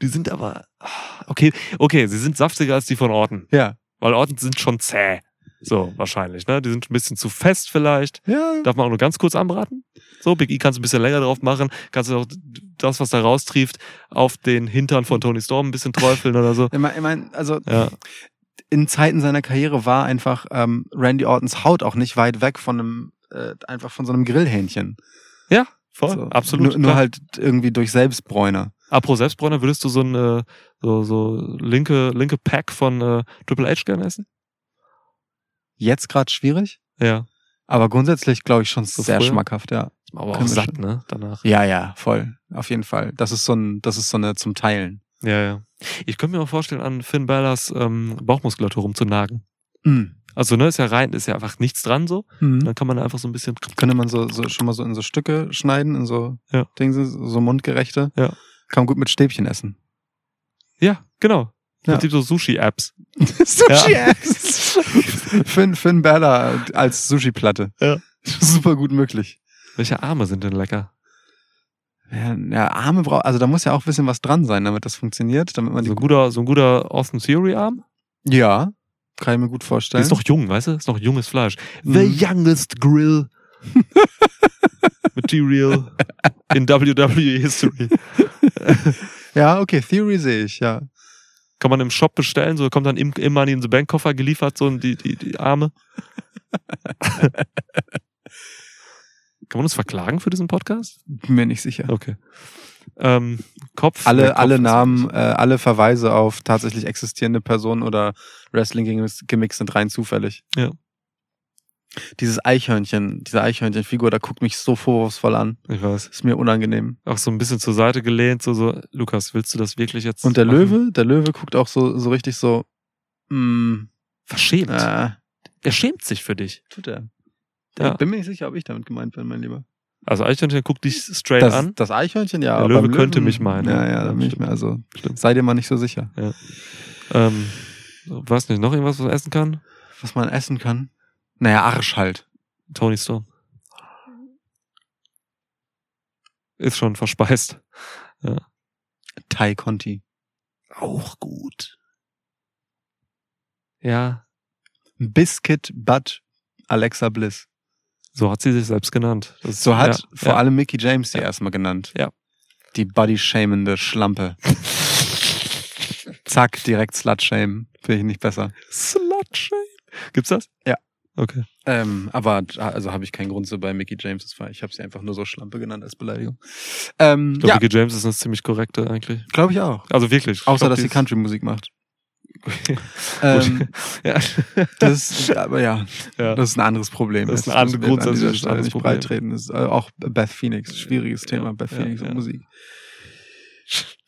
die sind aber ah, okay, okay, sie sind saftiger als die von Orton, Ja. weil Orton sind schon zäh. So, wahrscheinlich, ne? Die sind ein bisschen zu fest vielleicht. Ja. Darf man auch nur ganz kurz anbraten? So, Big E kannst du ein bisschen länger drauf machen, kannst du auch das, was da raustrieft, auf den Hintern von Tony Storm ein bisschen träufeln oder so. Ich meine, ich mein, also Ja. in Zeiten seiner Karriere war einfach ähm, Randy Ortons Haut auch nicht weit weg von einem, äh, einfach von so einem Grillhähnchen. Ja, voll, so. absolut. Nur, nur klar. halt irgendwie durch Selbstbräune. Apro Selbstbräuner, würdest du so ein äh, so, so linke, linke Pack von äh, Triple H gerne essen? Jetzt gerade schwierig, Ja. aber grundsätzlich glaube ich schon So sehr früher? schmackhaft, ja. Ist man Aber auch Können wir satt, schon. ne? Danach. Ja, ja, voll. Auf jeden Fall. Das ist so ein, das ist so eine zum Teilen. Ja, ja. Ich könnte mir auch vorstellen, an Finn Ballas ähm, Bauchmuskulatur rumzunagen. Mhm. Also, ne, ist ja rein, ist ja einfach nichts dran so. Und Mhm. dann kann man da einfach so ein bisschen. Könnte man so, so schon mal so in so Stücke schneiden, in so Ja. Dinge, so mundgerechte. Ja. Kann man gut mit Stäbchen essen. [laughs] Ja, genau. Im Ja. Prinzip so Sushi-Apps. Sushi-Apps. [laughs] Finn, Finn Bella als Sushi-Platte. Ja. [laughs] Super gut möglich. Welche Arme sind denn lecker? Ja, ja, Arme braucht, also da muss ja auch ein bisschen was dran sein, damit das funktioniert, damit man die. So ein guter, so ein guter Austin Theory-Arm? ja, kann ich mir gut Der vorstellen. ist noch jung, weißt du? Ist noch junges Fleisch. Mhm. The youngest [laughs] grill material in WWE History. ja, okay, Theory sehe ich, ja. Kann man im Shop bestellen, so kommt dann im, im Money in the Bank Koffer geliefert, so die, die, die [laughs] Arme. Kann man uns verklagen für diesen Podcast? Bin mir nicht sicher. Okay. Ähm, Kopf. der Alle, Kopf alle ist- Namen, äh, alle Verweise auf tatsächlich existierende Personen oder Wrestling-Gimmicks sind rein zufällig. Ja. Dieses Eichhörnchen, diese Eichhörnchenfigur, da guckt mich so vorwurfsvoll an. Ich weiß. Ist mir unangenehm. Auch so ein bisschen zur Seite gelehnt, so, so, Lukas, willst du das wirklich jetzt? Und der machen? Löwe, der Löwe guckt auch so, so richtig so, mm, Verschämt. äh, Er schämt sich für dich. tut er. Ja. Ich bin mir nicht sicher, ob ich damit gemeint bin, mein Lieber. Also Eichhörnchen guckt dich straight Das, an. das Eichhörnchen, ja. Der aber Löwe beim könnte mich meinen. Ja, ja, Ja, da bin ich stimmt. mir also, Stimmt. sei dir mal nicht so sicher, Ähm, weiß nicht, noch irgendwas, was er essen kann? was man essen kann. Naja, Arsch halt. Tony Storm. Ist schon verspeist. Thai Conti. Auch gut. Ja, Biscuit Butt Alexa Bliss. so hat sie sich selbst genannt. Das- So hat ja, vor ja. allem Mickey James sie Ja. erstmal genannt. Ja. Die body-shamende Schlampe. Zack, direkt Slut-Shame. Finde ich nicht besser. [laughs] Slutshame. Gibt's das? Ja. Okay. Ähm, aber also habe ich keinen Grund so bei Mickey James. Das war, ich habe sie einfach nur so Schlampe genannt als Beleidigung. Ähm, Ich ja, glaube, Mickey James ist eine ziemlich korrekte eigentlich. glaube ich auch. Also wirklich. Ich Außer, glaub, dass die sie ist- [laughs] Country-Musik macht. ähm, ja. das, aber ja, [laughs] ja. das ist ein anderes Problem. Das ist ein Das müssen wir jetzt an grundsätzlich dieser Stelle anderes nicht Problem. breit treten. Das ist äh, auch Beth Phoenix, schwieriges Ja, Thema, Beth ja, Phoenix ja. und Musik.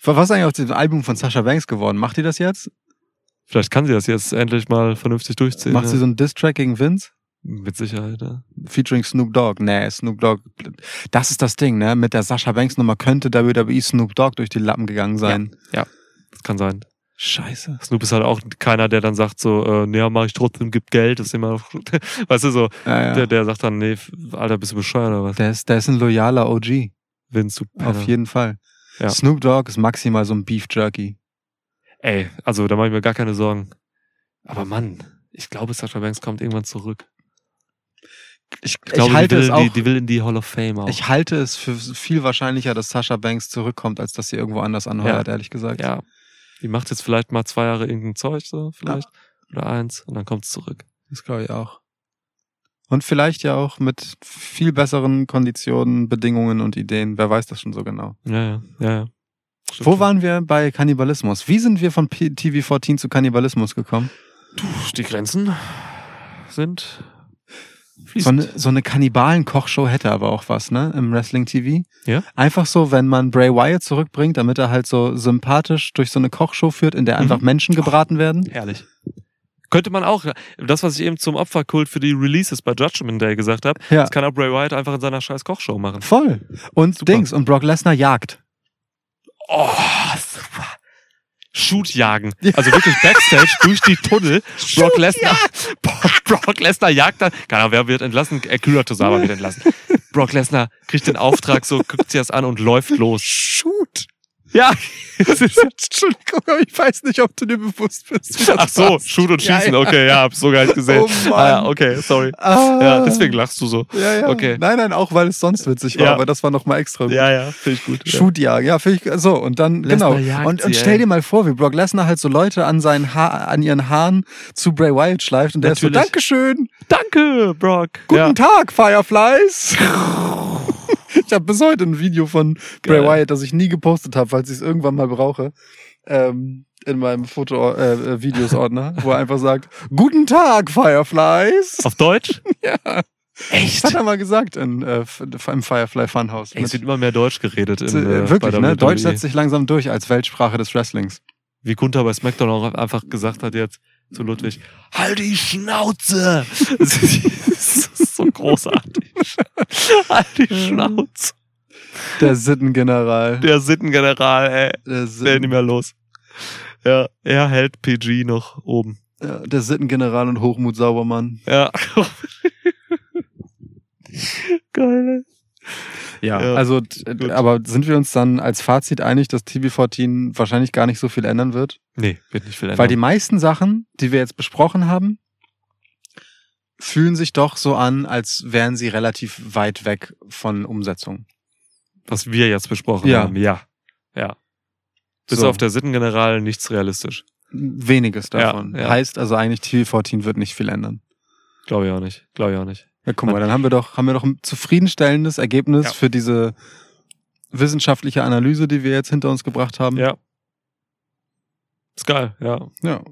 Was ist eigentlich aus dem Album von Sasha Banks geworden? Macht die das jetzt? Vielleicht kann sie das jetzt endlich mal vernünftig durchziehen. Macht ja. sie so ein Diss-Track gegen Vince? Mit Sicherheit, ja. featuring Snoop Dogg. Nee, Snoop Dogg. Das ist das Ding, ne? Mit der Sascha Banks Nummer könnte WWE Snoop Dogg durch die Lappen gegangen sein. Das kann sein. Scheiße. Snoop ist halt auch keiner, der dann sagt so, äh, nee, mach ich trotzdem, gib Geld, das ist immer, [laughs] weißt du so, Ja, ja. der, Der, der sagt dann, nee, f- Alter, bist du bescheuert oder was? ist, der ist ein loyaler OG. Vince, du Auf Penner. jeden Fall. Ja. Snoop Dogg ist maximal so ein Beef Jerky. Ey, also da mache ich mir gar keine Sorgen. Aber Mann, ich glaube, Sascha Banks kommt irgendwann zurück. Ich, Ich glaube, ich halte die, will, es auch. die, die will in die Hall of Fame auch. ich halte es für viel wahrscheinlicher, dass Sascha Banks zurückkommt, als dass sie irgendwo anders anheuert, ehrlich gesagt. ja. Die macht jetzt vielleicht mal zwei Jahre irgendein Zeug, so vielleicht. Oder eins. Und dann kommt's zurück. Das glaube ich auch. Und vielleicht ja auch mit viel besseren Konditionen, Bedingungen und Ideen. Wer weiß das schon so genau. Ja, ja, ja. ja. Stimmt Wo schon. waren wir bei Kannibalismus? Wie sind wir von P TV14 zu Kannibalismus gekommen? die Grenzen? Sind So eine, so eine Kannibalen-Kochshow hätte aber auch was, ne? Im Wrestling-TV. Ja. Einfach so, wenn man Bray Wyatt zurückbringt, damit er halt so sympathisch durch so eine Kochshow führt, in der einfach Mhm. Menschen gebraten werden. Herrlich. Könnte man auch, das, was ich eben zum Opferkult für die Releases bei Judgment Day gesagt habe, Ja. das kann auch Bray Wyatt einfach in seiner scheiß Kochshow machen. Voll. Und Super. Dings. Und Brock Lesnar jagt. Oh, super. Shootjagen. Also [laughs] wirklich Backstage durch die Tunnel. Brock Lesnar. [laughs] Brock Lesnar jagt da. Keine Ahnung, wer wird entlassen? Akira Tozawa wird entlassen. Brock Lesnar kriegt den Auftrag, so guckt sie das an und läuft los. Shoot. Ja. [laughs] Das ist- Entschuldigung, aber ich weiß nicht, ob du dir bewusst bist. wie das Ach so, war. Shoot und Ja, Schießen. ja. Okay, ja, hab's so gar nicht gesehen. Oh Mann. Ah, ja, okay, sorry. Ah. Ja, deswegen lachst du so. Ja, ja. Okay. Nein, nein, auch weil es sonst witzig war, Ja. aber das war nochmal extra. gut. Ja, ja, finde ich gut. Ja. Shootjagen, ja, finde ich, so, und dann, Lesnar genau. jagt Und, sie, und stell ey. dir mal vor, wie Brock Lesnar halt so Leute an seinen ha an ihren Haaren zu Bray Wyatt schleift und der ist so, Natürlich. Dankeschön, Danke, Brock. guten ja. Tag, Fireflies. [laughs] ich habe bis heute ein Video von Bray Geil. Wyatt, das ich nie gepostet habe, falls ich es irgendwann mal brauche, ähm, in meinem Foto, äh, [laughs] äh, Videos-Ordner, wo er einfach sagt, guten Tag, Fireflies. Auf Deutsch? [laughs] Ja. Echt? Das hat er mal gesagt in, äh, f- im Firefly Funhouse. Ey, es Mit- wird immer mehr Deutsch geredet. Z- Im, äh, bei wirklich, der ne? Deutsch WWE. setzt sich langsam durch als Weltsprache des Wrestlings. Wie Gunther bei SmackDown auch einfach gesagt hat jetzt zu Ludwig, halt die Schnauze! [laughs] Das ist das ist so großartig. [laughs] halt die Schnauze. [laughs] Der Sittengeneral. Der Sittengeneral, ey, Der, der nicht Sitten, mehr los. Ja, er hält PG noch oben. ja, äh, der Sittengeneral und Hochmut Saubermann. Ja. [laughs] Geil. Ja, Ja, also, d- gut. aber sind wir uns dann als Fazit einig, dass TV14 wahrscheinlich gar nicht so viel ändern wird? Nee, wird nicht viel ändern. Weil die meisten Sachen, die wir jetzt besprochen haben, fühlen sich doch so an, als wären sie relativ weit weg von Umsetzung. was wir jetzt besprochen Ja. haben, ja. Ja. Bis So. auf der Sittengeneral nichts realistisch. Weniges Ja, davon. ja. Heißt also eigentlich, TV14 wird nicht viel ändern. Glaube ich auch nicht. Glaube ich auch nicht. Ja, guck mal, dann haben wir doch, haben wir doch ein zufriedenstellendes Ergebnis Ja. für diese wissenschaftliche Analyse, die wir jetzt hinter uns gebracht haben. Ja. Ist geil, ja. Ja.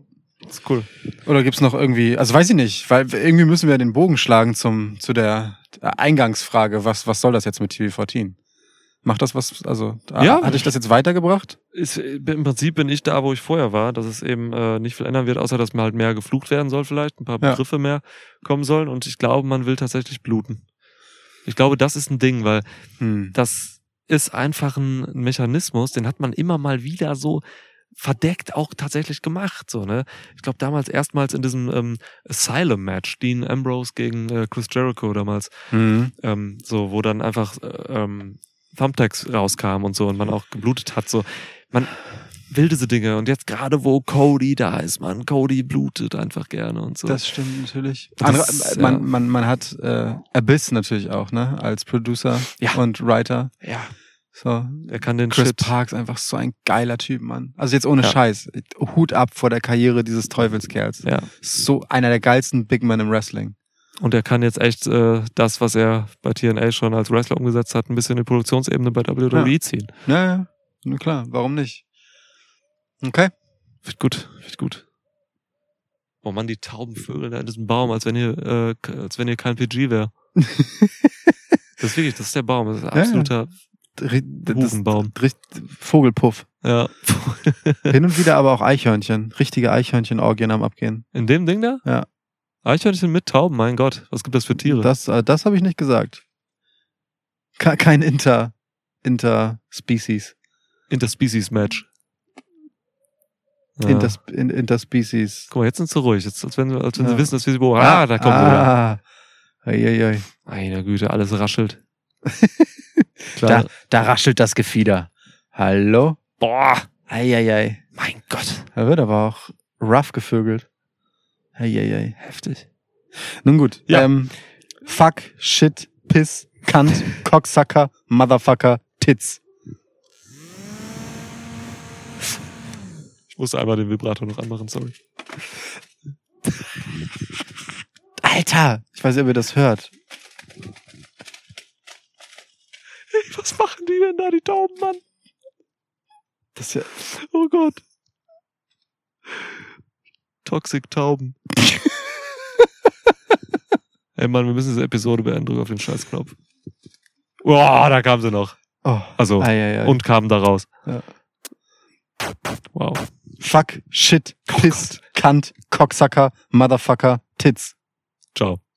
Ist cool. Oder gibt's noch irgendwie, also weiß ich nicht, weil irgendwie müssen wir ja den Bogen schlagen zum, zu der Eingangsfrage, was, was soll das jetzt mit TV14? Macht das was, also Ja. hatte ich das jetzt weitergebracht? Ist, äh, Im Prinzip bin ich da, wo ich vorher war, dass es eben äh, nicht viel ändern wird, außer dass mir halt mehr geflucht werden soll vielleicht, ein paar Ja. Begriffe mehr kommen sollen und ich glaube, man will tatsächlich bluten. Ich glaube, das ist ein Ding, weil Hm. das ist einfach ein Mechanismus, den hat man immer mal wieder so verdeckt auch tatsächlich gemacht. So, ne? Ich glaube, damals erstmals in diesem ähm, Asylum-Match, Dean Ambrose gegen äh, Chris Jericho damals, Hm. ähm, so, wo dann einfach äh, ähm, Thumbtacks rauskamen und so und man auch geblutet hat. So, man will diese Dinge. Und jetzt gerade wo Cody da ist, man, Cody blutet einfach gerne und so. Das stimmt natürlich. Das- Andere, ja. man, man, man hat äh, Abyss natürlich auch, ne? Als Producer Ja. und Writer. ja, So, er kann den Chris Shit. Parks einfach so ein geiler Typ, Mann. Also jetzt ohne Ja. Scheiß. Hut ab vor der Karriere dieses Teufelskerls. Ja. So einer der geilsten Big Men im Wrestling. Und er kann jetzt echt äh, das, was er bei TNA schon als Wrestler umgesetzt hat, ein bisschen in die Produktionsebene bei WWE ziehen. Ja, ja. Na klar, warum nicht? Okay. Wird gut, wird gut. Oh Mann, die tauben Vögel da in diesem Baum, als wenn hier, äh, k- als wenn hier kein PG [laughs] wäre. das ist wirklich, das ist der Baum, das ist ein Ja, ja. absoluter Dr- Das Hurenbaum. richt- Vogelpuff. Ja. Hin und wieder aber auch Eichhörnchen. Richtige Eichhörnchen-Orgien am Abgehen. In dem Ding da? Ja. Eichhörnchen mit Tauben, mein Gott. Was gibt das für Tiere? Das, äh, das habe ich nicht gesagt. Ke- Kein Inter, Interspecies. Interspecies-Match. Ja. Inters, in, Interspecies. Guck mal, jetzt sind sie ruhig. Jetzt, als wenn, als wenn Ja. sie wissen, dass wir sie beobachten. Ah, da kommt ah. ah. Eieiei. wieder. Meine Güte, alles raschelt. Da, [laughs] Klar. da raschelt das Gefieder. Hallo? Boah, Eieiei. mein Gott. Da wird aber auch rough gevögelt. Eieiei. Heftig. Nun gut. Ja. Ähm, fuck, shit, piss, [laughs] Kant, Cocksucker, Motherfucker, Tits. Ich musste einmal den Vibrator noch anmachen, sorry. [laughs] Alter! Ich weiß nicht, ob ihr das hört. Was machen die denn da, die Tauben, Mann? Das ist ja Oh Gott. Toxic [laughs] Tauben. Ey Mann, wir müssen diese Episode beenden. Drück auf den Scheißknopf. Boah, da kam sie noch. Oh. Also, Eieiei. und kamen da raus. Ja. Wow. Oh Fuck, Shit, Piss, Kant, Cocksucker, Motherfucker, Tits. Ciao.